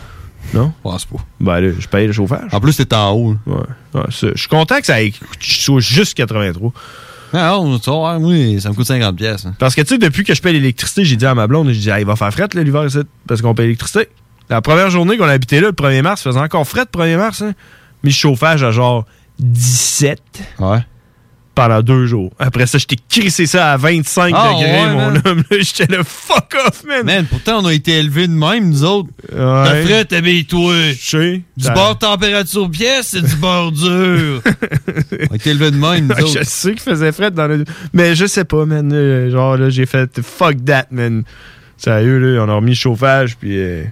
[SPEAKER 4] Non?
[SPEAKER 2] Je pense pas.
[SPEAKER 4] Ben là, je paye le chauffage.
[SPEAKER 2] En plus, t'es en haut.
[SPEAKER 4] Ouais. Ouais, ça, je suis content que ça ait- que je sois juste 83.
[SPEAKER 2] Ah, Non, tu vois, oui, ça me coûte 50 pièces. hein.
[SPEAKER 4] Parce que, tu sais, depuis que je paye l'électricité, j'ai dit à ma blonde, j'ai dit, Ah, il va faire fret là, l'hiver ici, parce qu'on paye l'électricité. La première journée qu'on habitait là, le 1er mars, faisait encore fret le 1er mars. Hein. Mis le chauffage à genre 17
[SPEAKER 2] Ouais.
[SPEAKER 4] pendant deux jours. Après ça, je t'ai crissé ça à 25
[SPEAKER 2] Ah,
[SPEAKER 4] degrés,
[SPEAKER 2] ouais,
[SPEAKER 4] mon
[SPEAKER 2] man.
[SPEAKER 4] homme. là. J'étais le fuck off, man.
[SPEAKER 2] Man, pourtant, on a été élevés de même, nous autres.
[SPEAKER 4] Ouais.
[SPEAKER 2] Après, t'habilles-toi.
[SPEAKER 4] Du Ça-
[SPEAKER 2] bord température pièce, c'est du bord dur. on a été élevés de même, nous autres.
[SPEAKER 4] Ah, je sais qu'il faisait fret dans le. Mais je sais pas, man. euh, Genre, là, j'ai fait fuck that, man. Sérieux, là, on a remis le chauffage, puis. euh,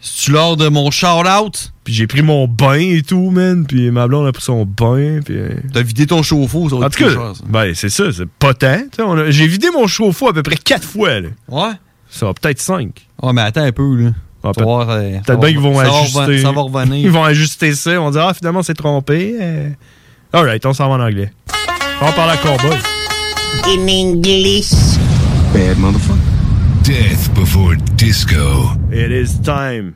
[SPEAKER 2] C'est-tu l'heure de mon shout-out?
[SPEAKER 4] Puis j'ai pris mon bain et tout, man. Puis ma blonde a pris son bain, puis. euh,
[SPEAKER 2] T'as vidé ton chauffe-eau, ça va
[SPEAKER 4] En
[SPEAKER 2] être hein.
[SPEAKER 4] tout
[SPEAKER 2] plus
[SPEAKER 4] cas,
[SPEAKER 2] cher, ça.
[SPEAKER 4] ben, c'est ça, c'est pas tant. Tu sais, on a- J'ai vidé mon chauffe-eau à peu près quatre fois, là.
[SPEAKER 2] Ouais?
[SPEAKER 4] Ça va peut-être cinq.
[SPEAKER 2] Ouais, mais attends un peu, là.
[SPEAKER 4] Ouais,
[SPEAKER 2] Tu vas voir, euh, ça
[SPEAKER 4] Peut-être
[SPEAKER 2] va-
[SPEAKER 4] bien qu'ils vont
[SPEAKER 2] ça va
[SPEAKER 4] ajuster.
[SPEAKER 2] reven- Ça va revenir.
[SPEAKER 4] Ils vont ajuster ça. On dit, ah, finalement, on s'est trompé. euh. Alright, on s'en va en anglais. On parle à Cowboy.
[SPEAKER 36] In English.
[SPEAKER 24] Bad motherfucker. Death before disco.
[SPEAKER 4] It is time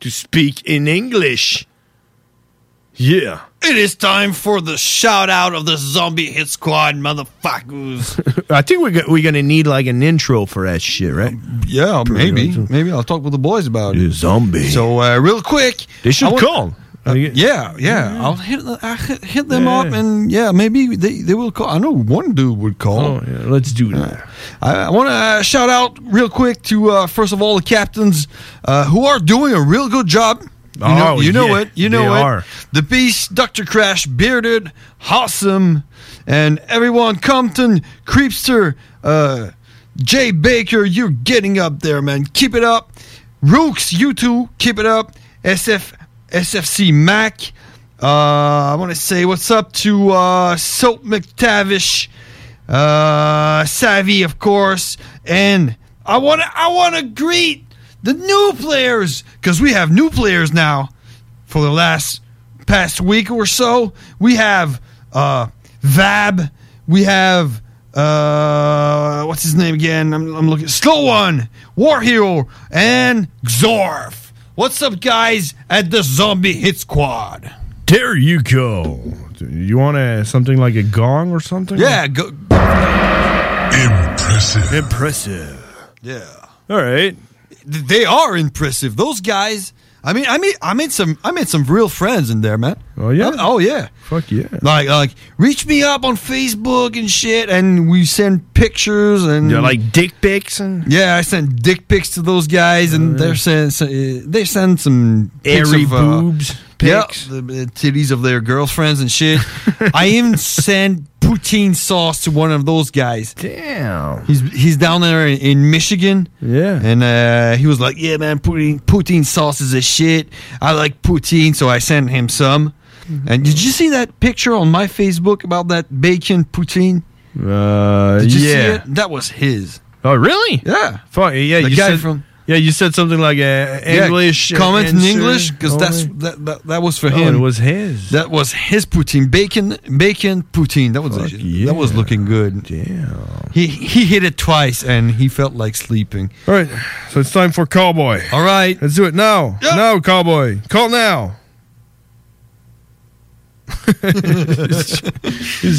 [SPEAKER 4] to speak in English. Yeah.
[SPEAKER 2] It is time for the shout out of the Zombie Hit Squad, motherfuckers.
[SPEAKER 4] I think we're, go- we're gonna need like an intro for that shit, right?
[SPEAKER 2] yeah, maybe. Maybe I'll talk with the boys about it.
[SPEAKER 4] Zombie.
[SPEAKER 2] So, uh, real quick.
[SPEAKER 4] They should
[SPEAKER 2] I want- Uh,
[SPEAKER 4] call.
[SPEAKER 2] yeah, yeah. I'll hit,
[SPEAKER 3] eh,
[SPEAKER 2] I'll hit hit them up and yeah, maybe they, they will call. I know one dude would call. Uh,
[SPEAKER 4] Oh, yeah, let's do that.
[SPEAKER 2] I, I want to uh, shout out real quick to uh, first of all the captains uh, who are doing a real good job. You know,
[SPEAKER 4] Oh,
[SPEAKER 2] you know
[SPEAKER 4] yeah,
[SPEAKER 2] it. You know
[SPEAKER 4] they
[SPEAKER 2] it.
[SPEAKER 4] are.
[SPEAKER 2] The Beast, Doctor Crash, Bearded, Hossum, and everyone. Compton, Creepster, uh, Jay Baker. You're getting up there, man. Keep it up. Rooks, you two, keep it up. SF, SFC Mac. Uh, I want to say what's up to uh, Soap McTavish, uh, Savvy, of course, and I want to I want to greet the new players because we have new players now. For the last past week or so, we have uh, Vab, we have uh, what's his name again? I'm, I'm looking Slow One, War Hero, and Xorf. What's up, guys? At the Zombie Hit Squad.
[SPEAKER 4] There you go. You want a, something like a gong or something?
[SPEAKER 2] Yeah, go.
[SPEAKER 4] Impressive. Impressive.
[SPEAKER 2] Yeah.
[SPEAKER 4] All right.
[SPEAKER 2] They are impressive. Those guys. I mean, I mean, I made some, I made some real friends in there, man. Oh yeah. oh yeah.
[SPEAKER 4] Fuck yeah.
[SPEAKER 2] Like, like, reach me up on Facebook and shit, and we send pictures and
[SPEAKER 4] Yeah, like dick pics and Oh,
[SPEAKER 2] yeah, I sent dick pics to those guys, and they're send, so- uh, they send some pics
[SPEAKER 4] Airy
[SPEAKER 2] of, uh,
[SPEAKER 4] boobs
[SPEAKER 2] yeah,
[SPEAKER 4] pics.
[SPEAKER 2] the, the titties of their girlfriends and shit. I even sent poutine sauce to one of those guys.
[SPEAKER 4] Damn,
[SPEAKER 2] he's he's down there in, in Michigan.
[SPEAKER 4] Yeah,
[SPEAKER 2] and uh, he was like, "Yeah, man, poutine, poutine sauce is a shit. I like poutine, so I sent him some."
[SPEAKER 4] Mm-hmm.
[SPEAKER 2] And did you see that picture on my Facebook about that bacon poutine?
[SPEAKER 4] Uh,
[SPEAKER 2] Did you
[SPEAKER 4] yeah.
[SPEAKER 2] see it? That was his.
[SPEAKER 4] Oh, really?
[SPEAKER 2] Yeah.
[SPEAKER 4] Fuck, yeah,
[SPEAKER 2] The
[SPEAKER 4] you
[SPEAKER 2] guy
[SPEAKER 4] said,
[SPEAKER 2] from-
[SPEAKER 4] Yeah, you said something like uh,
[SPEAKER 2] Yeah,
[SPEAKER 4] English. uh,
[SPEAKER 2] comment in
[SPEAKER 4] answer.
[SPEAKER 2] English because
[SPEAKER 4] Oh,
[SPEAKER 2] that's
[SPEAKER 4] yeah.
[SPEAKER 2] that, that that was for
[SPEAKER 4] Oh,
[SPEAKER 2] him.
[SPEAKER 4] it was his.
[SPEAKER 2] That was his poutine, bacon, bacon poutine. That was that was looking good.
[SPEAKER 4] Damn.
[SPEAKER 2] He he hit it twice and he felt like sleeping.
[SPEAKER 4] All right, so it's time for Cowboy.
[SPEAKER 2] All right,
[SPEAKER 4] let's do it now. Now, Cowboy, call now. he's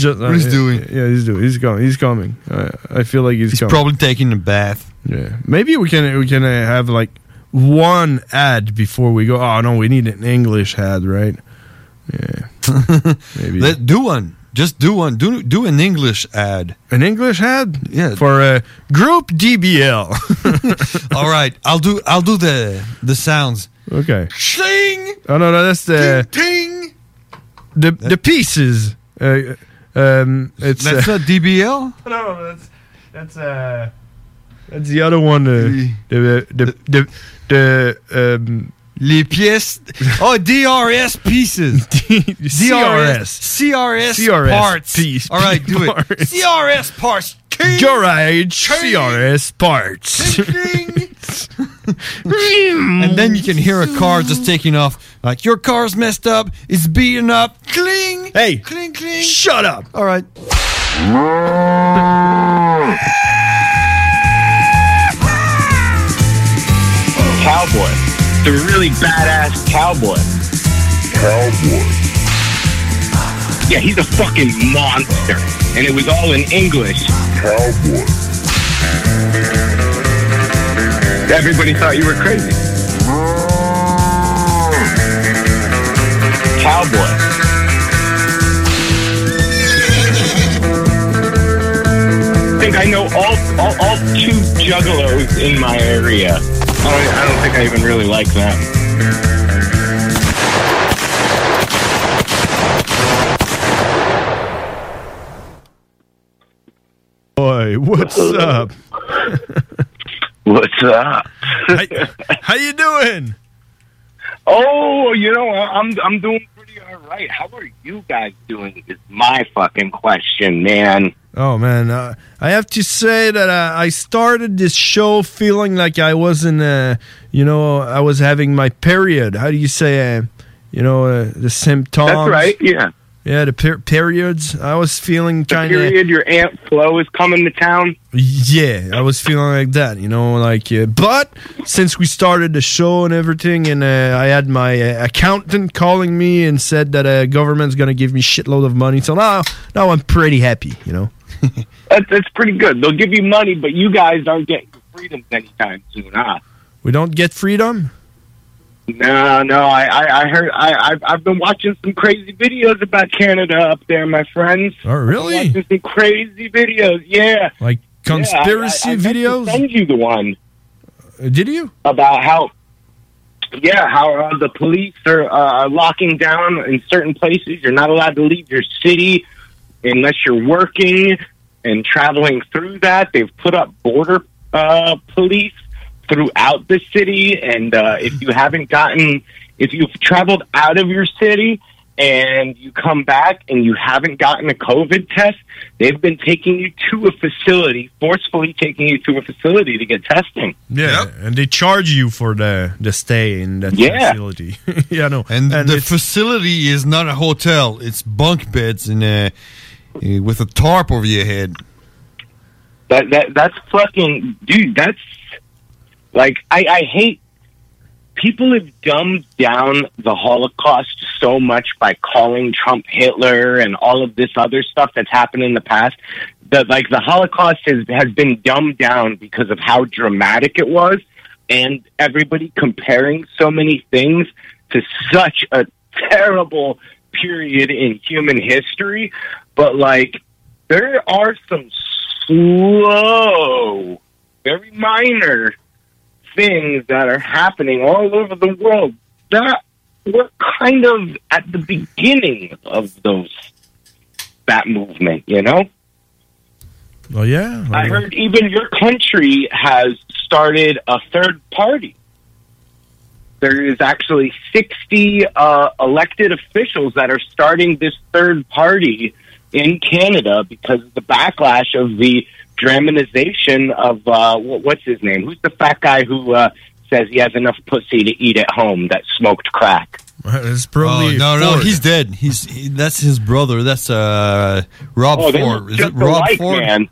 [SPEAKER 4] just.
[SPEAKER 2] What he's
[SPEAKER 4] yeah,
[SPEAKER 2] doing.
[SPEAKER 4] Yeah, he's doing. He's coming. He's coming. I, I feel like he's,
[SPEAKER 2] He's
[SPEAKER 4] coming.
[SPEAKER 2] probably taking a bath.
[SPEAKER 4] Yeah. Maybe we can we can uh, have like one ad before we go. Oh no, we need an English ad, right? Yeah. Maybe
[SPEAKER 2] Let, do one. Just do one. Do do an English ad.
[SPEAKER 4] An English ad?
[SPEAKER 2] Yeah.
[SPEAKER 4] For uh, Group DBL.
[SPEAKER 2] All right. I'll do I'll do the the sounds.
[SPEAKER 4] Okay.
[SPEAKER 2] Schling.
[SPEAKER 4] Oh no, no, that's the
[SPEAKER 2] ting.
[SPEAKER 4] the the pieces. Uh, um, it's
[SPEAKER 2] That's
[SPEAKER 4] uh,
[SPEAKER 2] not DBL.
[SPEAKER 4] No, that's that's uh that's the other one. Uh, the the the the, um,
[SPEAKER 2] les pièces. Oh, DRS pieces. CRS.
[SPEAKER 4] CRS
[SPEAKER 2] parts.
[SPEAKER 4] piece-
[SPEAKER 2] All right, do
[SPEAKER 4] parts.
[SPEAKER 2] it. CRS parts. King.
[SPEAKER 4] Garage CRS parts.
[SPEAKER 2] and then you can hear a car just taking off. Like your car's messed up. It's beaten up. Cling.
[SPEAKER 4] Hey.
[SPEAKER 2] Cling cling.
[SPEAKER 4] Shut up.
[SPEAKER 2] All right.
[SPEAKER 5] Cowboy. The really badass cowboy. Cowboy. Yeah, he's a fucking monster. And it was all in English. Cowboy. Everybody thought you were crazy. Cowboy. I think I know all, all, all two juggalos in my area. I don't, I don't think I even really like them.
[SPEAKER 4] Boy, what's up?
[SPEAKER 5] What's up?
[SPEAKER 4] how, how you doing?
[SPEAKER 5] Oh, you know, I- I'm I'm doing pretty all right. How are you guys doing? Is my fucking question, man.
[SPEAKER 4] Oh man, uh, I have to say that uh, I started this show feeling like I wasn't, uh, you know, I was having my period. How do you say, uh, you know, uh, the symptoms?
[SPEAKER 5] That's right. Yeah,
[SPEAKER 4] Yeah, the per- periods. I was feeling
[SPEAKER 5] the
[SPEAKER 4] kind of.
[SPEAKER 5] period your aunt Flo is coming to town.
[SPEAKER 4] Yeah, I was feeling like that, you know, like. Uh, but since we started the show and everything, and uh, I had my uh, accountant calling me and said that uh, government's gonna give me shitload of money, so now now I'm pretty happy, you know.
[SPEAKER 5] That's that's pretty good. They'll give you money, but you guys aren't getting your freedoms anytime soon, huh?
[SPEAKER 4] We don't get freedom.
[SPEAKER 16] No, no. I, I, I heard. I, I've, I've been watching some crazy videos about Canada up there, my friends.
[SPEAKER 37] Oh, really?
[SPEAKER 16] I've been watching some crazy videos. Yeah.
[SPEAKER 37] Like conspiracy
[SPEAKER 16] Yeah, I- I- I meant to
[SPEAKER 37] videos? Uh,
[SPEAKER 16] Send you the one.
[SPEAKER 37] Did you?
[SPEAKER 16] About how? Yeah, how uh, the police are uh, locking down in certain places. You're not allowed to leave your city unless you're working and traveling through that. They've put up border uh, police throughout the city, and uh, if you haven't gotten, if you've traveled out of your city and you come back and you haven't gotten a COVID test, they've been taking you to a facility, forcefully taking you to a facility to get testing.
[SPEAKER 4] Yeah, and they charge you for the the stay in that
[SPEAKER 16] Yeah.
[SPEAKER 4] facility. yeah, no.
[SPEAKER 2] And, the facility is not a hotel. It's bunk beds and uh, uh, with a tarp over your head.
[SPEAKER 16] That that that's fucking dude. That's like I, I hate people have dumbed down the Holocaust so much by calling Trump Hitler and all of this other stuff that's happened in the past. That like the Holocaust has has been dumbed down because of how dramatic it was, and everybody comparing so many things to such a terrible period in human history. But like there are some slow, very minor things that are happening all over the world that we're kind of at the beginning of those that movement, you know?
[SPEAKER 37] Oh, yeah.
[SPEAKER 16] I heard even your country has started a third party. There is actually 60 uh, elected officials that are starting this third party in Canada because of the backlash of the dramatization of uh, wh- what's his name? Who's the fat guy who uh, says he has enough pussy to eat at home that smoked crack?
[SPEAKER 37] It's
[SPEAKER 2] Oh, no, no,
[SPEAKER 16] Ford.
[SPEAKER 2] he's dead. He's he, that's his brother. That's uh, Rob
[SPEAKER 16] Oh, they
[SPEAKER 2] Ford.
[SPEAKER 16] look
[SPEAKER 2] Is
[SPEAKER 16] just
[SPEAKER 2] it Rob
[SPEAKER 16] alike,
[SPEAKER 2] Ford?
[SPEAKER 16] man.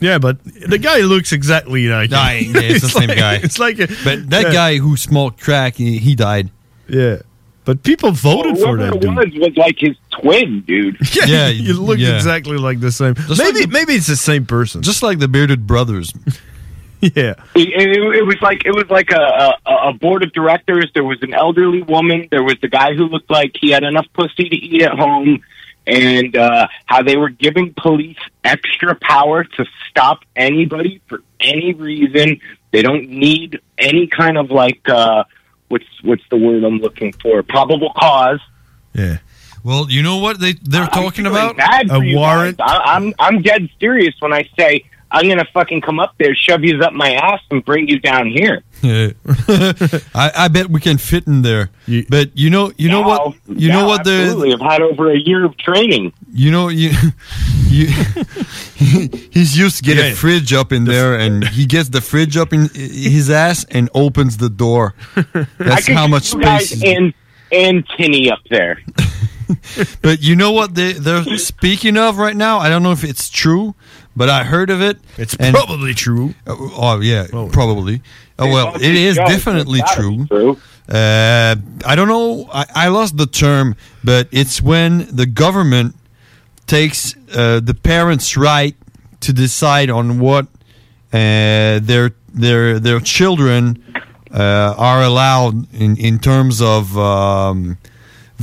[SPEAKER 4] Yeah, but the guy looks exactly like
[SPEAKER 2] Nah,
[SPEAKER 4] him.
[SPEAKER 2] yeah, it's the same
[SPEAKER 4] like-
[SPEAKER 2] guy.
[SPEAKER 4] It's like a,
[SPEAKER 2] But that
[SPEAKER 4] yeah.
[SPEAKER 2] guy who smoked crack, he, he died.
[SPEAKER 4] Yeah, but people voted
[SPEAKER 16] Whoever it was was like his twin, dude.
[SPEAKER 4] Yeah, you look
[SPEAKER 2] yeah.
[SPEAKER 4] exactly like the same. maybe maybe it's the same person.
[SPEAKER 2] Just like the bearded brothers.
[SPEAKER 4] yeah.
[SPEAKER 16] It, it, it was like it was like a, a, a board of directors. There was an elderly woman. There was the guy who looked like he had enough pussy to eat at home, and uh, how they were giving police extra power to stop anybody for any reason. They don't need any kind of like uh, what's what's the word I'm looking for? Probable cause.
[SPEAKER 4] Yeah.
[SPEAKER 2] Well, you know what they they're talking about?
[SPEAKER 16] Bad for you guys. I, I'm I'm dead serious when I say I'm gonna fucking come up there, shove you up my ass, and bring you down here.
[SPEAKER 2] Yeah. I, I bet we can fit in there. But you know, you know what, you know
[SPEAKER 16] Yeah,
[SPEAKER 2] what
[SPEAKER 16] absolutely.
[SPEAKER 2] the
[SPEAKER 16] I've had over a year of training.
[SPEAKER 2] you know you you he's used to get a fridge up in there, and he gets the fridge up in i- his ass and opens the door. That's
[SPEAKER 16] I could
[SPEAKER 2] how
[SPEAKER 16] get
[SPEAKER 2] much
[SPEAKER 16] you guys
[SPEAKER 2] space. is-
[SPEAKER 16] and and Tinny up there.
[SPEAKER 2] But you know what they they're speaking of right now? I don't know if it's true, but I heard of it. It's
[SPEAKER 4] probably true.
[SPEAKER 2] Oh, oh, yeah, probably. Oh well,
[SPEAKER 4] It's
[SPEAKER 2] it is
[SPEAKER 4] gotta be
[SPEAKER 2] definitely true. Uh, I don't know. I, I lost the term, but it's when the government takes uh, the parents' right to decide on what uh, their their their children uh, are allowed in in terms of um,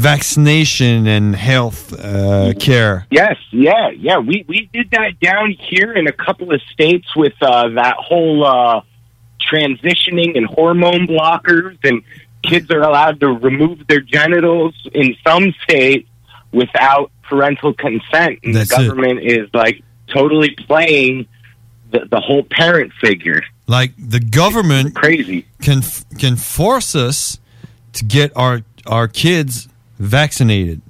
[SPEAKER 2] vaccination and health uh, care.
[SPEAKER 16] Yes, yeah, yeah. We we did that down here in a couple of states with uh, that whole uh, transitioning and hormone blockers, and kids are allowed to remove their genitals in some states without parental consent, and
[SPEAKER 2] That's it.
[SPEAKER 16] the government is like totally playing the, the whole parent figure.
[SPEAKER 2] Like the government
[SPEAKER 16] crazy
[SPEAKER 2] can f- can force us to get our our kids vaccinated.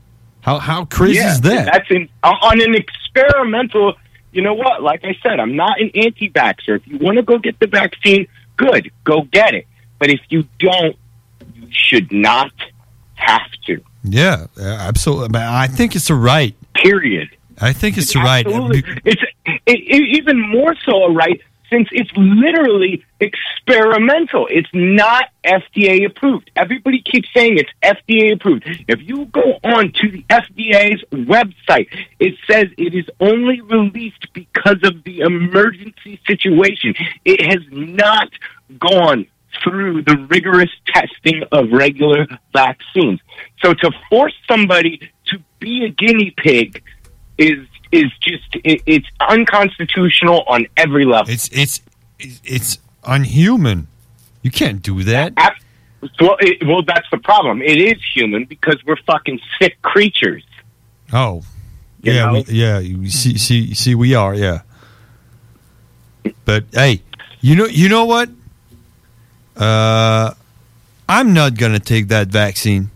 [SPEAKER 2] How how crazy
[SPEAKER 16] Yeah,
[SPEAKER 2] is that?
[SPEAKER 16] That's in, on an experimental. You know what? Like I said, I'm not an anti-vaxxer. If you want to go get the vaccine, good, go get it. But if you don't, you should not have to.
[SPEAKER 2] Yeah, uh, absolutely. But I think it's a right.
[SPEAKER 16] Period.
[SPEAKER 2] I think it's a right.
[SPEAKER 16] Absolutely, it's it, it, even more so a right since it's literally experimental. It's not FDA approved. Everybody keeps saying it's FDA approved. If you go on to the FDA's website, it says it is only released because of the emergency situation. It has not gone through the rigorous testing of regular vaccines. So to force somebody to be a guinea pig is is just it, it's unconstitutional on every level.
[SPEAKER 2] It's it's it's unhuman. You can't do that.
[SPEAKER 16] Well, it, well, that's the problem. It is human because we're fucking sick creatures.
[SPEAKER 2] Oh, yeah, we, yeah. you- See, see, see, we are, yeah. But hey, you know, you know what? Uh, I'm not gonna take that vaccine.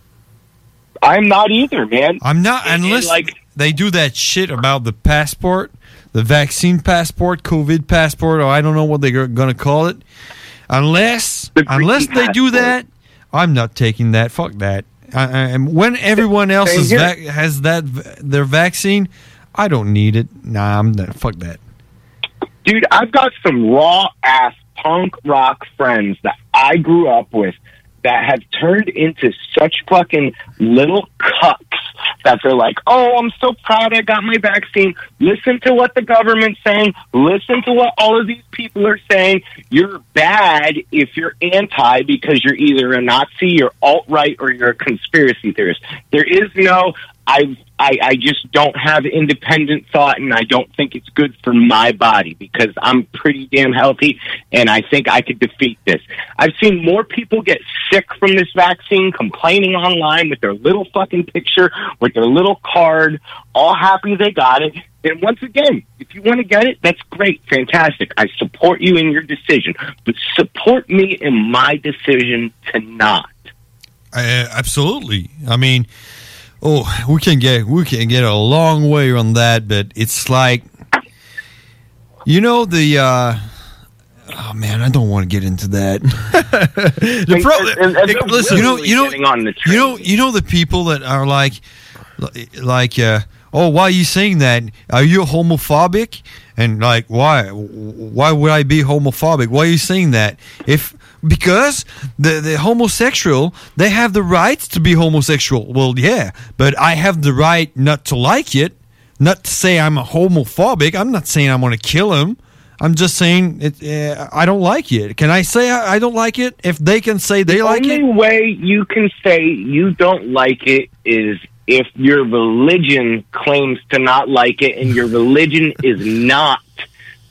[SPEAKER 16] I'm not either, man.
[SPEAKER 2] I'm not unless they do that shit about the passport, the vaccine passport, COVID passport, or I don't know what they're gonna call it. Unless, unless they do that, I'm not taking that. Fuck that. I, I, and when everyone else
[SPEAKER 16] Same
[SPEAKER 2] is
[SPEAKER 16] here.
[SPEAKER 2] vac- has that v- their vaccine, I don't need it. Nah, I'm not, fuck that.
[SPEAKER 16] dude, I've got some raw ass punk rock friends that I grew up with that have turned into such fucking little cucks that they're like, oh, I'm so proud I got my vaccine. Listen to what the government's saying. Listen to what all of these people are saying. You're bad if you're anti because you're either a Nazi, you're alt right, or you're a conspiracy theorist. There is no, I've I, I just don't have independent thought and I don't think it's good for my body because I'm pretty damn healthy and I think I could defeat this. I've seen more people get sick from this vaccine complaining online with their little fucking picture, with their little card, all happy they got it. And once again, if you want to get it, that's great, fantastic. I support you in your decision, but support me in my decision to not.
[SPEAKER 2] Uh, absolutely. I mean, oh, we can get we can get a long way on that, but it's like, you know, the uh, oh man, I don't want to get into that. the problem, listen, you know, you know, you know, you know, the people that are like, like, uh, oh, why are you saying that? Are you homophobic? And like, why, why would I be homophobic? Why are you saying that? If because the the homosexual, they have the right to be homosexual. Well, yeah, but I have the right not to like it, not to say I'm a homophobic. I'm not saying I'm going to kill him. I'm just saying it, uh, I don't like it. Can I say I, I don't like it if they can say they like
[SPEAKER 16] only
[SPEAKER 2] it?
[SPEAKER 16] way you can say you don't like it is if your religion claims to not like it and your religion is not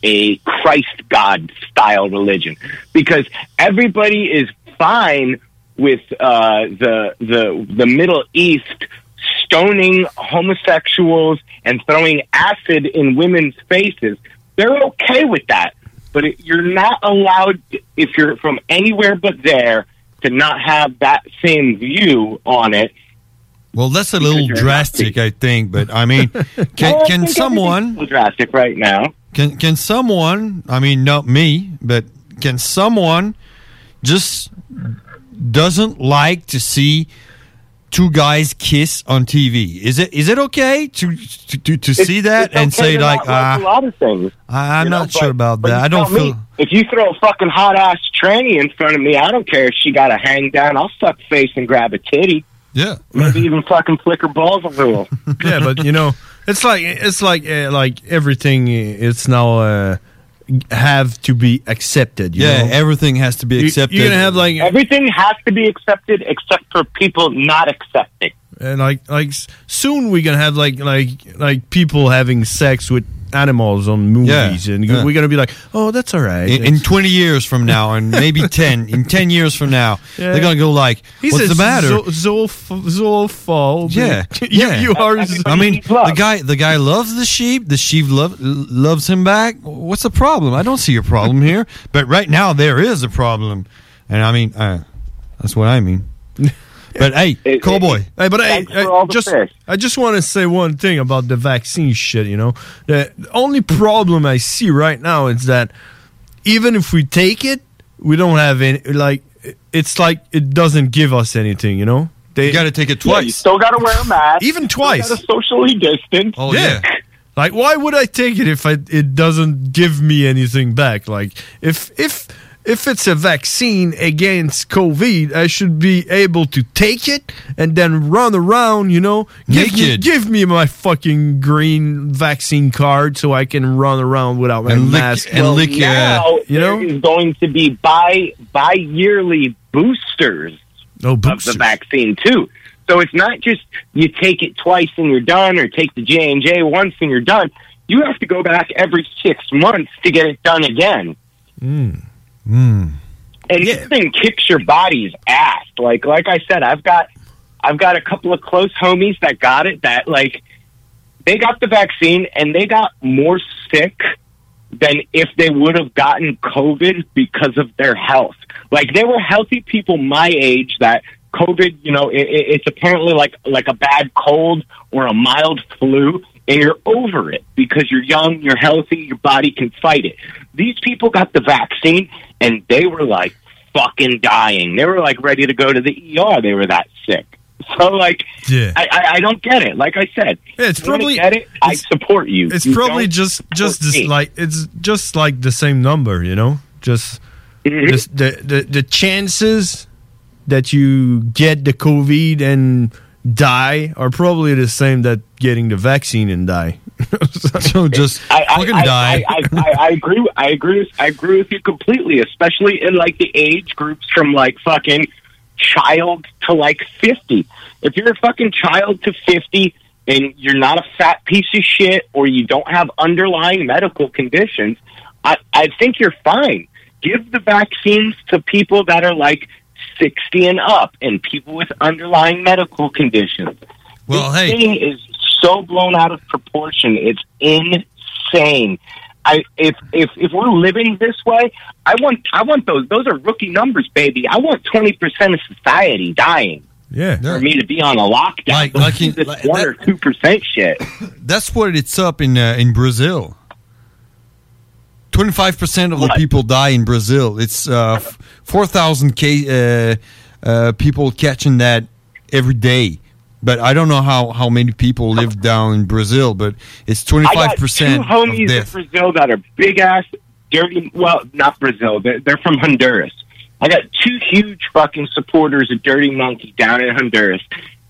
[SPEAKER 16] a Christ God style religion because everybody is fine with uh, the the the Middle East stoning homosexuals and throwing acid in women's faces. They're okay with that, but it, you're not allowed if you're from anywhere but there to not have that same view on it.
[SPEAKER 2] Well, that's a little drastic, I think. But I mean, can
[SPEAKER 16] Well, Oh, I
[SPEAKER 2] can
[SPEAKER 16] think
[SPEAKER 2] someone
[SPEAKER 16] drastic right now?
[SPEAKER 2] Can can someone? I mean, not me, but can someone just doesn't like to see two guys kiss on TV? Is it is it okay to to, to, to see that
[SPEAKER 16] it's
[SPEAKER 2] and
[SPEAKER 16] okay
[SPEAKER 2] say
[SPEAKER 16] to
[SPEAKER 2] like,
[SPEAKER 16] not like
[SPEAKER 2] ah,
[SPEAKER 16] a lot of things.
[SPEAKER 2] I, I'm
[SPEAKER 16] you know,
[SPEAKER 2] not sure about
[SPEAKER 16] But
[SPEAKER 2] that.
[SPEAKER 16] you
[SPEAKER 2] I don't
[SPEAKER 16] tell me,
[SPEAKER 2] feel.
[SPEAKER 16] If you throw a fucking hot ass tranny in front of me, I don't care if she got to hang down. I'll suck face and grab a titty.
[SPEAKER 2] Yeah.
[SPEAKER 16] Maybe even fucking flicker balls a little.
[SPEAKER 4] yeah, but you know, it's like it's like uh, like everything. eh, It's now uh, have to be accepted. You
[SPEAKER 2] Yeah,
[SPEAKER 4] know?
[SPEAKER 2] everything has to be
[SPEAKER 4] You-
[SPEAKER 2] accepted.
[SPEAKER 4] You're gonna have like
[SPEAKER 16] everything has to be accepted except for people not accepting.
[SPEAKER 4] and eh, like like s- soon we're gonna have like like like people having sex with animals on movies, and
[SPEAKER 2] yeah.
[SPEAKER 4] we're gonna be like, oh, that's all right.
[SPEAKER 2] In, in 20 years from now, and maybe 10, in 10 years from now, they're going to go like,
[SPEAKER 4] He
[SPEAKER 2] what's
[SPEAKER 4] says
[SPEAKER 2] the matter?
[SPEAKER 4] Zo- zooph- zoophobe.
[SPEAKER 2] Yeah,
[SPEAKER 4] you,
[SPEAKER 2] yeah.
[SPEAKER 4] you are.
[SPEAKER 2] I mean, the guy, the guy loves the sheep. The sheep love, loves him back. What's the problem? I don't see a problem here. But right now, there is a problem, and I mean, uh, that's what I mean. But hey, cowboy.
[SPEAKER 4] Hey, but hey, I, just I just want to say one thing about the vaccine shit. You know, the the only problem I see right now is that even if we take it, we don't have any. Like it's like it doesn't give us anything. You know, they
[SPEAKER 2] got to take it
[SPEAKER 16] Yeah, you still got to wear a mask.
[SPEAKER 4] even twice.
[SPEAKER 16] Still gotta socially distance.
[SPEAKER 2] Oh,
[SPEAKER 4] Like, why would I take it if I, it doesn't give me anything back? Like, if if
[SPEAKER 3] if it's a vaccine against COVID, I should be able to take it and then run around, you know? Give Me,
[SPEAKER 4] Naked.
[SPEAKER 3] give me my fucking green vaccine card so I can run around without my
[SPEAKER 4] And lick-
[SPEAKER 3] mask.
[SPEAKER 4] and lick, uh,
[SPEAKER 3] now,
[SPEAKER 4] you know?
[SPEAKER 3] there
[SPEAKER 16] is going to be bi bi yearly boosters,
[SPEAKER 4] Oh,
[SPEAKER 16] of the vaccine too. So it's not just you take it twice and you're done, or take the J and J once and you're done. You have to go back every six months to get it done again. And this thing kicks your body's ass. Like like I said, I've got I've got a couple of close homies that got it that like they got the vaccine and they got more sick than if they would have gotten COVID because of their health. Like they were healthy people my age that COVID, you know, i i it's apparently like like a bad cold or a mild flu, and you're over it because you're young, you're healthy, your body can fight it. These people got the vaccine and they were like fucking dying. They were like ready to go to the ER. They were that sick. So like,
[SPEAKER 3] Yeah.
[SPEAKER 16] I, I, I don't get it. Like I said,
[SPEAKER 3] it's
[SPEAKER 16] you wanna
[SPEAKER 3] probably-
[SPEAKER 16] get it. I support you.
[SPEAKER 3] It's
[SPEAKER 16] You
[SPEAKER 3] probably
[SPEAKER 16] don't
[SPEAKER 3] just just
[SPEAKER 16] support
[SPEAKER 3] this,
[SPEAKER 16] me.
[SPEAKER 3] like it's just like the same number, you know. Just this, the, the the chances that you get the COVID and die are probably the same that getting the vaccine and die. so just fucking
[SPEAKER 16] I,
[SPEAKER 3] die.
[SPEAKER 16] I, I, I, I agree. with- I agree. With, I agree with you completely, especially in like the age groups from like fucking child to like fifty. If you're a fucking child to fifty and you're not a fat piece of shit or you don't have underlying medical conditions, I, I think you're fine. Give the vaccines to people that are like sixty and up and people with underlying medical conditions. Well, this hey, thing is so blown out of proportion. It's insane. I if if if we're living this way, I want I want those those are rookie numbers, baby. I want twenty percent of society dying
[SPEAKER 3] yeah.
[SPEAKER 16] for me to be on a lockdown.
[SPEAKER 2] Like-
[SPEAKER 16] Don't
[SPEAKER 2] like
[SPEAKER 16] do
[SPEAKER 2] in-
[SPEAKER 16] this
[SPEAKER 2] like
[SPEAKER 16] one or two percent shit.
[SPEAKER 2] That's what it's up in uh, in Brazil. Twenty five percent of the people die in Brazil. It's uh, f- four thousand ca- uh, uh, people catching that every day. But I don't know how, how many people live down in Brazil. But it's twenty five percent
[SPEAKER 16] I got two
[SPEAKER 2] of
[SPEAKER 16] homies
[SPEAKER 2] death.
[SPEAKER 16] in Brazil that are big ass, dirty. Well, not Brazil. They're, they're from Honduras. I got two huge fucking supporters of Dirty Monkey down in Honduras,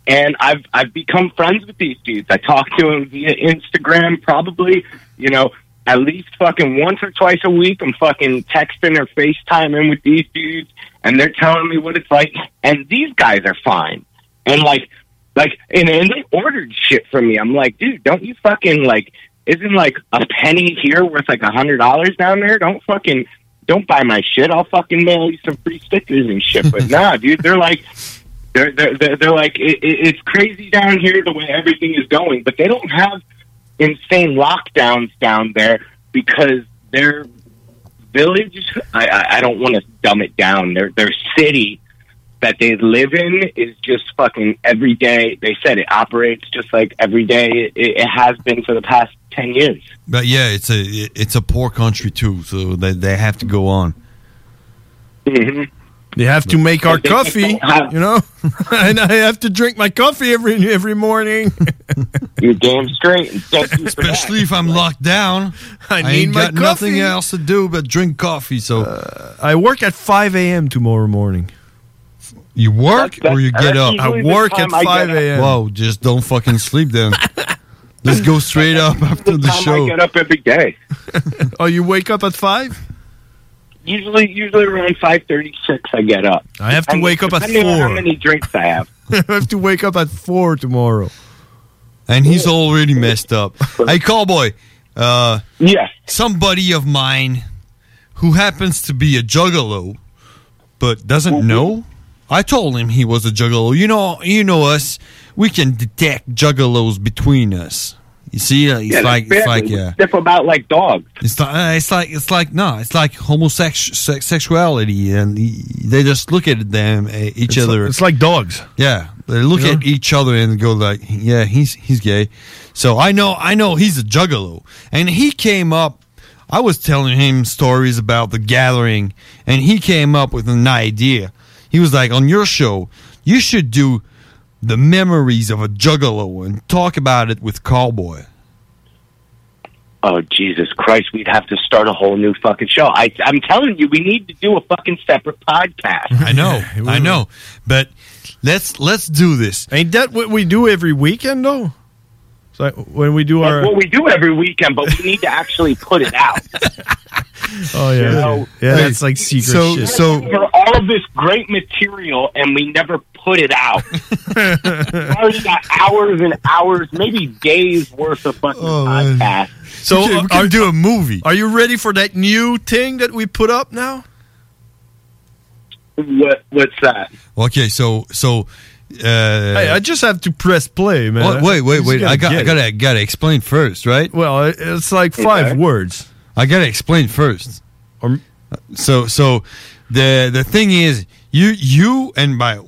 [SPEAKER 16] and I've I've become friends with these dudes. I talk to them via Instagram, probably. You know. At least fucking once or twice a week, I'm fucking texting or FaceTiming with these dudes, and they're telling me what it's like. And these guys are fine. And like, like, and, and they ordered shit from me. I'm like, dude, don't you fucking like, isn't like a penny here worth like a hundred dollars down there? Don't fucking, don't buy my shit. I'll fucking mail you some free stickers and shit. But nah, dude, they're like, they're they're they're, they're like, it, it, it's crazy down here the way everything is going. But they don't have insane lockdowns down there because their village. I I, I don't want to dumb it down. Their their city that they live in is just fucking every day. They said it operates just like every day it, it has been for the past ten years.
[SPEAKER 2] But yeah, it's a it's a poor country too, so they, they have to go on. Mm-hmm.
[SPEAKER 3] They have to make our coffee, you know, and I have to drink my coffee every every morning.
[SPEAKER 16] You're damn straight. Especially
[SPEAKER 2] if I'm locked down,
[SPEAKER 3] I need
[SPEAKER 2] ain't
[SPEAKER 3] my
[SPEAKER 2] got nothing
[SPEAKER 3] coffee.
[SPEAKER 2] else to do but drink coffee. So
[SPEAKER 4] Uh,
[SPEAKER 3] I work at five a.m. tomorrow morning.
[SPEAKER 2] You work or you get
[SPEAKER 3] that's
[SPEAKER 2] up?
[SPEAKER 3] usually I the work time at I get 5 up. a.m..
[SPEAKER 2] Whoa, just don't fucking sleep then. Let's go straight up after the show.
[SPEAKER 16] up every day.
[SPEAKER 3] oh, you wake up at five?
[SPEAKER 16] Usually, usually around five thirty six, I get up.
[SPEAKER 3] I have to
[SPEAKER 16] Depending-
[SPEAKER 3] wake up at
[SPEAKER 16] depending on How
[SPEAKER 3] four.
[SPEAKER 16] many drinks I have?
[SPEAKER 3] I have to wake up at four tomorrow.
[SPEAKER 2] And he's already messed up. Hey, cowboy. Uh,
[SPEAKER 16] yeah.
[SPEAKER 2] Somebody of mine who happens to be a juggalo, but doesn't know. I told him he was a juggalo. You know, you know us. We can detect juggalos between us. You see, uh, it's
[SPEAKER 16] Yeah,
[SPEAKER 2] like
[SPEAKER 16] that's
[SPEAKER 2] it's like uh,
[SPEAKER 16] family.
[SPEAKER 2] yeah.
[SPEAKER 16] Stuff about like dogs.
[SPEAKER 2] It's like uh, it's like it's like no, it's like homosexuality, and y- they just look at them uh, each
[SPEAKER 3] It's
[SPEAKER 2] other.
[SPEAKER 3] like- it's like dogs.
[SPEAKER 2] Yeah, they look at each other and go like, "Yeah, he's he's gay." So I know I know he's a juggalo, and he came up. I was telling him stories about the gathering, and he came up with an idea. He was like, "On your show, you should do the memories of a juggalo and talk about it with Cowboy."
[SPEAKER 16] oh Jesus Christ, we'd have to start a whole new fucking show. I, I'm telling you, we need to do a fucking separate podcast.
[SPEAKER 2] I know, I know, but let's let's do this.
[SPEAKER 4] Ain't that what we do every weekend though? It's like when we do
[SPEAKER 16] That's
[SPEAKER 4] our
[SPEAKER 16] what we do every weekend, but we need to actually put it out.
[SPEAKER 4] oh yeah,
[SPEAKER 16] So-
[SPEAKER 4] yeah, that's like secret shit.
[SPEAKER 16] for all of this great material, and we never put it out. We already got hours and hours, maybe days worth of fucking
[SPEAKER 2] Oh,
[SPEAKER 16] podcast.
[SPEAKER 4] So
[SPEAKER 16] We can- we can
[SPEAKER 4] do a movie. Are you ready for that new thing that we put up now?
[SPEAKER 16] What what's that?
[SPEAKER 2] Okay, so so. Uh,
[SPEAKER 4] Hey, I just have to press play, man.
[SPEAKER 2] What- wait, wait,
[SPEAKER 4] Just
[SPEAKER 2] wait.
[SPEAKER 4] gotta
[SPEAKER 2] I got,
[SPEAKER 4] get
[SPEAKER 2] I
[SPEAKER 4] it.
[SPEAKER 2] gotta, gotta explain first, right?
[SPEAKER 4] Well, it's like
[SPEAKER 2] five
[SPEAKER 4] words.
[SPEAKER 2] I gotta explain first. so, so the the thing is, you, you, and by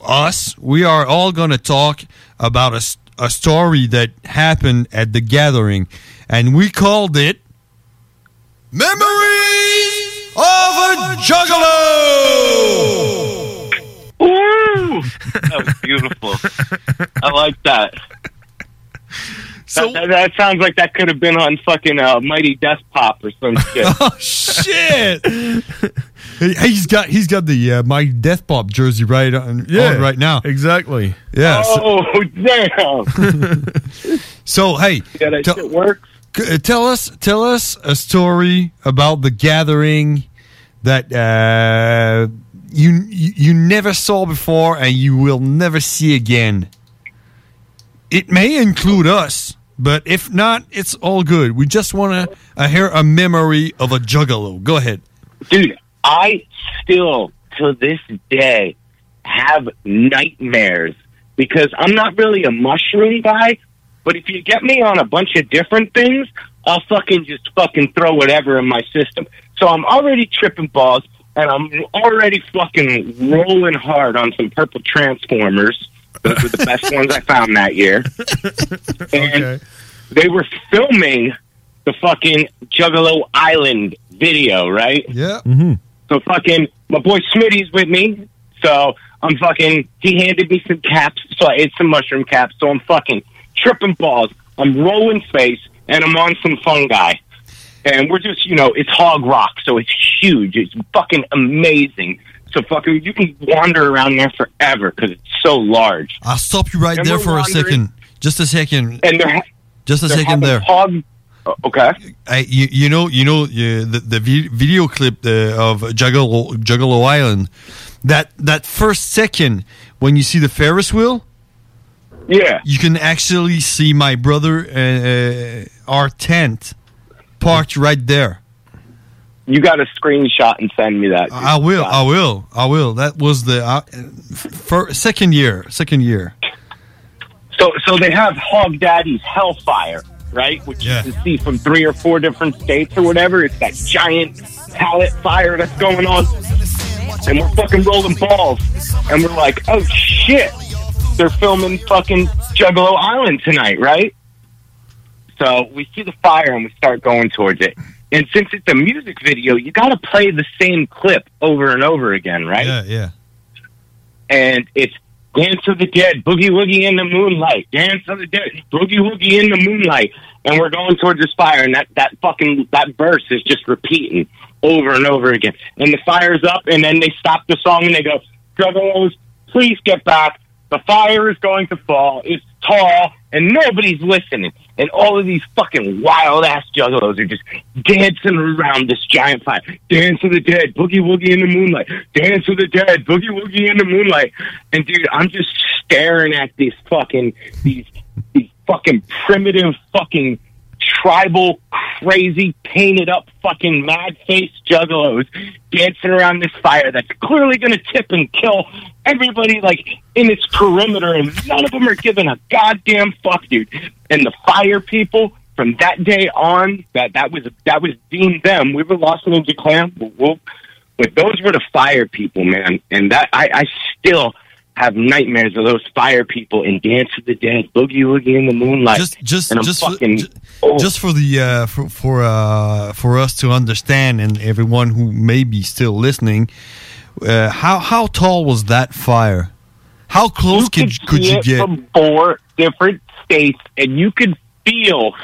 [SPEAKER 2] us, we are all gonna talk about a, s- a story that happened at the gathering, and we called it
[SPEAKER 5] Memories of a Juggalo!
[SPEAKER 16] Ooh, that was beautiful. I like that. So that, that sounds like that could have been on fucking uh, Mighty Death Pop or some shit.
[SPEAKER 2] oh shit! He- He's got he's got the uh, my death pop jersey right on,
[SPEAKER 4] Yeah,
[SPEAKER 2] on right now.
[SPEAKER 4] Exactly.
[SPEAKER 2] Yeah. so-
[SPEAKER 16] Oh damn!
[SPEAKER 2] So hey,
[SPEAKER 16] Yeah, that shit works.
[SPEAKER 2] c- uh, tell us tell us a story about the gathering that uh, you you you never saw before and you will never see again. It may include us, but if not, it's all good. We just want to uh, hear a memory of a juggalo. Go ahead.
[SPEAKER 16] Dude, I still, to this day, have nightmares because I'm not really a mushroom guy, but if you get me on a bunch of different things, I'll fucking just fucking throw whatever in my system. So I'm already tripping balls and I'm already fucking rolling hard on some purple transformers. Those were the best ones I found that year. And they were filming the fucking Juggalo Island video, right?
[SPEAKER 2] Yeah.
[SPEAKER 16] So fucking my boy Smitty's with me. So I'm fucking. He handed me some caps, so I ate some mushroom caps. So I'm fucking tripping balls. I'm rolling face, and I'm on some fungi. And we're just, you know, it's hog rock, so it's huge. It's fucking amazing. So fucking, you can wander around there forever because it's so large.
[SPEAKER 2] I'll stop you right
[SPEAKER 16] And
[SPEAKER 2] there
[SPEAKER 16] we're
[SPEAKER 2] for a
[SPEAKER 16] wandering-
[SPEAKER 2] second. Just a second.
[SPEAKER 16] And they're,
[SPEAKER 2] Just a
[SPEAKER 16] they're
[SPEAKER 2] second
[SPEAKER 16] having
[SPEAKER 2] there.
[SPEAKER 16] Hog, Oh, okay.
[SPEAKER 2] I, you, you know, you know uh, the the vi- video clip uh, of Juggalo, Juggalo Island. That that first second when you see the Ferris wheel,
[SPEAKER 16] yeah,
[SPEAKER 2] you can actually see my brother uh, uh, our tent parked right there.
[SPEAKER 16] you got a screenshot and send me that.
[SPEAKER 2] I will, I will, I will. That was the uh, fir- second year, second year.
[SPEAKER 16] So, so they have Hog Daddy's Hellfire, right? Which you can see from three or four different states or whatever. It's that giant pallet fire that's going on, and we're fucking rolling balls, and we're like, oh shit, they're filming fucking Juggalo Island tonight, right? So we see the fire and we start going towards it. And since it's a music video, you got to play the same clip over and over again, right?
[SPEAKER 2] Yeah, yeah.
[SPEAKER 16] and it's Dance of the Dead, Boogie Woogie in the Moonlight, Dance of the Dead, Boogie Woogie in the Moonlight, and we're going towards this fire, and that that fucking that verse is just repeating over and over again, and the fire's up, and then they stop the song and they go, Juggalos, please get back, the fire is going to fall, it's tall, and nobody's listening, and all of these fucking wild ass Juggalos are just dancing around this giant fire, Dance of the Dead, Boogie Woogie in the Moonlight, Dance of the Dead, Boogie Woogie in the Moonlight, and dude, I'm just staring at these fucking these these fucking primitive fucking tribal crazy painted up fucking mad face juggalos dancing around this fire that's clearly going to tip and kill everybody like in its perimeter and none of them are giving a goddamn fuck dude and the fire people from that day on that that was that was deemed them we were lost in the clan we'll but those were the fire people, man, and that I, I still have nightmares of those fire people in Dance of the Dead, Boogie Woogie in the Moonlight.
[SPEAKER 2] Just- just-
[SPEAKER 16] and I'm
[SPEAKER 2] just for-
[SPEAKER 16] fucking.
[SPEAKER 2] Just for the uh, for for, uh, for us to understand and everyone who may be still listening, uh, how how tall was that fire? How close could could
[SPEAKER 16] see
[SPEAKER 2] you
[SPEAKER 16] it
[SPEAKER 2] get?
[SPEAKER 16] from four different states, and you could feel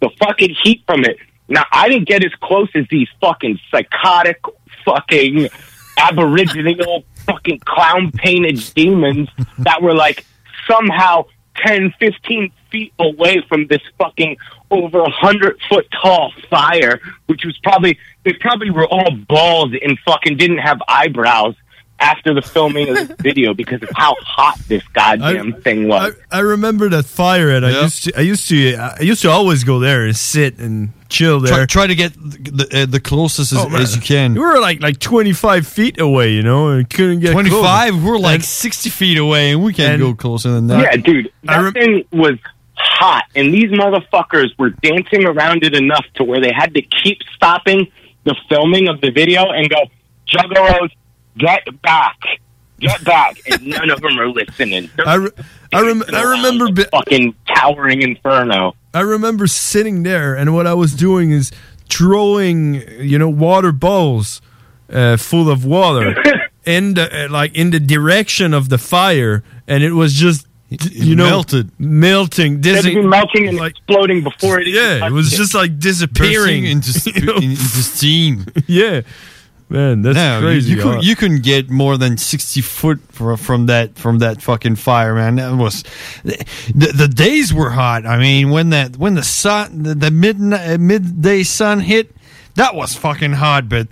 [SPEAKER 16] the fucking heat from it. Now, I didn't get as close as these fucking psychotic, fucking aboriginal, fucking clown painted demons that were like somehow 10, 15 feet away from this fucking over a 100 foot tall fire, which was probably, they probably were all bald and fucking didn't have eyebrows after the filming of this video because of how hot this goddamn thing was.
[SPEAKER 4] I remember that fire, and I used to, I used to, I used to always go there and sit and chill
[SPEAKER 2] Try,
[SPEAKER 4] there.
[SPEAKER 2] try to get the, the, uh, the closest as,
[SPEAKER 4] Oh, man.
[SPEAKER 2] as you can.
[SPEAKER 4] We were like like 25 feet away, you know, and couldn't get
[SPEAKER 2] 25?
[SPEAKER 4] close.
[SPEAKER 2] We're like
[SPEAKER 4] And-
[SPEAKER 2] 60 feet away, and we can't
[SPEAKER 4] and-
[SPEAKER 2] go closer than that.
[SPEAKER 16] Yeah, dude, that thing was hot, and these motherfuckers were dancing around it enough to where they had to keep stopping the filming of the video and go, "Juggalos, get back, get back!" And none of them are listening. I,
[SPEAKER 4] I, rem- I remember
[SPEAKER 16] fucking towering inferno.
[SPEAKER 4] I remember sitting there, and what I was doing is throwing, you know, water bowls uh, full of water in the uh, like in the direction of the fire, and it was just you know
[SPEAKER 2] melted.
[SPEAKER 4] melting,
[SPEAKER 16] They'd be
[SPEAKER 4] dissing-
[SPEAKER 16] melting and exploding before it. even
[SPEAKER 4] yeah, it
[SPEAKER 16] touched
[SPEAKER 4] was just like disappearing
[SPEAKER 2] Bursting into sp- in- into steam.
[SPEAKER 4] yeah, man, that's
[SPEAKER 2] No, you-
[SPEAKER 4] crazy.
[SPEAKER 2] You,
[SPEAKER 4] huh?
[SPEAKER 2] could, you couldn't get more than sixty foot fro- from that from that fucking fire, man. That was the, the days were hot. I mean, when that when the sun the, the midnight midday sun hit, that was fucking hot. But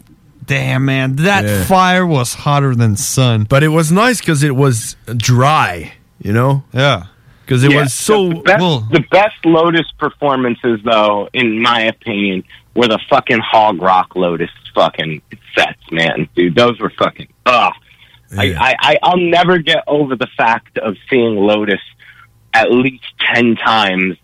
[SPEAKER 2] damn, man, that
[SPEAKER 4] Yeah.
[SPEAKER 2] fire was hotter than sun.
[SPEAKER 4] But it was nice because it was dry, you know.
[SPEAKER 2] Yeah,
[SPEAKER 4] because it
[SPEAKER 16] Yeah,
[SPEAKER 4] was so
[SPEAKER 16] the best, the best Lotus performances, though, in my opinion, were the fucking Hog Rock Lotus fucking sets, man, dude. Those were fucking ugh. I, I, I I'll never get over the fact of seeing Lotus at least ten times,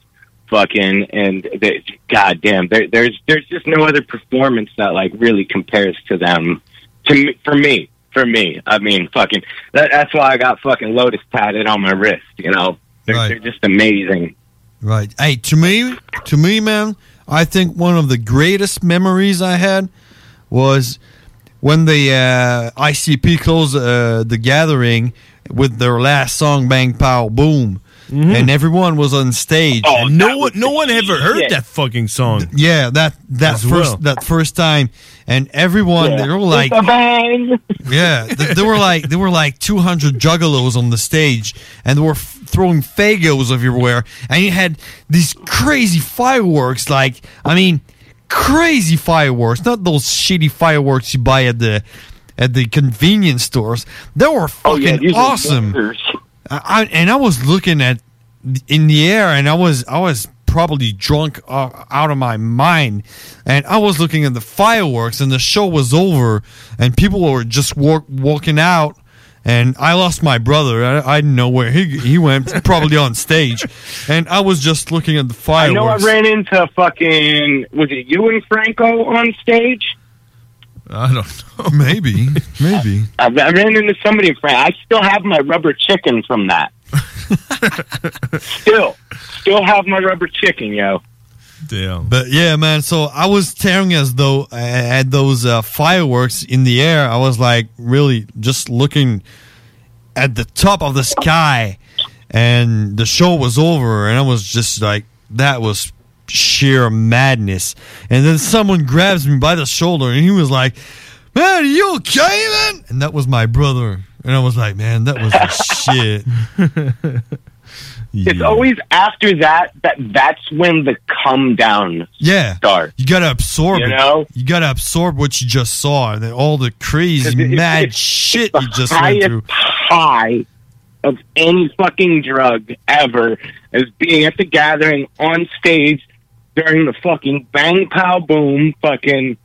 [SPEAKER 16] fucking, and they, goddamn, there, there's there's just no other performance that like really compares to them. To me, for me, for me, I mean, fucking, that, that's why I got fucking Lotus tatted on my wrist. You know, they're, they're just amazing.
[SPEAKER 2] Right. Hey, to me, to me, man, I think one of the greatest memories I had was when the uh, ICP closed uh, the gathering with their last song, "Bang Pow Boom," and everyone was on stage.
[SPEAKER 4] Mm-hmm. Oh, no one, no one ever heard
[SPEAKER 2] shit.
[SPEAKER 4] that fucking song.
[SPEAKER 2] Yeah, that that
[SPEAKER 4] As
[SPEAKER 2] first
[SPEAKER 4] well.
[SPEAKER 2] that first time, and everyone they were like,
[SPEAKER 16] bang.
[SPEAKER 2] yeah, th- there were like there were like 200 juggalos on the stage, and they were f- throwing fagos everywhere, and you had these crazy fireworks. Like, I mean, crazy fireworks, not those shitty fireworks you buy at the at the convenience stores. They were fucking
[SPEAKER 16] Oh, these are
[SPEAKER 2] awesome. I, I, and I was looking at th- in the air, and I was I was probably drunk uh, out of my mind, and I was looking at the fireworks, and the show was over, and people were just walk, walking out. And I lost my brother. I, I didn't know where he he went. Probably on stage, and I was just looking at the
[SPEAKER 16] I know I
[SPEAKER 2] fireworks.
[SPEAKER 16] ran into fucking was it you and Franco on stage?
[SPEAKER 2] I don't know. Maybe, maybe.
[SPEAKER 16] I, I ran into somebody, Frank. I still have my rubber chicken from that. still, still have my rubber chicken, yo.
[SPEAKER 4] Damn.
[SPEAKER 2] But yeah, man. So I was staring as though uh, at those uh, fireworks in the air. I was like really just looking at the top of the sky, and the show was over, and I was just like, that was sheer madness. And then someone grabs me by the shoulder, and he was like, "Man, are you okay, man?" And that was my brother, and I was like, "Man, that was the shit."
[SPEAKER 16] It's always after that that that's when the come down
[SPEAKER 2] Yeah.
[SPEAKER 16] starts.
[SPEAKER 2] You gotta absorb
[SPEAKER 16] You
[SPEAKER 2] it.
[SPEAKER 16] know?
[SPEAKER 2] You gotta absorb what you just saw and then all the crazy,
[SPEAKER 16] It's- it's-
[SPEAKER 2] mad
[SPEAKER 16] it's
[SPEAKER 2] shit
[SPEAKER 16] the
[SPEAKER 2] you just went
[SPEAKER 16] highest
[SPEAKER 2] through.
[SPEAKER 16] high of any fucking drug ever is being at the gathering on stage during the fucking bang pow boom fucking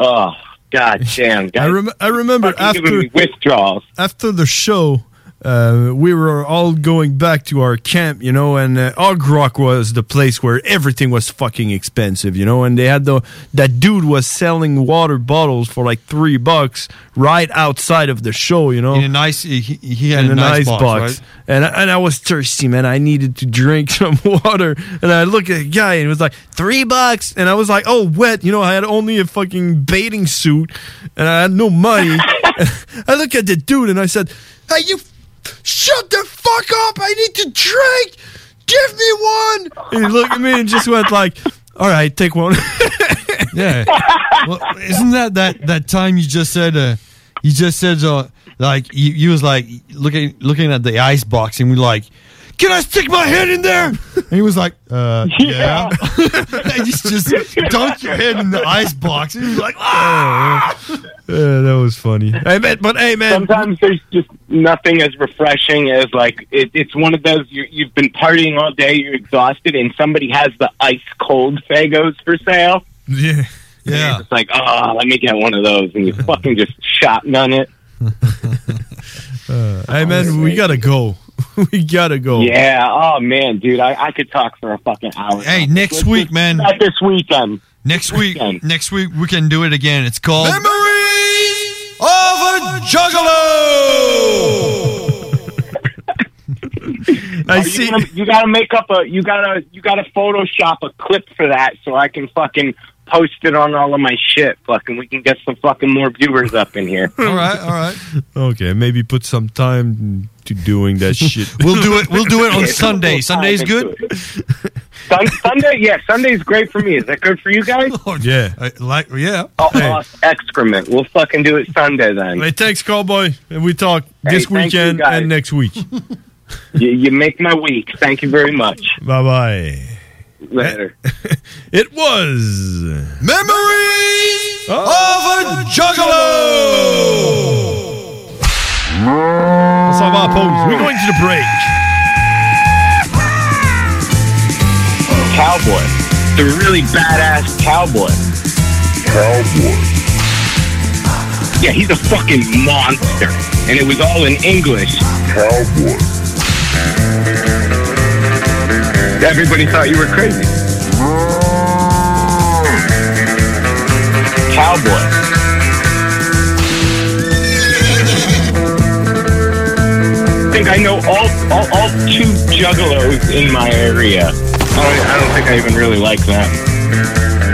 [SPEAKER 16] oh god damn
[SPEAKER 4] I, rem- I remember after
[SPEAKER 16] withdrawals
[SPEAKER 4] after the show, uh, we were all going back to our camp, you know, and uh, Og Rock was the place where everything was fucking expensive, you know, and they had the that dude was selling water bottles for like three bucks right outside of the show, you know,
[SPEAKER 2] In a nice, he, he had
[SPEAKER 4] in
[SPEAKER 2] a, nice box, right?
[SPEAKER 4] and I, and I was thirsty, man. I needed to drink some water, and I looked at the guy, and it was like three bucks, and I was like, oh, wet. You know, I had only a fucking bathing suit, and I had no money. I look at the dude, and I said, hey, you, f- shut the fuck up! I need to drink. Give me one. And he looked at me and just went like. All right, take one.
[SPEAKER 2] Yeah. well, isn't that that that time you just said? Uh, you just said uh, like you, you was like looking looking at the ice box, and we like, can I stick my head in there? And he was like, uh, yeah. and you just dunk your head in the ice box, and he was like, ah.
[SPEAKER 4] Yeah, that was funny. Hey, man, but hey, man.
[SPEAKER 16] Sometimes there's just nothing as refreshing as like it, it's one of those you, you've been partying all day, you're exhausted, and somebody has the ice cold Fagos for sale.
[SPEAKER 4] Yeah.
[SPEAKER 16] Yeah. It's like, oh, let me get one of those, and you fucking just shotgun it.
[SPEAKER 4] Uh, hey, man, we gotta go. we gotta go.
[SPEAKER 16] Yeah. Oh man, dude, I, I could talk for a fucking hour.
[SPEAKER 2] Hey, next week, man.
[SPEAKER 16] Not this weekend.
[SPEAKER 2] Next week, next week we can do it again. It's called
[SPEAKER 5] Memories of a Juggalo!
[SPEAKER 16] Are you gonna- you gotta make up a. You gotta. You gotta Photoshop a clip for that, so I can fucking post it on all of my shit. Fucking, we can get some fucking more viewers up in here.
[SPEAKER 2] All right, all right.
[SPEAKER 4] Okay, maybe put some time to doing that shit.
[SPEAKER 2] We'll do it. We'll do it on
[SPEAKER 16] Yeah,
[SPEAKER 2] Sunday.
[SPEAKER 16] it's a little
[SPEAKER 2] Sunday's
[SPEAKER 16] time
[SPEAKER 2] good.
[SPEAKER 16] Sun, Sunday, yeah, Sunday's great for me. Is that good for you guys?
[SPEAKER 4] Yeah.
[SPEAKER 2] like, yeah.
[SPEAKER 16] Oh, oh, excrement. We'll fucking do it Sunday then.
[SPEAKER 4] Hey, thanks, Cowboy. And we talk this
[SPEAKER 16] thank you,
[SPEAKER 4] weekend
[SPEAKER 16] guys.
[SPEAKER 4] and next week. bye
[SPEAKER 16] You, you make my week. Thank you very much.
[SPEAKER 4] bye.
[SPEAKER 16] Later.
[SPEAKER 4] It was
[SPEAKER 5] Memories of a Juggalo!
[SPEAKER 4] On s'en va en pause. We're going to the break.
[SPEAKER 38] Cowboy. The really badass cowboy. Cowboy.
[SPEAKER 16] Yeah, he's a fucking monster. And it was all in English. Cowboy. Everybody thought you were crazy. Cowboy. I think I know all, all, all two juggalos in my area. I don't, I don't think I even really like them.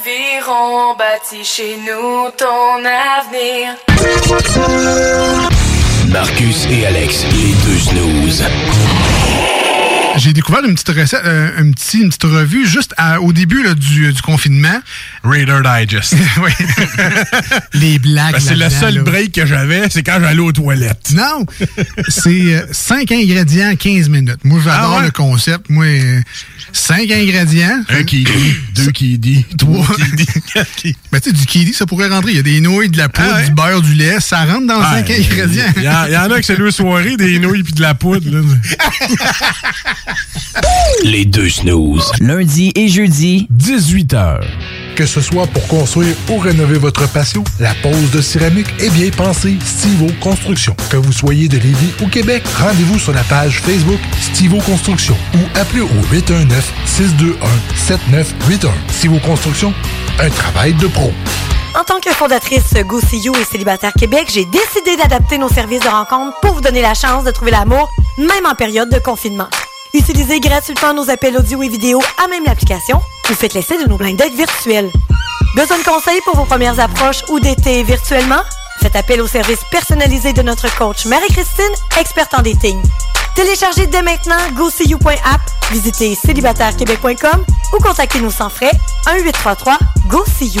[SPEAKER 21] Aviron bâti chez nous ton avenir.
[SPEAKER 5] Marcus et Alex, les deux snooze.
[SPEAKER 31] J'ai découvert une petite recette, euh, un petit- une petite revue juste à- au début là, du, du confinement.
[SPEAKER 32] Raider Digest.
[SPEAKER 31] oui. Les blagues.
[SPEAKER 32] Ben, c'est le
[SPEAKER 31] là-dedans,
[SPEAKER 32] seul
[SPEAKER 31] là.
[SPEAKER 32] break que j'avais, c'est quand j'allais aux toilettes.
[SPEAKER 31] Non! c'est 5 ingrédients, 15 minutes. Moi, j'adore
[SPEAKER 32] Ah ouais?
[SPEAKER 31] le concept. Moi, 5 ingrédients.
[SPEAKER 32] Un qui dit, deux qui dit, trois qui dit.
[SPEAKER 31] Mais tu sais, du kiwi, ça pourrait rentrer. Il y a des nouilles, de la poudre,
[SPEAKER 32] Ah
[SPEAKER 31] du beurre, du lait. Ça rentre dans 5 ingrédients.
[SPEAKER 32] Il y, en- y en a que c'est deux soirées, des nouilles puis de la poudre. là.
[SPEAKER 5] Les deux snooze.
[SPEAKER 39] Lundi et jeudi,
[SPEAKER 11] 18h. Que ce soit pour construire ou rénover votre patio, la pose de céramique est bien pensée Stivo Construction. Que vous soyez de Lévis ou Québec, rendez-vous sur la page Facebook Stivo Construction ou appelez au 819-621-7981. Stivo Construction, un travail de pro.
[SPEAKER 9] En tant que fondatrice Go See You et Célibataire Québec, j'ai décidé d'adapter nos services de rencontre pour vous donner la chance de trouver l'amour, même en période de confinement. Utilisez gratuitement nos appels audio et vidéo à même l'application ou faites l'essai de nos blindes virtuels. Besoin de conseils pour vos premières approches ou d'été virtuellement? Faites appel au service personnalisé de notre coach Marie-Christine, experte en dating. Téléchargez dès maintenant GoSeeYou.app, visitez célibatairequebec.com ou contactez-nous sans frais 1-833-GO-SEE-YOU.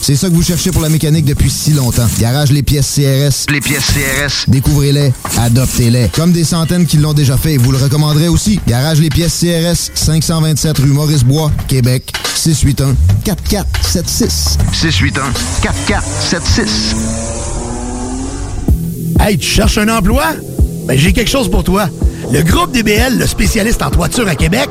[SPEAKER 26] C'est ça que vous cherchez pour la mécanique depuis si longtemps. Garage, les pièces CRS. Les pièces CRS. Découvrez-les, adoptez-les. Comme des centaines qui l'ont déjà fait, vous le recommanderez aussi. Garage, les pièces CRS, 527 rue Maurice-Bois, Québec, 681 4476.
[SPEAKER 5] 681 4476.
[SPEAKER 23] Hey, tu cherches un emploi? Ben, j'ai quelque chose pour toi. Le groupe DBL, le spécialiste en toiture à Québec,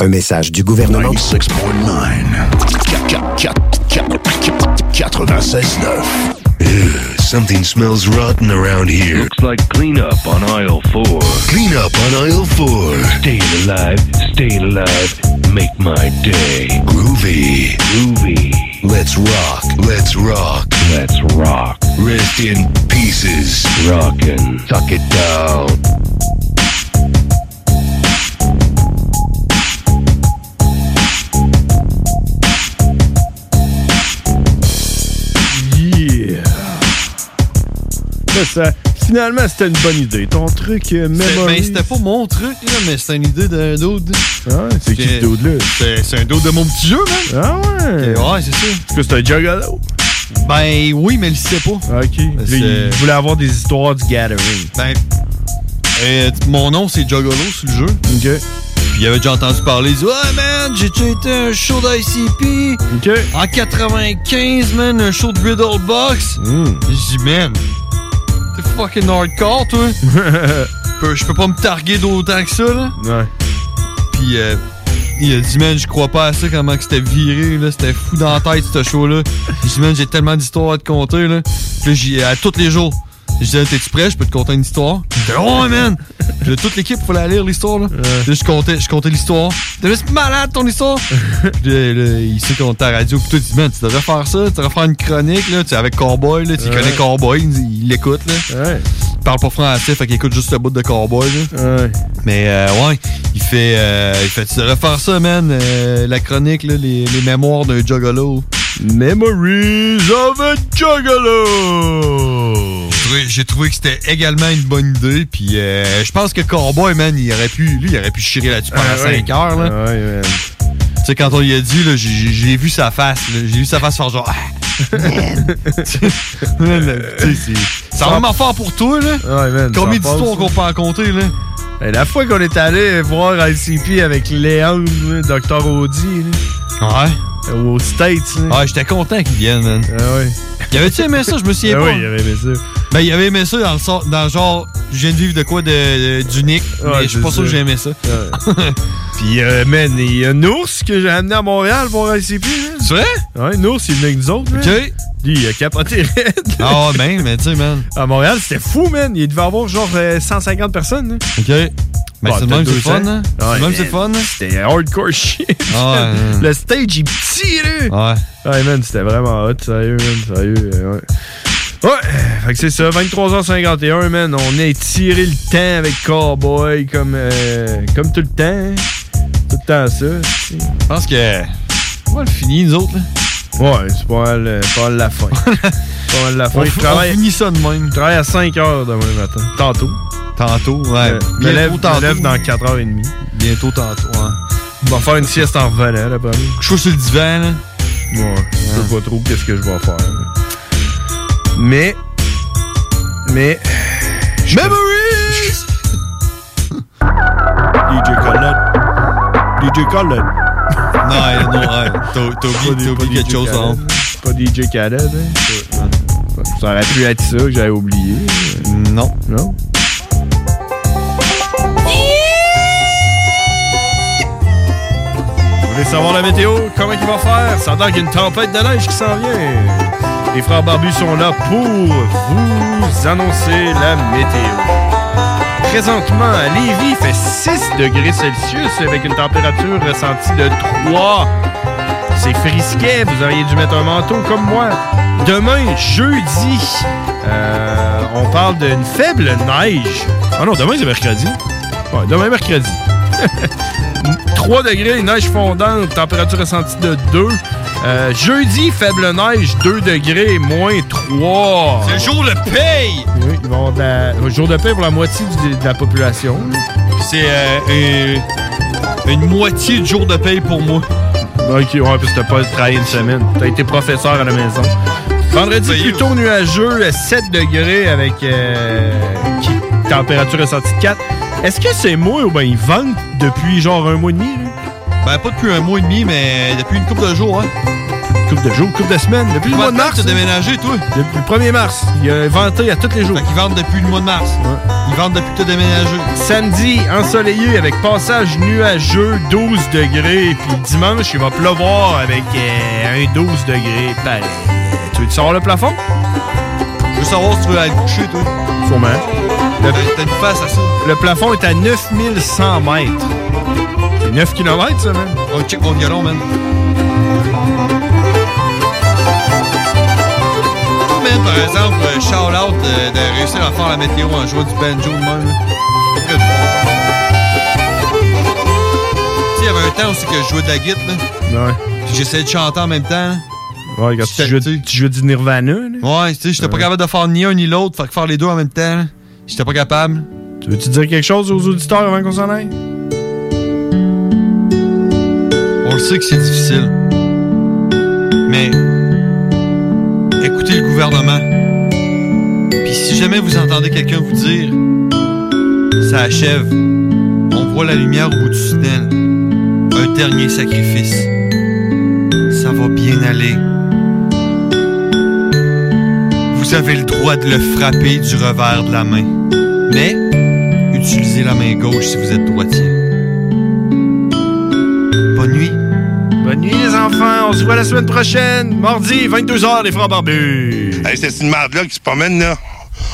[SPEAKER 12] Un message du gouvernement.
[SPEAKER 24] 96.9. Ugh, Something smells rotten around here. Looks like cleanup on aisle four. Cleanup on aisle four. Stay alive, stay alive, make my day. Groovy. Groovy. Let's rock, let's rock, let's rock. Rest in pieces. Rockin'. Tuck it down.
[SPEAKER 4] Yeah. Là, ça- finalement, c'était une bonne idée. Ton truc,
[SPEAKER 2] C'est-
[SPEAKER 4] euh,
[SPEAKER 2] Mais
[SPEAKER 4] memory.
[SPEAKER 2] c'était pas mon truc, là, mais c'était une idée d'un dude.
[SPEAKER 4] c'est qui ce dude-là?
[SPEAKER 2] C'est c'est un dude de mon petit jeu, man.
[SPEAKER 4] Ah ouais?
[SPEAKER 2] Ouais, c'est ça.
[SPEAKER 4] Est-ce que c'est un juggalo?
[SPEAKER 2] Ben oui, mais il le sait pas.
[SPEAKER 4] OK.
[SPEAKER 2] c'est-
[SPEAKER 4] Il voulait avoir des histoires du Gathering.
[SPEAKER 2] Ben, euh, t- mon nom, c'est Juggalo sur le jeu.
[SPEAKER 4] OK.
[SPEAKER 2] Puis il avait déjà entendu parler, il dit « Ouais, man, j'ai déjà été à un show d'ICP en 95, man, un show de Riddle Box.
[SPEAKER 4] Hmm.
[SPEAKER 2] Je dis « Man, t'es fucking hardcore, toi. Je peux- Je peux pas me targuer d'autant que ça, là. »
[SPEAKER 4] Ouais.
[SPEAKER 2] Puis euh, il a dit, man, je crois pas à ça, comment que c'était viré, là. C'était fou dans la tête, ce show-là. J'ai dit, man, j'ai tellement d'histoires à te conter, là. Puis là, j'y à tous les jours. Je disais, t'es-tu prêt? Je peux te conter une histoire. Il dit, ouais, man! Puis là, toute l'équipe, fallait lire l'histoire, là. Puis là, je comptais, je comptais l'histoire. T'es juste malade, ton histoire! Puis là, là, il sait qu'on est à la radio. Puis toi, tu dis, man, tu devrais faire ça. Tu devrais faire une chronique, là. Tu sais, avec Cowboy, là. Tu
[SPEAKER 4] Ouais.
[SPEAKER 2] connais Cowboy, il il l'écoute, là. Il parle pas français, fait qu'il écoute juste le bout de Cowboy, là. Mais euh, ouais, il fait, euh, il fait, tu devrais faire ça, man, euh, la chronique, là, les, les mémoires d'un juggalo.
[SPEAKER 4] Memories of a juggalo!
[SPEAKER 2] J'ai trouvé que c'était également une bonne idée, puis euh, je pense que Cowboy, man, il aurait pu, lui, il aurait pu chier là-dessus pendant
[SPEAKER 4] Ah,
[SPEAKER 2] 5
[SPEAKER 4] ouais.
[SPEAKER 2] heures, là.
[SPEAKER 4] Ah, ouais, man.
[SPEAKER 2] Tu sais, quand on lui a dit, là, j'ai- j'ai j'ai vu sa face, là, j'ai vu sa face faire genre, ah, man. Tu sais, c'est- ça va m'en faire pour toi, là.
[SPEAKER 4] Ouais, man,
[SPEAKER 2] Combien
[SPEAKER 4] ça passe,
[SPEAKER 2] d'histoires
[SPEAKER 4] ça.
[SPEAKER 2] qu'on peut en compter, là?
[SPEAKER 4] Hey, la fois qu'on est allé voir ICP avec Léon, Dr. Audi,
[SPEAKER 2] là,
[SPEAKER 4] Euh, aux States. là.
[SPEAKER 2] Ouais, j'étais content qu'il vienne, man.
[SPEAKER 4] Ah ouais.
[SPEAKER 2] Y avait-tu aimé ça? Je me souviens
[SPEAKER 4] Ah
[SPEAKER 2] pas.
[SPEAKER 4] oui, il avait aimé ça.
[SPEAKER 2] Ben, il avait aimé ça dans le, sort- dans le genre, je viens de vivre de quoi de, de- d'unique,
[SPEAKER 4] Ouais,
[SPEAKER 2] mais je suis pas
[SPEAKER 4] Ah, c'est
[SPEAKER 2] sûr que
[SPEAKER 4] ça. Ah.
[SPEAKER 2] j'ai aimé ça.
[SPEAKER 4] Puis, euh, man, il y a un ours que j'ai amené à Montréal pour ICP.
[SPEAKER 2] C'est vrai?
[SPEAKER 4] Ouais, un ours, il venait avec nous autres.
[SPEAKER 2] Ok.
[SPEAKER 4] Lui, il a capoté raide.
[SPEAKER 2] Ah, ben, mais tu sais, man.
[SPEAKER 4] À Montréal, c'était fou, man. Il devait avoir genre euh, 150 personnes. là.
[SPEAKER 2] Ok. Mais
[SPEAKER 4] Bon,
[SPEAKER 2] c'est le
[SPEAKER 4] peut-être
[SPEAKER 2] même, c'est le
[SPEAKER 4] 200.
[SPEAKER 2] fun, hein? C'est le
[SPEAKER 4] Ouais,
[SPEAKER 2] même, c'est le
[SPEAKER 4] man,
[SPEAKER 2] fun, hein?
[SPEAKER 4] C'était hardcore shit.
[SPEAKER 2] Ah, ouais,
[SPEAKER 4] Le stage, il est petit, là. Ouais. Ouais, man, c'était vraiment hot, sérieux, man, sérieux. euh, Ouais. Ouais, fait que c'est ça, 23h51, man. On a étiré le temps avec Cowboy comme, euh, comme tout le temps. hein. Tout le temps ça. Je
[SPEAKER 2] pense que. On va le finir, nous autres, là.
[SPEAKER 4] Ouais, c'est pas mal, euh, pas mal la fin. pas mal la fin.
[SPEAKER 2] On
[SPEAKER 4] Je
[SPEAKER 2] f- on
[SPEAKER 4] travaille-
[SPEAKER 2] finit ça de même.
[SPEAKER 4] Je travaille à 5 h demain matin. Tantôt.
[SPEAKER 2] Tantôt, ouais.
[SPEAKER 4] Je me
[SPEAKER 2] Bientôt
[SPEAKER 4] lève, je me
[SPEAKER 2] tantôt.
[SPEAKER 4] lève dans 4h30.
[SPEAKER 2] Bientôt tantôt, ouais.
[SPEAKER 4] On va faire une sieste en revenant, là, probablement.
[SPEAKER 2] Couche sur le divan, là.
[SPEAKER 4] Ouais, je sais pas trop qu'est-ce que je vais faire. Mais. Mais. Memories! DJ Khaled. DJ Khaled.
[SPEAKER 2] non, non, ouais. T'as- T'as oublié, t'as oublié quelque chose, hein.
[SPEAKER 4] Pas DJ Khaled, hein? Ça aurait pu être ça que j'avais oublié.
[SPEAKER 2] Non.
[SPEAKER 4] Non? Vous voulez savoir la météo? Comment il va faire? Ça a l'air qu'il y a une tempête de neige qui s'en vient. Les frères barbus sont là pour vous annoncer la météo. Présentement, à Lévis, il fait 6 degrés Celsius avec une température ressentie de 3. C'est frisquet, vous auriez dû mettre un manteau comme moi. Demain, jeudi, euh, on parle d'une faible neige. Ah non, demain, c'est mercredi. Ouais, demain, mercredi. 3 degrés, neige fondante, température ressentie de 2. Euh, jeudi, faible neige, 2 degrés, moins 3.
[SPEAKER 2] C'est le jour de paye!
[SPEAKER 4] Oui, ils vont avoir de la- le jour de paix pour la moitié du- de la population.
[SPEAKER 2] C'est euh, une, une moitié de jour de paye pour moi.
[SPEAKER 4] Ok, ouais, parce que t'as pas travaillé une semaine. T'as été professeur à la maison. Vendredi, plutôt nuageux, à 7 degrés avec euh, qui- température ressentie de 4. Est-ce que c'est moi ou ben ils vendent depuis genre un mois et demi?
[SPEAKER 2] Ben, pas depuis un mois et demi, mais depuis une couple de jours, hein.
[SPEAKER 4] Coupe de jours, coupe de semaines, depuis le
[SPEAKER 2] Comment
[SPEAKER 4] mois de
[SPEAKER 2] t'as
[SPEAKER 4] mars.
[SPEAKER 2] fait de déménager, toi?
[SPEAKER 4] Depuis le 1er mars. Il a inventé à tous les jours.
[SPEAKER 2] ils vendent depuis le mois de mars. Ils vendent depuis que t'as déménagé.
[SPEAKER 4] Samedi, ensoleillé avec passage nuageux, 12 degrés. Puis dimanche, il va pleuvoir avec euh, un 12 degrés. Pareil. Tu veux savoir le plafond?
[SPEAKER 2] Je veux savoir si tu veux aller te coucher, toi. Ben,
[SPEAKER 4] Sûrement. Le,
[SPEAKER 2] une face à ça.
[SPEAKER 4] Le plafond est à 9100 mètres. C'est 9 km, ça, man.
[SPEAKER 2] On check mon violon, man. Même, par exemple, euh, shout out euh, de réussir à faire la météo en jouant du banjo de même. là. Après, Tu sais, il y avait un temps aussi que je jouais de la guitare, là.
[SPEAKER 4] Ouais.
[SPEAKER 2] Puis j'essayais de chanter en même temps.
[SPEAKER 4] Ouais, quand tu joues, tu joues du Nirvana, là.
[SPEAKER 2] Ouais, tu sais, j'étais pas capable de faire ni un ni l'autre, fait que faire les deux en même temps, là, j'étais pas capable.
[SPEAKER 4] Tu veux-tu dire quelque chose aux auditeurs avant qu'on s'en aille?
[SPEAKER 2] On le sait que c'est difficile. Mais écoutez le gouvernement. Puis si jamais vous entendez quelqu'un vous dire ça achève, on voit la lumière au bout du tunnel. Un dernier sacrifice. Ça va bien aller. Vous avez le droit de le frapper du revers de la main. Mais utilisez la main gauche si vous êtes droitier. Bonne nuit.
[SPEAKER 4] Bonne nuit, les enfants. On se voit la semaine prochaine. Mardi, 22h, les Francs Barbus.
[SPEAKER 31] Hey, c'est une merde-là qui se promène, là.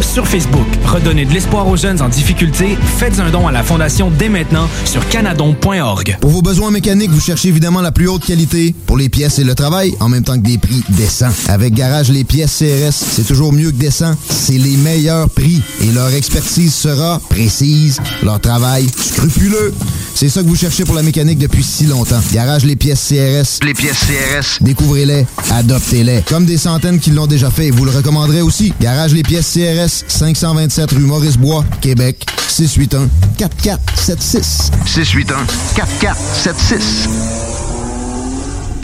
[SPEAKER 13] sur Facebook. Redonnez de l'espoir aux jeunes en difficulté. Faites un don à la Fondation dès maintenant sur canadon.org.
[SPEAKER 26] Pour vos besoins mécaniques, vous cherchez évidemment la plus haute qualité pour les pièces et le travail, en même temps que des prix décents. Avec Garage, les pièces CRS, c'est toujours mieux que décent. C'est les meilleurs prix et leur expertise sera précise, leur travail scrupuleux. C'est ça que vous cherchez pour la mécanique depuis si longtemps. Garage, les pièces CRS. Les pièces CRS. Découvrez-les, adoptez-les. Comme des centaines qui l'ont déjà fait, vous le recommanderez aussi. Garage, les pièces CRS, 527 rue Maurice-Bois, Québec, 681 4476. 681 4476.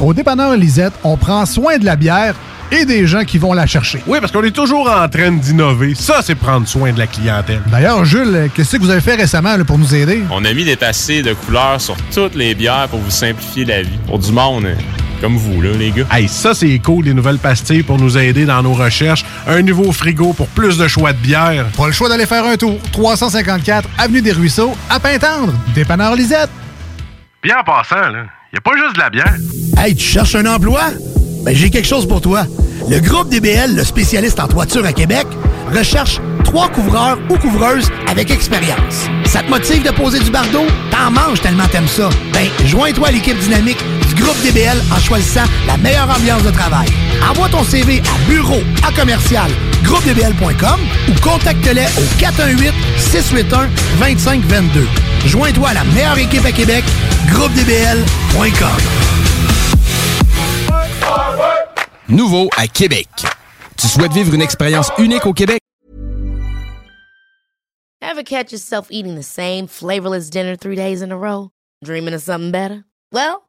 [SPEAKER 31] Au dépanneur Lisette, on prend soin de la bière et des gens qui vont la chercher.
[SPEAKER 32] Oui, parce qu'on est toujours en train d'innover. Ça, c'est prendre soin de la clientèle.
[SPEAKER 31] D'ailleurs, Jules, qu'est-ce que vous avez fait récemment là, pour nous aider?
[SPEAKER 33] On a mis des passés de couleurs sur toutes les bières pour vous simplifier la vie. Pour du monde, hein, comme vous, là, les gars.
[SPEAKER 32] Hey, ça, c'est cool, les nouvelles pastilles pour nous aider dans nos recherches. Un nouveau frigo pour plus de choix de bière.
[SPEAKER 31] Pas le choix d'aller faire un tour. 354 Avenue des Ruisseaux, à Pintendre, dépanneur Lisette.
[SPEAKER 32] Bien en passant, là, y a pas juste de la bière.
[SPEAKER 23] Hey, tu cherches un emploi? Ben, j'ai quelque chose pour toi. Le groupe DBL, le spécialiste en toiture à Québec, recherche trois couvreurs ou couvreuses avec expérience. Ça te motive de poser du bardeau? T'en manges tellement t'aimes ça. Ben, joins-toi à l'équipe dynamique du groupe DBL en choisissant la meilleure ambiance de travail. Envoie ton CV à bureau à commercial groupedbl.com ou contacte-les au 418-681-2522. Joins-toi à la meilleure équipe à Québec, groupedbl.com.
[SPEAKER 10] Nouveau à Québec. Tu souhaites vivre une expérience unique au Québec?
[SPEAKER 30] Ever catch yourself eating the same flavorless dinner three days in a row? Dreaming of something better? Well,